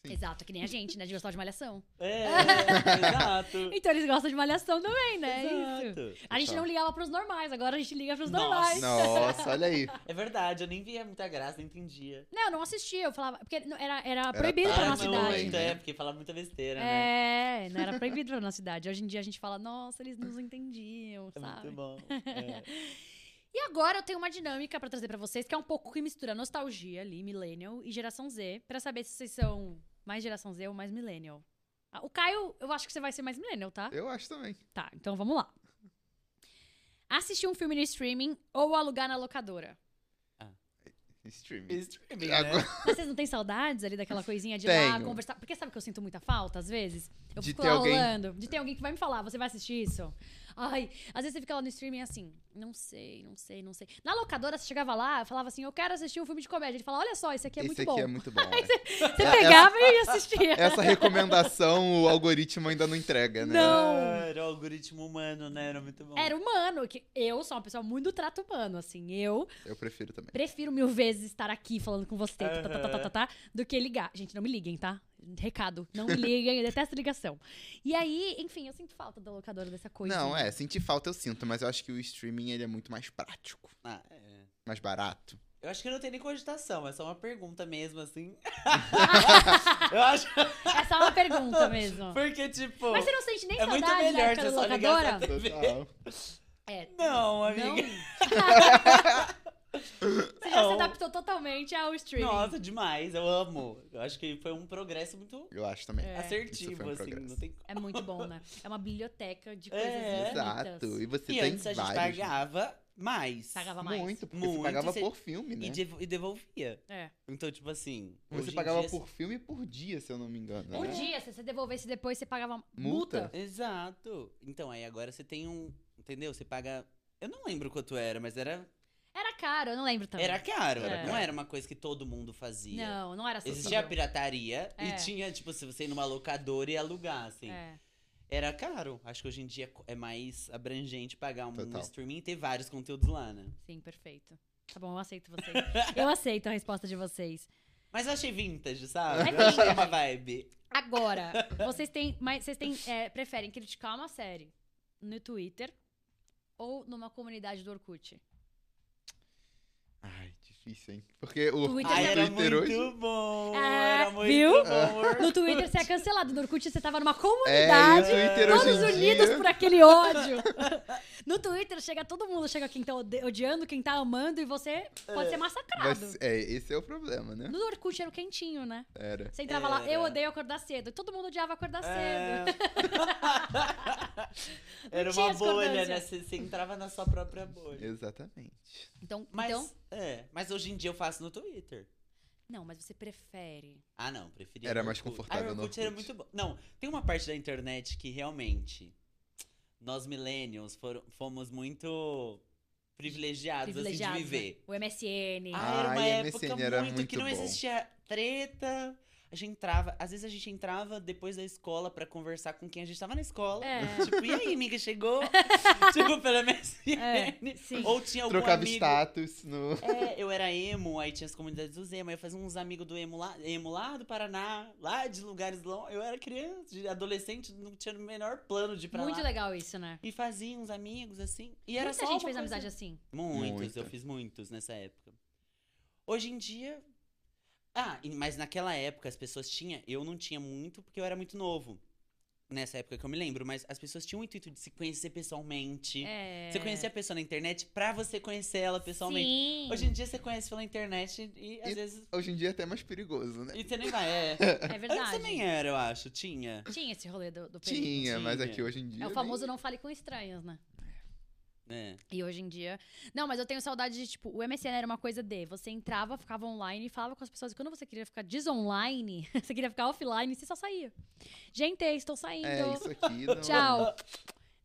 [SPEAKER 2] Sim.
[SPEAKER 1] Exato, que nem a gente, né? De gostar de
[SPEAKER 3] [LAUGHS]
[SPEAKER 1] malhação. [LAUGHS]
[SPEAKER 3] É, exato.
[SPEAKER 1] Então eles gostam de malhação também, né? É isso.
[SPEAKER 3] Exato.
[SPEAKER 1] A gente
[SPEAKER 2] Pessoal.
[SPEAKER 1] não ligava pros normais, agora a gente liga pros
[SPEAKER 3] Nossa.
[SPEAKER 1] normais.
[SPEAKER 2] Nossa, olha aí.
[SPEAKER 1] Ah.
[SPEAKER 3] É verdade, eu nem via muita graça, não entendia.
[SPEAKER 1] Não, eu não assistia, eu falava. Porque não- era, era proibido pra
[SPEAKER 2] tarde,
[SPEAKER 1] nossa
[SPEAKER 2] não,
[SPEAKER 1] idade.
[SPEAKER 2] hein?
[SPEAKER 3] Muito, é, porque falava muita besteira, né?
[SPEAKER 1] né? É, não era proibido pra nossa idade. Hoje em dia a gente fala, nossa, eles nos entendiam,
[SPEAKER 3] É
[SPEAKER 1] sabe? [LAUGHS]
[SPEAKER 3] muito bom. É.
[SPEAKER 1] E agora eu tenho uma dinâmica pra trazer pra vocês, que é um pouco que mistura nostalgia ali, millennial e geração Z, pra saber se vocês são mais geração Z ou mais millennial. Ah, O Caio, eu acho que você vai ser mais millennial, tá?
[SPEAKER 2] Eu acho também.
[SPEAKER 1] Tá, então vamos lá. Assistir um filme no streaming ou alugar na locadora.
[SPEAKER 2] Streaming.
[SPEAKER 3] Streaming, né?
[SPEAKER 2] Agora-
[SPEAKER 1] Mas vocês não têm saudades ali daquela coisinha de ir lá
[SPEAKER 2] Tenho.
[SPEAKER 1] conversar? Porque sabe que eu sinto muita falta, às vezes? Eu
[SPEAKER 2] De
[SPEAKER 1] fico
[SPEAKER 2] ter
[SPEAKER 1] lá
[SPEAKER 2] alguém.
[SPEAKER 1] rolando. De ter alguém que vai me falar, você vai assistir isso? Ai, às vezes você fica lá no streaming assim, não sei, não sei, não sei. Na locadora, você chegava lá, falava assim, eu quero assistir um filme de comédia. Ele falava, olha só, esse aqui é
[SPEAKER 2] Esse
[SPEAKER 1] muito
[SPEAKER 2] aqui
[SPEAKER 1] bom.
[SPEAKER 2] é muito
[SPEAKER 1] [LAUGHS]
[SPEAKER 2] bom. é.
[SPEAKER 1] Você
[SPEAKER 2] [LAUGHS] É,
[SPEAKER 1] pegava e assistia.
[SPEAKER 2] Essa recomendação o algoritmo ainda não entrega, né?
[SPEAKER 1] Não.
[SPEAKER 3] Ah, Era o algoritmo humano, né? Era muito bom.
[SPEAKER 1] Era humano, que eu sou uma pessoa muito do trato humano, assim. Eu
[SPEAKER 2] Eu prefiro também.
[SPEAKER 1] prefiro mil vezes estar aqui falando com você, tá, tá, tá, tá,
[SPEAKER 3] Aham.
[SPEAKER 1] tá, tá, do que ligar. Gente, não me liguem, tá? Recado, não me liguem, eu detesto ligação. E aí, enfim, eu sinto falta da locadora dessa coisa.
[SPEAKER 2] Não, é, sentir falta eu sinto, mas eu acho que o streaming ele é muito mais prático,
[SPEAKER 3] Ah, é.
[SPEAKER 2] mais
[SPEAKER 3] [LAUGHS]
[SPEAKER 2] barato.
[SPEAKER 3] Eu acho que não tem nem cogitação, é só uma pergunta
[SPEAKER 1] [LAUGHS]
[SPEAKER 3] mesmo, assim. eu acho.
[SPEAKER 1] É só uma
[SPEAKER 3] [LAUGHS]
[SPEAKER 1] pergunta mesmo.
[SPEAKER 3] Porque, tipo.
[SPEAKER 1] Mas você não sente nem
[SPEAKER 3] é muito
[SPEAKER 1] saudade da
[SPEAKER 3] melhor
[SPEAKER 1] época da
[SPEAKER 3] você só ligar
[SPEAKER 1] locadora?
[SPEAKER 3] essa-
[SPEAKER 2] Total.
[SPEAKER 1] É.
[SPEAKER 3] Não,
[SPEAKER 1] Não.
[SPEAKER 3] amiga.
[SPEAKER 1] Você já se
[SPEAKER 3] Não.
[SPEAKER 1] adaptou totalmente ao streaming.
[SPEAKER 3] Nossa, demais, eu amo. Eu acho que foi um progresso muito
[SPEAKER 2] Eu acho também.
[SPEAKER 1] É.
[SPEAKER 2] Isso
[SPEAKER 3] assertivo,
[SPEAKER 2] foi um
[SPEAKER 3] assim.
[SPEAKER 2] progresso.
[SPEAKER 3] Não tem...
[SPEAKER 1] É muito bom, né? É uma biblioteca de coisas
[SPEAKER 3] É.
[SPEAKER 1] infinitas.
[SPEAKER 2] Exato. E você
[SPEAKER 3] E
[SPEAKER 2] tem
[SPEAKER 3] antes a gente
[SPEAKER 2] vários. né?
[SPEAKER 3] pagava mais.
[SPEAKER 1] Pagava mais.
[SPEAKER 2] Muito, porque
[SPEAKER 3] Muito,
[SPEAKER 2] você pagava
[SPEAKER 3] você-
[SPEAKER 2] por filme, né?
[SPEAKER 3] E, devo- e devolvia.
[SPEAKER 1] É.
[SPEAKER 3] Então, tipo assim. hoje
[SPEAKER 2] Você
[SPEAKER 3] em
[SPEAKER 2] pagava
[SPEAKER 3] dia-
[SPEAKER 2] por filme por dia, se eu não me engano.
[SPEAKER 1] Por
[SPEAKER 2] né?
[SPEAKER 1] Um dia, se você devolvesse depois, você pagava multa.
[SPEAKER 2] Multa?
[SPEAKER 3] Exato. Então, aí agora você tem um. Entendeu? Você paga. Eu não lembro quanto era, mas era,
[SPEAKER 1] Era caro, eu não lembro também.
[SPEAKER 3] era caro.
[SPEAKER 1] É.
[SPEAKER 3] Não era uma coisa que todo mundo fazia.
[SPEAKER 1] Não, não era
[SPEAKER 3] Existia a
[SPEAKER 1] acessível.
[SPEAKER 3] pirataria
[SPEAKER 1] É.
[SPEAKER 3] e tinha, tipo, se você ir numa locadora e alugar, assim.
[SPEAKER 1] É.
[SPEAKER 3] Era caro. Acho que hoje em dia é co- é mais abrangente pagar um
[SPEAKER 2] Total.
[SPEAKER 3] streaming e ter vários conteúdos lá, né?
[SPEAKER 1] Sim, perfeito. Tá bom, eu aceito vocês. Eu aceito a resposta de vocês.
[SPEAKER 3] Mas eu achei vintage, sabe?
[SPEAKER 1] É
[SPEAKER 3] Eu achei uma vibe.
[SPEAKER 1] Agora, vocês têm. Mas vocês têm. é, preferem criticar uma série no Twitter ou numa comunidade do Orkut?
[SPEAKER 2] Ai, difícil, hein? Porque o
[SPEAKER 1] Twitter
[SPEAKER 3] Ai,
[SPEAKER 1] é-
[SPEAKER 3] era
[SPEAKER 2] Twitter
[SPEAKER 3] muito
[SPEAKER 2] hoje.
[SPEAKER 3] bom.
[SPEAKER 1] Ah,
[SPEAKER 3] era muito
[SPEAKER 1] viu?
[SPEAKER 3] bom.
[SPEAKER 1] No Twitter você é cancelado, no Orkut você tava numa
[SPEAKER 2] É, e o
[SPEAKER 1] comunidade.
[SPEAKER 2] Twitter hoje
[SPEAKER 1] Todos
[SPEAKER 2] em
[SPEAKER 1] unidos
[SPEAKER 2] dia.
[SPEAKER 1] por aquele ódio. No Twitter chega todo mundo, chega quem tá ode- odiando, quem tá amando, e você pode ser
[SPEAKER 2] vai
[SPEAKER 1] massacrado.
[SPEAKER 2] ser- É, esse é o problema, né?
[SPEAKER 1] No Orkut era o quentinho, né?
[SPEAKER 2] Era.
[SPEAKER 1] Você entrava lá,
[SPEAKER 3] Era.
[SPEAKER 1] eu odeio acordar cedo. E todo mundo odiava acordar cedo.
[SPEAKER 3] É. Era
[SPEAKER 1] tinha
[SPEAKER 3] uma bolha,
[SPEAKER 1] discordância.
[SPEAKER 3] né? Você, você entrava na sua própria
[SPEAKER 2] Então?
[SPEAKER 3] bolha.
[SPEAKER 2] Exatamente.
[SPEAKER 1] Então,
[SPEAKER 3] Mas,
[SPEAKER 1] então.
[SPEAKER 3] é, mas hoje em dia eu faço no Twitter.
[SPEAKER 1] Não, mas você prefere.
[SPEAKER 3] Ah, não, preferia.
[SPEAKER 2] Era
[SPEAKER 3] o
[SPEAKER 2] mais
[SPEAKER 3] Orkut.
[SPEAKER 2] confortável
[SPEAKER 3] ah, o
[SPEAKER 2] no
[SPEAKER 3] Orkut era
[SPEAKER 2] Orkut.
[SPEAKER 3] muito bom. Não, tem uma parte da internet que realmente nós millennials foram- fomos muito privilegiados,
[SPEAKER 1] privilegiado,
[SPEAKER 3] assim, de viver.
[SPEAKER 1] né? O MSN.
[SPEAKER 3] Ah, era uma
[SPEAKER 2] Ai,
[SPEAKER 3] época
[SPEAKER 2] MSN
[SPEAKER 3] muito,
[SPEAKER 2] era
[SPEAKER 3] que
[SPEAKER 2] muito
[SPEAKER 3] não
[SPEAKER 2] bom.
[SPEAKER 3] existia treta. A gente entrava, às vezes a gente entrava depois da escola pra conversar com quem a gente tava na escola.
[SPEAKER 1] É.
[SPEAKER 3] Tipo, e aí, amiga,
[SPEAKER 1] [LAUGHS]
[SPEAKER 3] chegou? tipo, pela MSN.
[SPEAKER 1] É, sim.
[SPEAKER 3] [LAUGHS] Ou tinha algum
[SPEAKER 2] Trocava
[SPEAKER 3] amigo.
[SPEAKER 2] status no.
[SPEAKER 3] É, eu era emo, aí tinha as comunidades dos emo, aí eu fazia uns amigos do emo lá, emo lá do Paraná, lá de lugares longe. Eu era criança, de adolescente, não tinha o menor plano de ir pra
[SPEAKER 1] Muito
[SPEAKER 3] lá.
[SPEAKER 1] legal isso, né?
[SPEAKER 3] E fazia uns amigos, assim. E era
[SPEAKER 1] Muita
[SPEAKER 3] só
[SPEAKER 1] gente
[SPEAKER 3] uma
[SPEAKER 1] fez
[SPEAKER 3] coisa-
[SPEAKER 1] amizade assim.
[SPEAKER 3] Muitos,
[SPEAKER 2] Muita.
[SPEAKER 3] eu fiz muitos nessa época. Hoje em dia. Ah, e- mas naquela época as pessoas tinham. Eu não tinha muito porque eu era muito novo. Nessa época que eu me lembro, mas as pessoas tinham o intuito de se conhecer pessoalmente.
[SPEAKER 1] É.
[SPEAKER 3] Você conhecia a pessoa na internet pra você conhecer ela pessoalmente.
[SPEAKER 1] Sim. é
[SPEAKER 3] Hoje em dia você conhece pela internet e às vezes.
[SPEAKER 2] Hoje em dia é até mais perigoso, né?
[SPEAKER 3] E você nem vai.
[SPEAKER 1] É
[SPEAKER 3] É. Antes
[SPEAKER 1] verdade.
[SPEAKER 3] também era, eu acho. Tinha.
[SPEAKER 1] Tinha esse rolê do, do perigo.
[SPEAKER 2] Tinha, mas
[SPEAKER 3] Tinha.
[SPEAKER 2] aqui hoje em dia.
[SPEAKER 1] É o
[SPEAKER 2] nem-
[SPEAKER 1] famoso não fale com estranhos, né?
[SPEAKER 3] É.
[SPEAKER 1] E hoje em dia. Não, mas eu tenho saudade de, tipo, o MSN era uma coisa de. Você entrava, ficava online e falava com as pessoas. E quando você queria ficar desonline, [LAUGHS] você queria ficar offline, você só saía. Gente, estou saindo.
[SPEAKER 2] É, isso aqui. Não...
[SPEAKER 1] [LAUGHS] Tchau.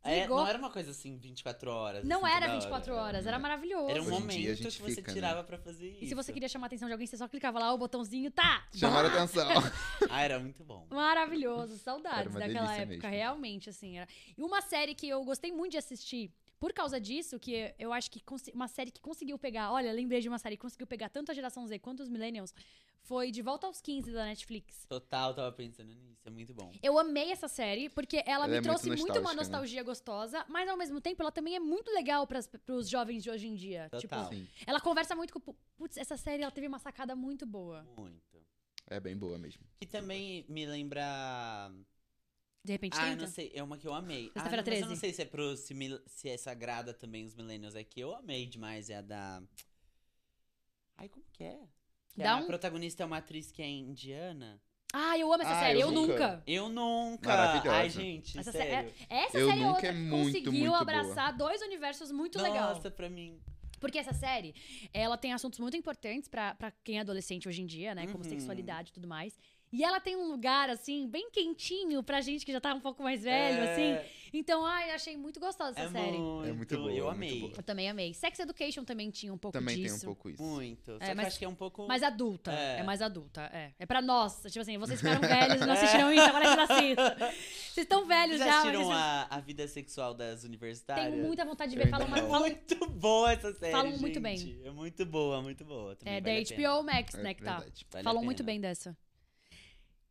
[SPEAKER 3] É,
[SPEAKER 1] Ligou.
[SPEAKER 3] não era uma coisa assim, 24 horas.
[SPEAKER 1] Não
[SPEAKER 3] assim,
[SPEAKER 1] era
[SPEAKER 3] toda hora.
[SPEAKER 1] 24 horas, era maravilhoso.
[SPEAKER 3] Era
[SPEAKER 2] Hoje em
[SPEAKER 3] um
[SPEAKER 2] dia a
[SPEAKER 3] momento
[SPEAKER 2] gente
[SPEAKER 3] que você
[SPEAKER 2] fica, né?
[SPEAKER 3] tirava pra fazer isso.
[SPEAKER 1] E se você queria chamar a atenção de alguém, você só clicava lá, ó, o botãozinho, tá!
[SPEAKER 2] Chamaram
[SPEAKER 1] Bah!
[SPEAKER 2] atenção.
[SPEAKER 3] Ah, era muito bom.
[SPEAKER 1] Maravilhoso,
[SPEAKER 2] Era
[SPEAKER 1] saudades
[SPEAKER 2] uma
[SPEAKER 1] daquela
[SPEAKER 2] delícia
[SPEAKER 1] época,
[SPEAKER 2] mesmo.
[SPEAKER 1] realmente, assim. Era... E uma série que eu gostei muito de assistir por causa disso, que eu acho que consi- uma série que conseguiu pegar, olha, lembrei de uma série que conseguiu pegar tanto a geração Z quanto os Millennials, foi De Volta aos 15 da Netflix.
[SPEAKER 3] Total, tava pensando nisso. É muito bom.
[SPEAKER 1] Eu amei essa série, porque ela,
[SPEAKER 2] Ela
[SPEAKER 1] me
[SPEAKER 2] é muito
[SPEAKER 1] trouxe muito, uma
[SPEAKER 2] nostálgica, né?
[SPEAKER 1] nostalgia gostosa, mas ao mesmo tempo ela também é muito legal pras, pros jovens de hoje em dia.
[SPEAKER 3] Total.
[SPEAKER 1] Tipo,
[SPEAKER 2] Sim,
[SPEAKER 1] ela conversa muito com. Putz, essa série ela teve uma sacada muito boa.
[SPEAKER 3] Muito.
[SPEAKER 2] é bem boa mesmo.
[SPEAKER 3] Que também me lembra.
[SPEAKER 1] De repente
[SPEAKER 3] Ah,
[SPEAKER 1] tem.
[SPEAKER 3] eu não sei, é uma que eu amei. Ah,
[SPEAKER 1] Sexta-feira
[SPEAKER 3] não, mas
[SPEAKER 1] 13.
[SPEAKER 3] eu não sei se é pro se, mil- se é sagrada também os millennials aqui. Eu amei demais, é a da. Ai, como que é? Que
[SPEAKER 1] Dá
[SPEAKER 3] a
[SPEAKER 1] um-
[SPEAKER 3] protagonista é uma atriz que é indiana.
[SPEAKER 1] Ah, eu amo essa
[SPEAKER 2] Ah,
[SPEAKER 1] série. Eu,
[SPEAKER 2] eu
[SPEAKER 1] nunca.
[SPEAKER 2] nunca.
[SPEAKER 3] Eu nunca.
[SPEAKER 2] Maravilhosa.
[SPEAKER 3] Ai, gente,
[SPEAKER 1] Essa série é
[SPEAKER 3] sério.
[SPEAKER 1] Essa
[SPEAKER 2] Eu
[SPEAKER 1] série é
[SPEAKER 2] Nunca
[SPEAKER 1] outra
[SPEAKER 2] é
[SPEAKER 1] que
[SPEAKER 2] muito,
[SPEAKER 1] conseguiu
[SPEAKER 2] muito boa.
[SPEAKER 1] abraçar dois universos muito
[SPEAKER 3] Nossa,
[SPEAKER 1] legal.
[SPEAKER 3] pra mim.
[SPEAKER 1] Porque essa série, ela tem assuntos muito importantes pra pra quem é adolescente hoje em dia, né? Como
[SPEAKER 3] Uhum.
[SPEAKER 1] sexualidade e tudo mais. E ela tem um lugar, assim, bem quentinho pra gente que já tá um pouco mais velho, assim.
[SPEAKER 3] é,
[SPEAKER 1] Então, ai, achei muito gostosa essa
[SPEAKER 3] é
[SPEAKER 1] série.
[SPEAKER 3] Muito,
[SPEAKER 2] É muito boa,
[SPEAKER 3] Eu
[SPEAKER 2] muito
[SPEAKER 3] amei.
[SPEAKER 2] boa.
[SPEAKER 1] Eu também amei. Sex Education também tinha um pouco
[SPEAKER 2] Também
[SPEAKER 1] disso.
[SPEAKER 2] tem um pouco isso.
[SPEAKER 3] Muito. Só que
[SPEAKER 1] mas-
[SPEAKER 3] eu acho que é um pouco.
[SPEAKER 1] Mais adulta. É.
[SPEAKER 3] É.
[SPEAKER 1] mais adulta, é. É pra nós. Tipo assim, vocês ficaram
[SPEAKER 2] [LAUGHS]
[SPEAKER 1] velhos e não
[SPEAKER 3] [LAUGHS]
[SPEAKER 1] assistiram isso, agora que assistam. Vocês estão velhos
[SPEAKER 3] É.
[SPEAKER 1] já.
[SPEAKER 3] Vocês já
[SPEAKER 1] mas
[SPEAKER 3] assistiram
[SPEAKER 1] vocês-
[SPEAKER 3] a, a vida sexual das universitárias?
[SPEAKER 1] Tenho muita vontade de
[SPEAKER 2] Eu
[SPEAKER 1] ver. Falam,
[SPEAKER 2] ainda
[SPEAKER 1] uma-
[SPEAKER 3] É
[SPEAKER 1] falam
[SPEAKER 3] muito boa essa série.
[SPEAKER 1] falam muito
[SPEAKER 3] gente.
[SPEAKER 1] bem.
[SPEAKER 3] É muito boa, muito boa. Também
[SPEAKER 1] É, da
[SPEAKER 3] vale a pena.
[SPEAKER 1] HBO Max,
[SPEAKER 2] É
[SPEAKER 1] né, que tá.
[SPEAKER 2] verdade.
[SPEAKER 3] Vale a
[SPEAKER 1] Falam muito
[SPEAKER 3] pena.
[SPEAKER 1] bem dessa.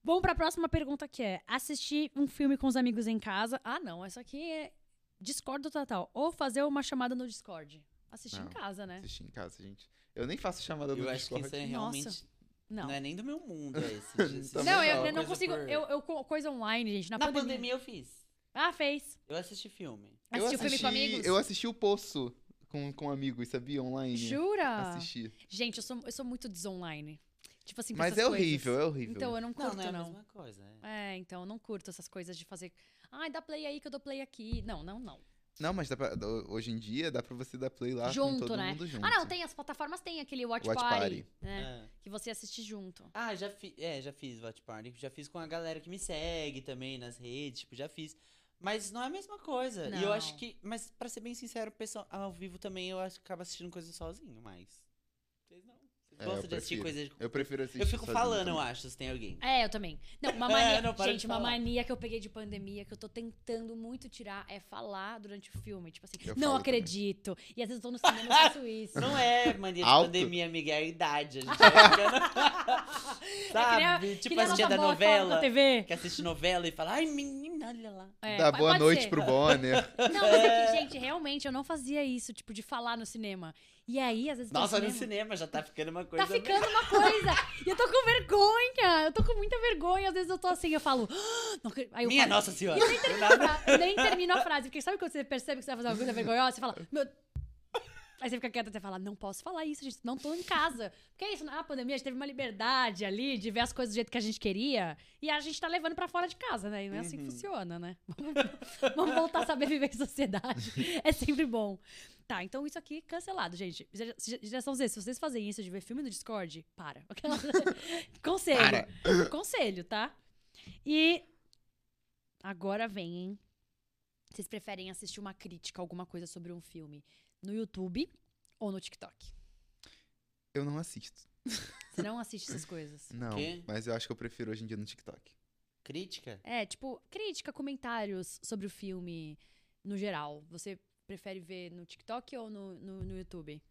[SPEAKER 1] Vamos pra próxima pergunta que é: assistir um filme com os amigos em casa. Ah, não, essa aqui é Discord total. Ou fazer uma chamada no Discord. Assistir em
[SPEAKER 2] Não.
[SPEAKER 1] casa, né?
[SPEAKER 2] Assistir em casa, gente. Eu nem faço chamada
[SPEAKER 3] Eu
[SPEAKER 2] no
[SPEAKER 3] acho que
[SPEAKER 2] Discord.
[SPEAKER 3] isso é
[SPEAKER 1] Nossa.
[SPEAKER 3] realmente.
[SPEAKER 1] Não.
[SPEAKER 3] Não. é nem do meu mundo esse.
[SPEAKER 2] [LAUGHS]
[SPEAKER 3] de assistir.
[SPEAKER 2] Também
[SPEAKER 1] Não, eu,
[SPEAKER 2] não,
[SPEAKER 1] eu não
[SPEAKER 3] Coisa
[SPEAKER 1] consigo.
[SPEAKER 3] por-
[SPEAKER 1] Eu, eu co- coisa online, gente. Na,
[SPEAKER 3] Na pandemia. eu fiz.
[SPEAKER 1] Ah, fez.
[SPEAKER 3] Eu assisti filme.
[SPEAKER 2] Eu
[SPEAKER 1] Assistiu filme com
[SPEAKER 2] assisti-
[SPEAKER 1] amigos?
[SPEAKER 2] Eu assisti o Poço com, com amigos, sabia? Online.
[SPEAKER 1] Jura?
[SPEAKER 2] Assisti.
[SPEAKER 1] Gente, eu sou, eu sou muito desonline. Tipo assim, pra
[SPEAKER 2] Mas
[SPEAKER 1] essas
[SPEAKER 2] é horrível,
[SPEAKER 1] coisas.
[SPEAKER 2] é horrível.
[SPEAKER 1] Então eu não curto,
[SPEAKER 3] não, não é
[SPEAKER 1] não.
[SPEAKER 3] a mesma coisa. né?
[SPEAKER 1] É, então eu não curto essas coisas de fazer. Ai, dá play aí que eu dou play aqui. Não, não, não.
[SPEAKER 2] Não, mas dá pra- do- hoje em dia dá pra você dar play lá
[SPEAKER 1] Junto,
[SPEAKER 2] com todo
[SPEAKER 1] né?
[SPEAKER 2] mundo junto.
[SPEAKER 1] Ah, não, tem as plataformas, tem aquele Watch,
[SPEAKER 2] Watch
[SPEAKER 1] Party,
[SPEAKER 2] Party.
[SPEAKER 1] né?
[SPEAKER 3] É.
[SPEAKER 1] Que você assiste junto.
[SPEAKER 3] Ah, já fiz. É, já fiz Watch Party. Já fiz com a galera que me segue também nas redes. Tipo, já fiz. Mas não é a mesma coisa. E eu acho
[SPEAKER 1] Não.
[SPEAKER 3] que. Mas pra ser bem sincero, pessoal, ao vivo também eu acho que acabo assistindo coisas sozinho, mas. Vocês não. Vocês
[SPEAKER 2] É, eu
[SPEAKER 3] gostam de assistir
[SPEAKER 2] prefiro.
[SPEAKER 3] coisas.
[SPEAKER 2] Eu prefiro assistir.
[SPEAKER 3] Eu fico
[SPEAKER 2] sozinho
[SPEAKER 3] falando, eu
[SPEAKER 2] também.
[SPEAKER 3] acho, se tem [LAUGHS] alguém.
[SPEAKER 1] É, eu também. Não, uma mania.
[SPEAKER 3] [LAUGHS] É, não, para de
[SPEAKER 1] gente, uma
[SPEAKER 3] falar.
[SPEAKER 1] mania que eu peguei de pandemia, que eu tô tentando muito tirar, é falar durante o filme. Tipo assim, não
[SPEAKER 2] Eu falo também.
[SPEAKER 1] acredito. E às vezes eu tô no cinema e faço isso.
[SPEAKER 3] Não é mania de
[SPEAKER 2] Alto.
[SPEAKER 3] pandemia, amiga, é a idade. A [LAUGHS] gente vai ficando-
[SPEAKER 1] É
[SPEAKER 3] Sabe?
[SPEAKER 1] Que
[SPEAKER 3] tipo,
[SPEAKER 1] nem a
[SPEAKER 3] assistir a
[SPEAKER 1] nossa
[SPEAKER 3] da
[SPEAKER 1] avó que fala na
[SPEAKER 3] novela.
[SPEAKER 1] TV.
[SPEAKER 3] Que assiste novela e fala, ai, menina, olha lá.
[SPEAKER 1] É,
[SPEAKER 2] Dá
[SPEAKER 1] pa-
[SPEAKER 2] boa
[SPEAKER 1] pode
[SPEAKER 2] noite
[SPEAKER 1] ser.
[SPEAKER 2] pro Bonner.
[SPEAKER 1] Não, mas
[SPEAKER 3] [LAUGHS]
[SPEAKER 1] é que, gente, realmente eu não fazia isso, tipo, de falar no cinema. E aí, às vezes. tô
[SPEAKER 3] Nossa,
[SPEAKER 1] no
[SPEAKER 3] no
[SPEAKER 1] cinema,
[SPEAKER 3] cinema já tá ficando uma coisa.
[SPEAKER 1] Tá ficando uma coisa. E eu tô com vergonha. Eu tô com muita vergonha. Às vezes eu tô assim, eu falo. "Ah, não acredito." Aí eu
[SPEAKER 3] Minha
[SPEAKER 1] falo,
[SPEAKER 3] nossa
[SPEAKER 1] [LAUGHS] E
[SPEAKER 3] senhora.
[SPEAKER 1] eu nem termino, a fra- eu nem termino a frase, porque sabe quando você percebe que você vai fazer uma coisa vergonhosa? Você fala, meu. Aí você fica quieta até falar, não posso falar isso, gente, não tô em casa. Porque é isso, na pandemia a gente teve uma liberdade ali de ver as coisas do jeito que a gente queria e a gente tá levando pra fora de casa, né? E não é assim que
[SPEAKER 3] Uhum.
[SPEAKER 1] funciona, né? Vamos, vamos voltar a saber viver em sociedade. [LAUGHS] É sempre bom. Tá, então isso aqui cancelado, gente. Gera- Geração Z, se vocês fazem isso de ver filme no Discord, para. [LAUGHS] Aquela- Conselho. [LAUGHS] Conselho, tá? E agora vem, hein? Vocês preferem assistir uma crítica, alguma coisa sobre um filme no YouTube ou no TikTok?
[SPEAKER 2] Eu não assisto.
[SPEAKER 1] Você não assiste essas coisas.
[SPEAKER 2] Não.
[SPEAKER 3] Quê?
[SPEAKER 2] Mas eu acho que eu prefiro hoje em dia no TikTok.
[SPEAKER 3] Crítica?
[SPEAKER 1] É, tipo, crítica, comentários sobre o filme no geral. Você prefere ver no TikTok ou no, no, no YouTube?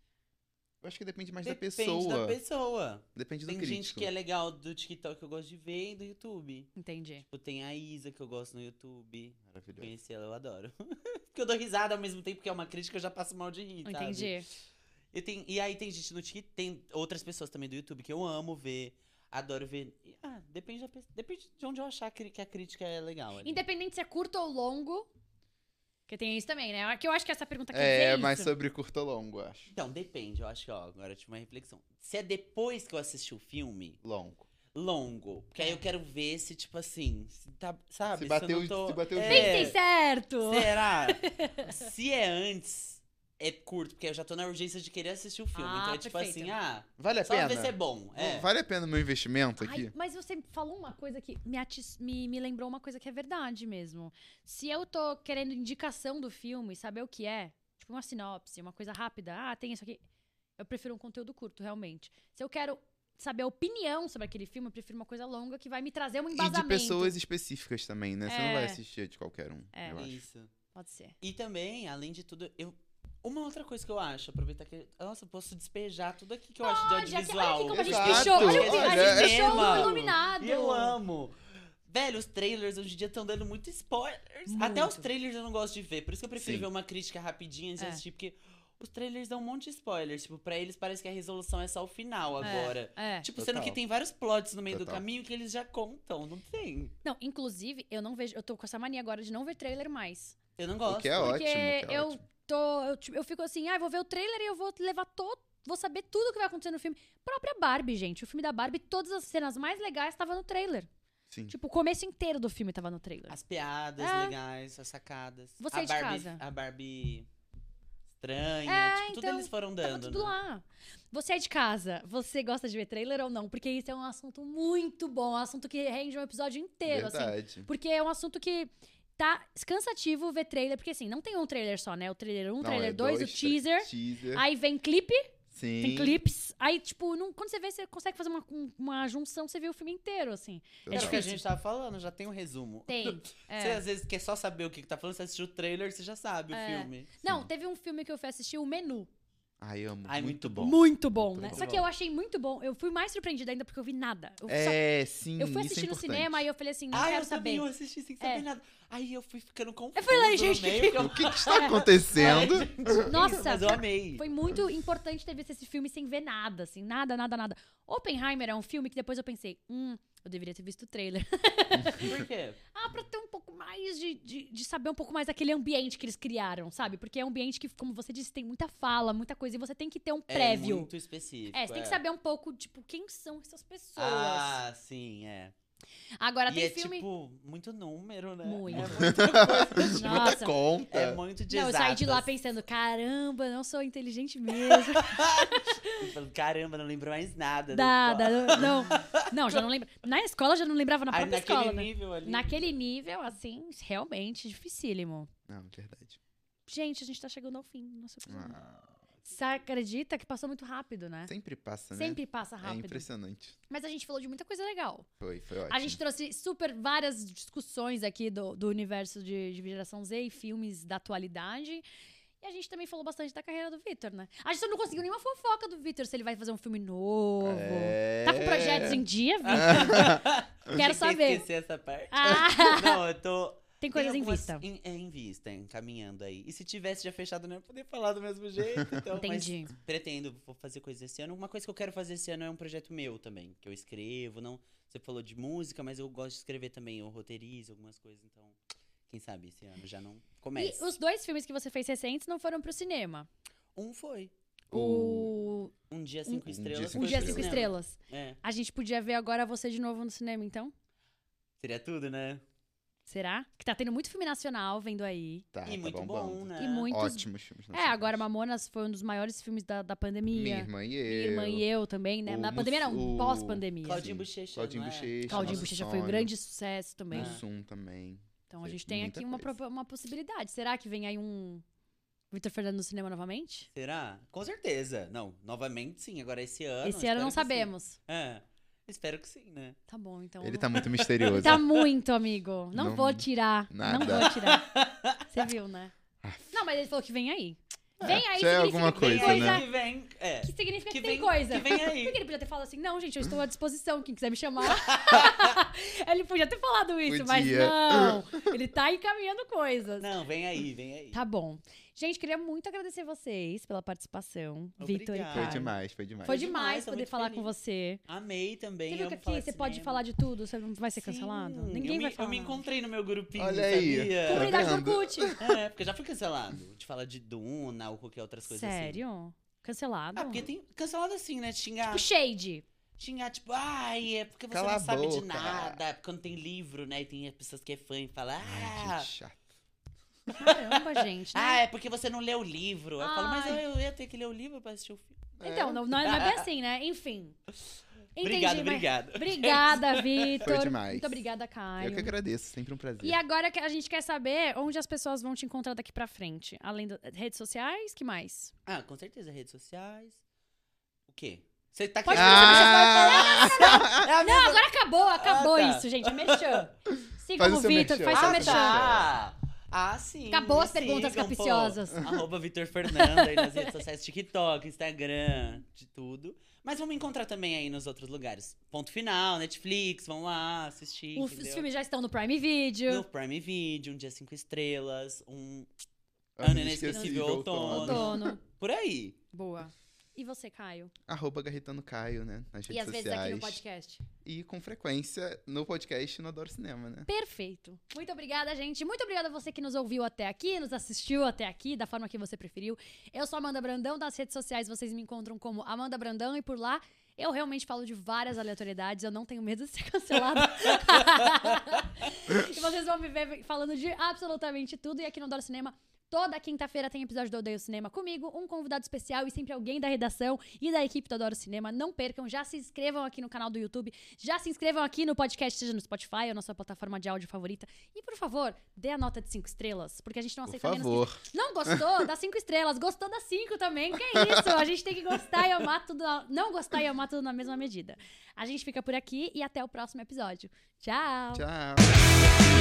[SPEAKER 2] Eu acho que depende mais
[SPEAKER 3] Depende
[SPEAKER 2] da pessoa.
[SPEAKER 3] da pessoa.
[SPEAKER 2] Depende do
[SPEAKER 3] Tem
[SPEAKER 2] crítico.
[SPEAKER 3] gente que é legal do TikTok que eu gosto de ver e do YouTube.
[SPEAKER 1] Entendi.
[SPEAKER 3] Tipo, tem a Isa que eu gosto no YouTube.
[SPEAKER 2] Maravilhoso.
[SPEAKER 3] Conheci ela, eu adoro. [LAUGHS] Porque eu dou risada ao mesmo tempo que é uma crítica, eu já passo mal de rir, tá sabe?
[SPEAKER 1] Entendi.
[SPEAKER 3] E, tem- e aí tem gente no TikTok, tem outras pessoas também do YouTube que eu amo ver, adoro ver. E, ah, depende, da pe- depende de onde eu achar que, que a crítica é legal. ali.
[SPEAKER 1] Independente se é curto ou longo. Porque tem isso também, né? Que eu acho que essa pergunta quer
[SPEAKER 2] É,
[SPEAKER 1] dizer
[SPEAKER 2] mas
[SPEAKER 1] isso.
[SPEAKER 2] sobre curto ou longo, eu acho.
[SPEAKER 3] Então, depende, eu acho que, ó, agora eu tive uma reflexão. Se é depois que eu assisti o filme,
[SPEAKER 2] Longo.
[SPEAKER 3] longo. Porque
[SPEAKER 1] É.
[SPEAKER 3] aí eu quero ver se, tipo assim, se tá, sabe?
[SPEAKER 2] Se bateu-
[SPEAKER 3] eu não tô-
[SPEAKER 2] se bateu o
[SPEAKER 3] é,
[SPEAKER 1] [LAUGHS]
[SPEAKER 2] jeito.
[SPEAKER 1] Pensei certo!
[SPEAKER 3] Será? se é antes, é curto, porque eu já tô na urgência de querer assistir o filme.
[SPEAKER 1] Ah,
[SPEAKER 3] então é tipo
[SPEAKER 1] perfeito.
[SPEAKER 3] assim, ah,
[SPEAKER 2] Vale a
[SPEAKER 3] só pra ver se é
[SPEAKER 2] pena?
[SPEAKER 3] bom. É.
[SPEAKER 2] Vale a pena o meu investimento
[SPEAKER 1] Ai,
[SPEAKER 2] aqui?
[SPEAKER 1] mas você falou uma coisa que me, atis- me, me lembrou uma coisa que é verdade mesmo. Se eu tô querendo indicação do filme, saber o que é, tipo uma sinopse, uma coisa rápida, ah, tem isso aqui. Eu prefiro um conteúdo curto, realmente. Se eu quero saber a opinião sobre aquele filme, eu prefiro uma coisa longa que vai me trazer um
[SPEAKER 2] E
[SPEAKER 1] embasamento.
[SPEAKER 2] de pessoas específicas também, né? Você não vai
[SPEAKER 1] É.
[SPEAKER 2] assistir de qualquer um, eu acho.
[SPEAKER 3] Isso.
[SPEAKER 1] Pode ser.
[SPEAKER 3] E também, além de tudo, eu. Uma outra coisa que eu acho, aproveitar que. Nossa, eu posso despejar tudo aqui que eu acho de
[SPEAKER 1] Olha, aqui-
[SPEAKER 3] audiovisual.
[SPEAKER 1] olha aqui como a gente
[SPEAKER 2] Exato. É,
[SPEAKER 1] pichou. Olha, o que- a
[SPEAKER 2] Olha,
[SPEAKER 1] gente pichou
[SPEAKER 3] cinema.
[SPEAKER 1] no iluminado.
[SPEAKER 3] E eu amo. Velho, os trailers hoje em dia estão dando muito spoilers.
[SPEAKER 1] Muito.
[SPEAKER 3] Até os trailers eu não gosto de ver. Por isso que eu prefiro
[SPEAKER 2] Sim.
[SPEAKER 3] ver uma crítica rapidinha antes de
[SPEAKER 1] É.
[SPEAKER 3] assistir, porque os trailers dão um monte de spoilers. Tipo, pra eles parece que a resolução é só o final
[SPEAKER 1] É,
[SPEAKER 3] agora.
[SPEAKER 1] É.
[SPEAKER 3] Tipo,
[SPEAKER 2] Total.
[SPEAKER 3] sendo que tem vários plots no meio do
[SPEAKER 2] Total.
[SPEAKER 3] caminho que eles já contam. Não tem.
[SPEAKER 1] Não, inclusive, eu não vejo. Eu tô com essa mania agora de não ver trailer mais.
[SPEAKER 3] Eu não gosto.
[SPEAKER 2] O que é ótimo.
[SPEAKER 1] Porque
[SPEAKER 2] que é
[SPEAKER 1] eu
[SPEAKER 2] ótimo.
[SPEAKER 1] tô. Eu, tipo, eu fico assim, ah, eu vou ver o trailer e eu vou levar todo. Vou saber tudo o que vai acontecer no filme. Própria Barbie, gente. O filme da Barbie, todas as cenas mais legais estavam no trailer.
[SPEAKER 2] Sim.
[SPEAKER 1] Tipo, o começo inteiro do filme tava no trailer.
[SPEAKER 3] As piadas
[SPEAKER 1] É.
[SPEAKER 3] legais, as sacadas.
[SPEAKER 1] Você é
[SPEAKER 3] a
[SPEAKER 1] de
[SPEAKER 3] Barbie,
[SPEAKER 1] casa.
[SPEAKER 3] A Barbie estranha.
[SPEAKER 1] É,
[SPEAKER 3] tipo, tudo
[SPEAKER 1] então,
[SPEAKER 3] eles foram
[SPEAKER 1] Tava
[SPEAKER 3] dando.
[SPEAKER 1] tudo
[SPEAKER 3] né?
[SPEAKER 1] lá. Você é de casa, você gosta de ver trailer ou não? Porque isso é um assunto muito bom, um assunto que rende um episódio inteiro, assim.
[SPEAKER 2] Verdade.
[SPEAKER 1] Porque é um assunto que tá cansativo ver trailer, porque assim, não tem um trailer só, né? O trailer 1, o
[SPEAKER 2] Não,
[SPEAKER 1] trailer
[SPEAKER 2] é
[SPEAKER 1] 2, o
[SPEAKER 2] dois,
[SPEAKER 1] teaser.
[SPEAKER 2] três, teaser.
[SPEAKER 1] Aí vem clipe,
[SPEAKER 2] Sim.
[SPEAKER 1] Tem clipes. Aí, tipo, não- quando você vê, você consegue fazer uma, um- uma junção, você vê o filme inteiro, assim.
[SPEAKER 3] É o que
[SPEAKER 2] Total.
[SPEAKER 3] a
[SPEAKER 1] difícil.
[SPEAKER 3] gente tava falando, já tem um resumo.
[SPEAKER 1] Tem. é.
[SPEAKER 3] Você às vezes quer só saber o que, que tá falando, você assistiu o trailer, você já sabe
[SPEAKER 1] É.
[SPEAKER 3] o filme.
[SPEAKER 1] Não, teve um filme que eu fui assistir, O Menu.
[SPEAKER 2] Ai, amo.
[SPEAKER 3] Ai, muito bom.
[SPEAKER 1] muito bom, né?
[SPEAKER 2] bom.
[SPEAKER 1] Só que eu achei muito bom. Eu fui mais surpreendida ainda porque eu vi nada. Eu, só-
[SPEAKER 2] É, sim,
[SPEAKER 1] eu fui
[SPEAKER 2] isso é
[SPEAKER 1] assistir no
[SPEAKER 2] importante.
[SPEAKER 1] cinema e eu falei assim, não
[SPEAKER 3] ah,
[SPEAKER 1] quero
[SPEAKER 3] eu sabia,
[SPEAKER 1] saber.
[SPEAKER 3] eu assisti sem saber
[SPEAKER 1] É.
[SPEAKER 3] nada. Aí eu fui ficando confusa.
[SPEAKER 1] Eu É. falei,
[SPEAKER 3] no
[SPEAKER 1] gente,
[SPEAKER 3] meio,
[SPEAKER 1] que-
[SPEAKER 3] porque [LAUGHS] eu-
[SPEAKER 2] O que, que
[SPEAKER 1] [LAUGHS]
[SPEAKER 2] está acontecendo? [LAUGHS]
[SPEAKER 3] Ai, gente,
[SPEAKER 1] Nossa,
[SPEAKER 3] Mas eu amei.
[SPEAKER 1] Foi muito importante ter visto esse filme sem ver nada, assim, nada, nada, nada. Oppenheimer é um filme que depois eu pensei, hum, eu deveria ter visto o trailer.
[SPEAKER 3] Por
[SPEAKER 1] [LAUGHS]
[SPEAKER 3] quê?
[SPEAKER 1] ah, pra ter um pouco mais de, de, de saber um pouco mais daquele ambiente que eles criaram, sabe? Porque é um ambiente que, como você disse, tem muita fala, muita coisa, e você tem que ter um
[SPEAKER 3] É
[SPEAKER 1] prévio.
[SPEAKER 3] muito específico.
[SPEAKER 1] É, você tem que saber um pouco, tipo, quem são essas pessoas.
[SPEAKER 3] Ah, sim, é.
[SPEAKER 1] Agora
[SPEAKER 3] e
[SPEAKER 1] tem
[SPEAKER 3] é [LAUGHS]
[SPEAKER 1] filme.
[SPEAKER 3] tipo, muito número, né?
[SPEAKER 1] Muito.
[SPEAKER 3] [LAUGHS] É muita coisa.
[SPEAKER 1] Nossa.
[SPEAKER 2] Tipo, Muita conta.
[SPEAKER 3] É muito de
[SPEAKER 1] Não, eu saí de lá
[SPEAKER 3] exatas.
[SPEAKER 1] pensando, caramba, não sou inteligente
[SPEAKER 3] [LAUGHS]
[SPEAKER 1] mesmo.
[SPEAKER 3] assim, Falando, Caramba, não lembro mais nada.
[SPEAKER 1] Nada, não. Não, já não lembro. Na escola já não lembrava na
[SPEAKER 3] Aí,
[SPEAKER 1] própria
[SPEAKER 3] naquele
[SPEAKER 1] escola, né?
[SPEAKER 3] nível ali.
[SPEAKER 1] Naquele nível, assim, realmente dificílimo.
[SPEAKER 2] Não, verdade.
[SPEAKER 1] Gente, a gente tá chegando ao fim do nosso episódio.
[SPEAKER 2] Ah,
[SPEAKER 1] Você acredita que passou muito rápido, né?
[SPEAKER 2] sempre passa, né?
[SPEAKER 1] Sempre passa
[SPEAKER 2] É
[SPEAKER 1] rápido.
[SPEAKER 2] impressionante.
[SPEAKER 1] Mas a gente falou de muita coisa legal.
[SPEAKER 2] Foi, foi ótimo.
[SPEAKER 1] A gente tá trouxe super várias discussões aqui do, do universo de, de geração Z e filmes da atualidade. E a gente também falou bastante da carreira do Vitor, né? A gente só não conseguiu nenhuma fofoca do Vitor, se ele vai fazer um filme novo.
[SPEAKER 2] É...
[SPEAKER 1] Tá com projetos em dia, Vitor?
[SPEAKER 3] [LAUGHS] Quero
[SPEAKER 1] Quero saber.
[SPEAKER 3] esquecer essa parte.
[SPEAKER 1] Ah,
[SPEAKER 3] Não, eu tô...
[SPEAKER 1] tem coisas
[SPEAKER 3] Tem
[SPEAKER 1] em
[SPEAKER 3] algumas
[SPEAKER 1] vista.
[SPEAKER 3] Em, é, em vista, encaminhando aí. E se tivesse já fechado, eu não ia poder falar do mesmo jeito. Então, mas
[SPEAKER 1] Entendi.
[SPEAKER 3] pretendo, vou fazer coisas esse ano. Uma coisa que eu quero fazer esse ano é um projeto meu também, que eu escrevo. Não, você falou de música, mas eu gosto de escrever também. Eu roteirizo algumas coisas, então, quem sabe esse ano já não
[SPEAKER 1] E
[SPEAKER 3] começa.
[SPEAKER 1] os dois filmes que você fez recentes não foram pro cinema.
[SPEAKER 3] Um foi.
[SPEAKER 1] O
[SPEAKER 3] Um dia cinco
[SPEAKER 2] Um
[SPEAKER 3] estrelas.
[SPEAKER 2] Dia
[SPEAKER 1] Um
[SPEAKER 2] Cinco
[SPEAKER 3] foi
[SPEAKER 1] Dia
[SPEAKER 3] pro
[SPEAKER 1] Cinco
[SPEAKER 3] cinema.
[SPEAKER 1] Estrelas.
[SPEAKER 3] É.
[SPEAKER 1] A gente podia ver agora você de novo no cinema, então?
[SPEAKER 3] Seria tudo, né?
[SPEAKER 1] Será? Que tá tendo muito filme nacional vendo aí.
[SPEAKER 2] Tá,
[SPEAKER 3] e
[SPEAKER 2] tá
[SPEAKER 3] muito
[SPEAKER 2] bombando.
[SPEAKER 3] bom, né?
[SPEAKER 1] E muitos
[SPEAKER 2] Ótimos filmes.
[SPEAKER 1] É, agora
[SPEAKER 2] nacionais.
[SPEAKER 1] Mamonas foi um dos maiores filmes da, da
[SPEAKER 2] Minha
[SPEAKER 1] pandemia.
[SPEAKER 2] irmã e eu.
[SPEAKER 1] Minha irmã e eu também, né?
[SPEAKER 2] O
[SPEAKER 1] Na pandemia não,
[SPEAKER 2] Mussum,
[SPEAKER 1] pós-pandemia.
[SPEAKER 2] Claudinho
[SPEAKER 3] Claudinho
[SPEAKER 2] Sim.
[SPEAKER 3] Bochecha.
[SPEAKER 2] Claudinho
[SPEAKER 3] não é?
[SPEAKER 2] Bochecha.
[SPEAKER 1] Claudinho
[SPEAKER 2] Nosso
[SPEAKER 1] Bochecha foi um
[SPEAKER 2] Sonho.
[SPEAKER 1] grande sucesso também.
[SPEAKER 3] Ah.
[SPEAKER 2] Mussum também.
[SPEAKER 1] Então a
[SPEAKER 2] É. Fez
[SPEAKER 1] gente tem
[SPEAKER 2] muita
[SPEAKER 1] aqui uma,
[SPEAKER 2] coisa.
[SPEAKER 1] pro- uma possibilidade. Será que vem aí um Vitor Fernando no cinema novamente?
[SPEAKER 3] Será? Com certeza. Não, novamente sim, agora esse ano.
[SPEAKER 1] Esse ano
[SPEAKER 3] Ah, espero
[SPEAKER 1] não
[SPEAKER 3] que sim.
[SPEAKER 1] sabemos.
[SPEAKER 3] É. Espero que sim, né?
[SPEAKER 1] Tá bom, então.
[SPEAKER 2] Ele
[SPEAKER 1] não-
[SPEAKER 2] tá
[SPEAKER 1] [LAUGHS]
[SPEAKER 2] muito
[SPEAKER 1] Ele
[SPEAKER 2] misterioso.
[SPEAKER 1] tá muito, amigo. Não,
[SPEAKER 2] Não-
[SPEAKER 1] vou tirar. Não
[SPEAKER 2] nada.
[SPEAKER 1] vou tirar.
[SPEAKER 3] [LAUGHS]
[SPEAKER 1] Você viu, né? Não, mas ele falou que vem aí. Vem aí,
[SPEAKER 2] já é
[SPEAKER 1] significa
[SPEAKER 2] alguma
[SPEAKER 1] que
[SPEAKER 3] Vem
[SPEAKER 1] tem
[SPEAKER 2] coisa,
[SPEAKER 3] aí
[SPEAKER 2] né?
[SPEAKER 3] que vem. É.
[SPEAKER 1] Que significa que,
[SPEAKER 3] Que
[SPEAKER 1] tem
[SPEAKER 3] vem-
[SPEAKER 1] coisa.
[SPEAKER 3] que vem aí.
[SPEAKER 1] Por que ele podia ter falado assim, não, gente, eu estou à disposição, quem quiser me
[SPEAKER 3] [LAUGHS]
[SPEAKER 1] chamar. ele podia ter falado isso, mas
[SPEAKER 2] Podia.
[SPEAKER 1] não. Ele tá encaminhando coisas.
[SPEAKER 3] Não, vem aí, vem aí.
[SPEAKER 1] Tá bom. Gente, queria muito agradecer vocês pela participação, Vitor e Carla.
[SPEAKER 3] Obrigado.
[SPEAKER 2] Foi demais, foi demais.
[SPEAKER 1] Foi
[SPEAKER 3] demais,
[SPEAKER 1] demais
[SPEAKER 3] tô
[SPEAKER 1] poder
[SPEAKER 3] muito
[SPEAKER 1] falar
[SPEAKER 3] feliz.
[SPEAKER 1] com você.
[SPEAKER 3] Amei também.
[SPEAKER 1] Você viu
[SPEAKER 3] amo
[SPEAKER 1] que aqui
[SPEAKER 3] falar de
[SPEAKER 1] você pode
[SPEAKER 3] cinema.
[SPEAKER 1] falar de tudo, você não vai ser cancelado?
[SPEAKER 3] assim, né? Sim,
[SPEAKER 1] Ninguém
[SPEAKER 3] eu
[SPEAKER 1] vai
[SPEAKER 3] me,
[SPEAKER 1] falar.
[SPEAKER 3] Eu me encontrei no meu grupinho,
[SPEAKER 2] Olha aí. [LAUGHS]
[SPEAKER 3] sabia?
[SPEAKER 1] Comunidade do
[SPEAKER 2] vendo?
[SPEAKER 1] Orkut.
[SPEAKER 3] É, porque já fui cancelado. De falar de Duna ou qualquer outras coisas assim.
[SPEAKER 1] Sério? Cancelado?
[SPEAKER 3] Ah, porque tem cancelado assim, né? Xingar,
[SPEAKER 1] Tipo shade.
[SPEAKER 3] xingar tipo, ai, é porque você
[SPEAKER 2] Cala a
[SPEAKER 3] não sabe de
[SPEAKER 2] boca."
[SPEAKER 3] nada. Porque não tem livro, né? é E tem as pessoas que é fã e fala,
[SPEAKER 2] Ai,
[SPEAKER 3] ah,
[SPEAKER 2] gente chata.
[SPEAKER 1] Caramba, gente. né?
[SPEAKER 3] Ah, é porque você não leu o livro. Eu falo, mas eu,
[SPEAKER 1] Ai.
[SPEAKER 3] eu ia ter que ler o livro pra assistir o filme.
[SPEAKER 1] Então, não, não é não é bem assim, né? Enfim. Entendi,
[SPEAKER 3] obrigado,
[SPEAKER 1] mas-
[SPEAKER 3] obrigado.
[SPEAKER 1] Obrigada, Vitor.
[SPEAKER 2] [LAUGHS] Foi demais.
[SPEAKER 1] Muito obrigada, Caio.
[SPEAKER 2] Eu que agradeço, sempre um prazer.
[SPEAKER 1] E agora que a gente quer saber onde as pessoas vão te encontrar daqui pra frente. Além das redes sociais, que mais?
[SPEAKER 3] Ah, com certeza, redes sociais. O quê? Você tá
[SPEAKER 1] Pode
[SPEAKER 3] querendo saber se
[SPEAKER 2] Ah!
[SPEAKER 3] eu- É a minha-
[SPEAKER 1] Não, agora acabou, acabou
[SPEAKER 3] Ah, tá.
[SPEAKER 1] isso, gente. É merchan.
[SPEAKER 2] [LAUGHS]
[SPEAKER 1] Siga
[SPEAKER 2] Faz o
[SPEAKER 1] o
[SPEAKER 2] seu
[SPEAKER 1] Vitor,
[SPEAKER 2] merchan.
[SPEAKER 1] faz seu
[SPEAKER 2] Ah,
[SPEAKER 1] merchan.
[SPEAKER 3] tá. Ah, sim.
[SPEAKER 1] Acabou
[SPEAKER 3] me
[SPEAKER 1] as perguntas
[SPEAKER 3] sigam, pô.
[SPEAKER 1] capciosas.
[SPEAKER 3] Arroba Vitor Fernanda aí nas redes sociais, TikTok, Instagram, de tudo. Mas vão me encontrar também aí nos outros lugares. Ponto final, Netflix, vão lá assistir.
[SPEAKER 1] Os, os
[SPEAKER 3] entendeu?
[SPEAKER 1] filmes já estão no Prime Video.
[SPEAKER 3] No Prime Video, um dia cinco estrelas, um.
[SPEAKER 2] Ano
[SPEAKER 3] Ano
[SPEAKER 2] inesquecível,
[SPEAKER 3] inesquecível, outono.
[SPEAKER 2] outono.
[SPEAKER 1] Outono.
[SPEAKER 3] Por aí.
[SPEAKER 1] Boa. E você, Caio?
[SPEAKER 2] Arroba Garritano Caio, né? Nas redes
[SPEAKER 1] E às
[SPEAKER 2] sociais.
[SPEAKER 1] vezes aqui no podcast.
[SPEAKER 2] E com frequência no podcast no Adoro Cinema, né?
[SPEAKER 1] Perfeito. Muito obrigada, gente. Muito obrigada a você que nos ouviu até aqui, nos assistiu até aqui, da forma que você preferiu. Eu sou Amanda Brandão, das redes sociais vocês me encontram como Amanda Brandão e por lá eu realmente falo de várias aleatoriedades, eu não tenho medo de ser [LAUGHS] cancelada. e Então, vocês vão me ver falando de absolutamente tudo e aqui no Adoro Cinema. Toda quinta-feira tem episódio do Odeio Cinema comigo, um convidado especial e sempre alguém da redação e da equipe do Adoro Cinema. Não percam, já se inscrevam aqui no canal do YouTube, já se inscrevam aqui no podcast, seja no Spotify ou na sua plataforma de áudio favorita. E, por favor, dê a nota de cinco estrelas, porque a gente não
[SPEAKER 2] Por
[SPEAKER 1] aceita menos que
[SPEAKER 2] favor.
[SPEAKER 1] não gostou? Dá cinco estrelas. Gostou? Dá cinco também. Que é isso? A gente tem que gostar e amar tudo. na- Não gostar e amar tudo na mesma medida. A gente fica por aqui e até o próximo episódio. Tchau!
[SPEAKER 2] Tchau.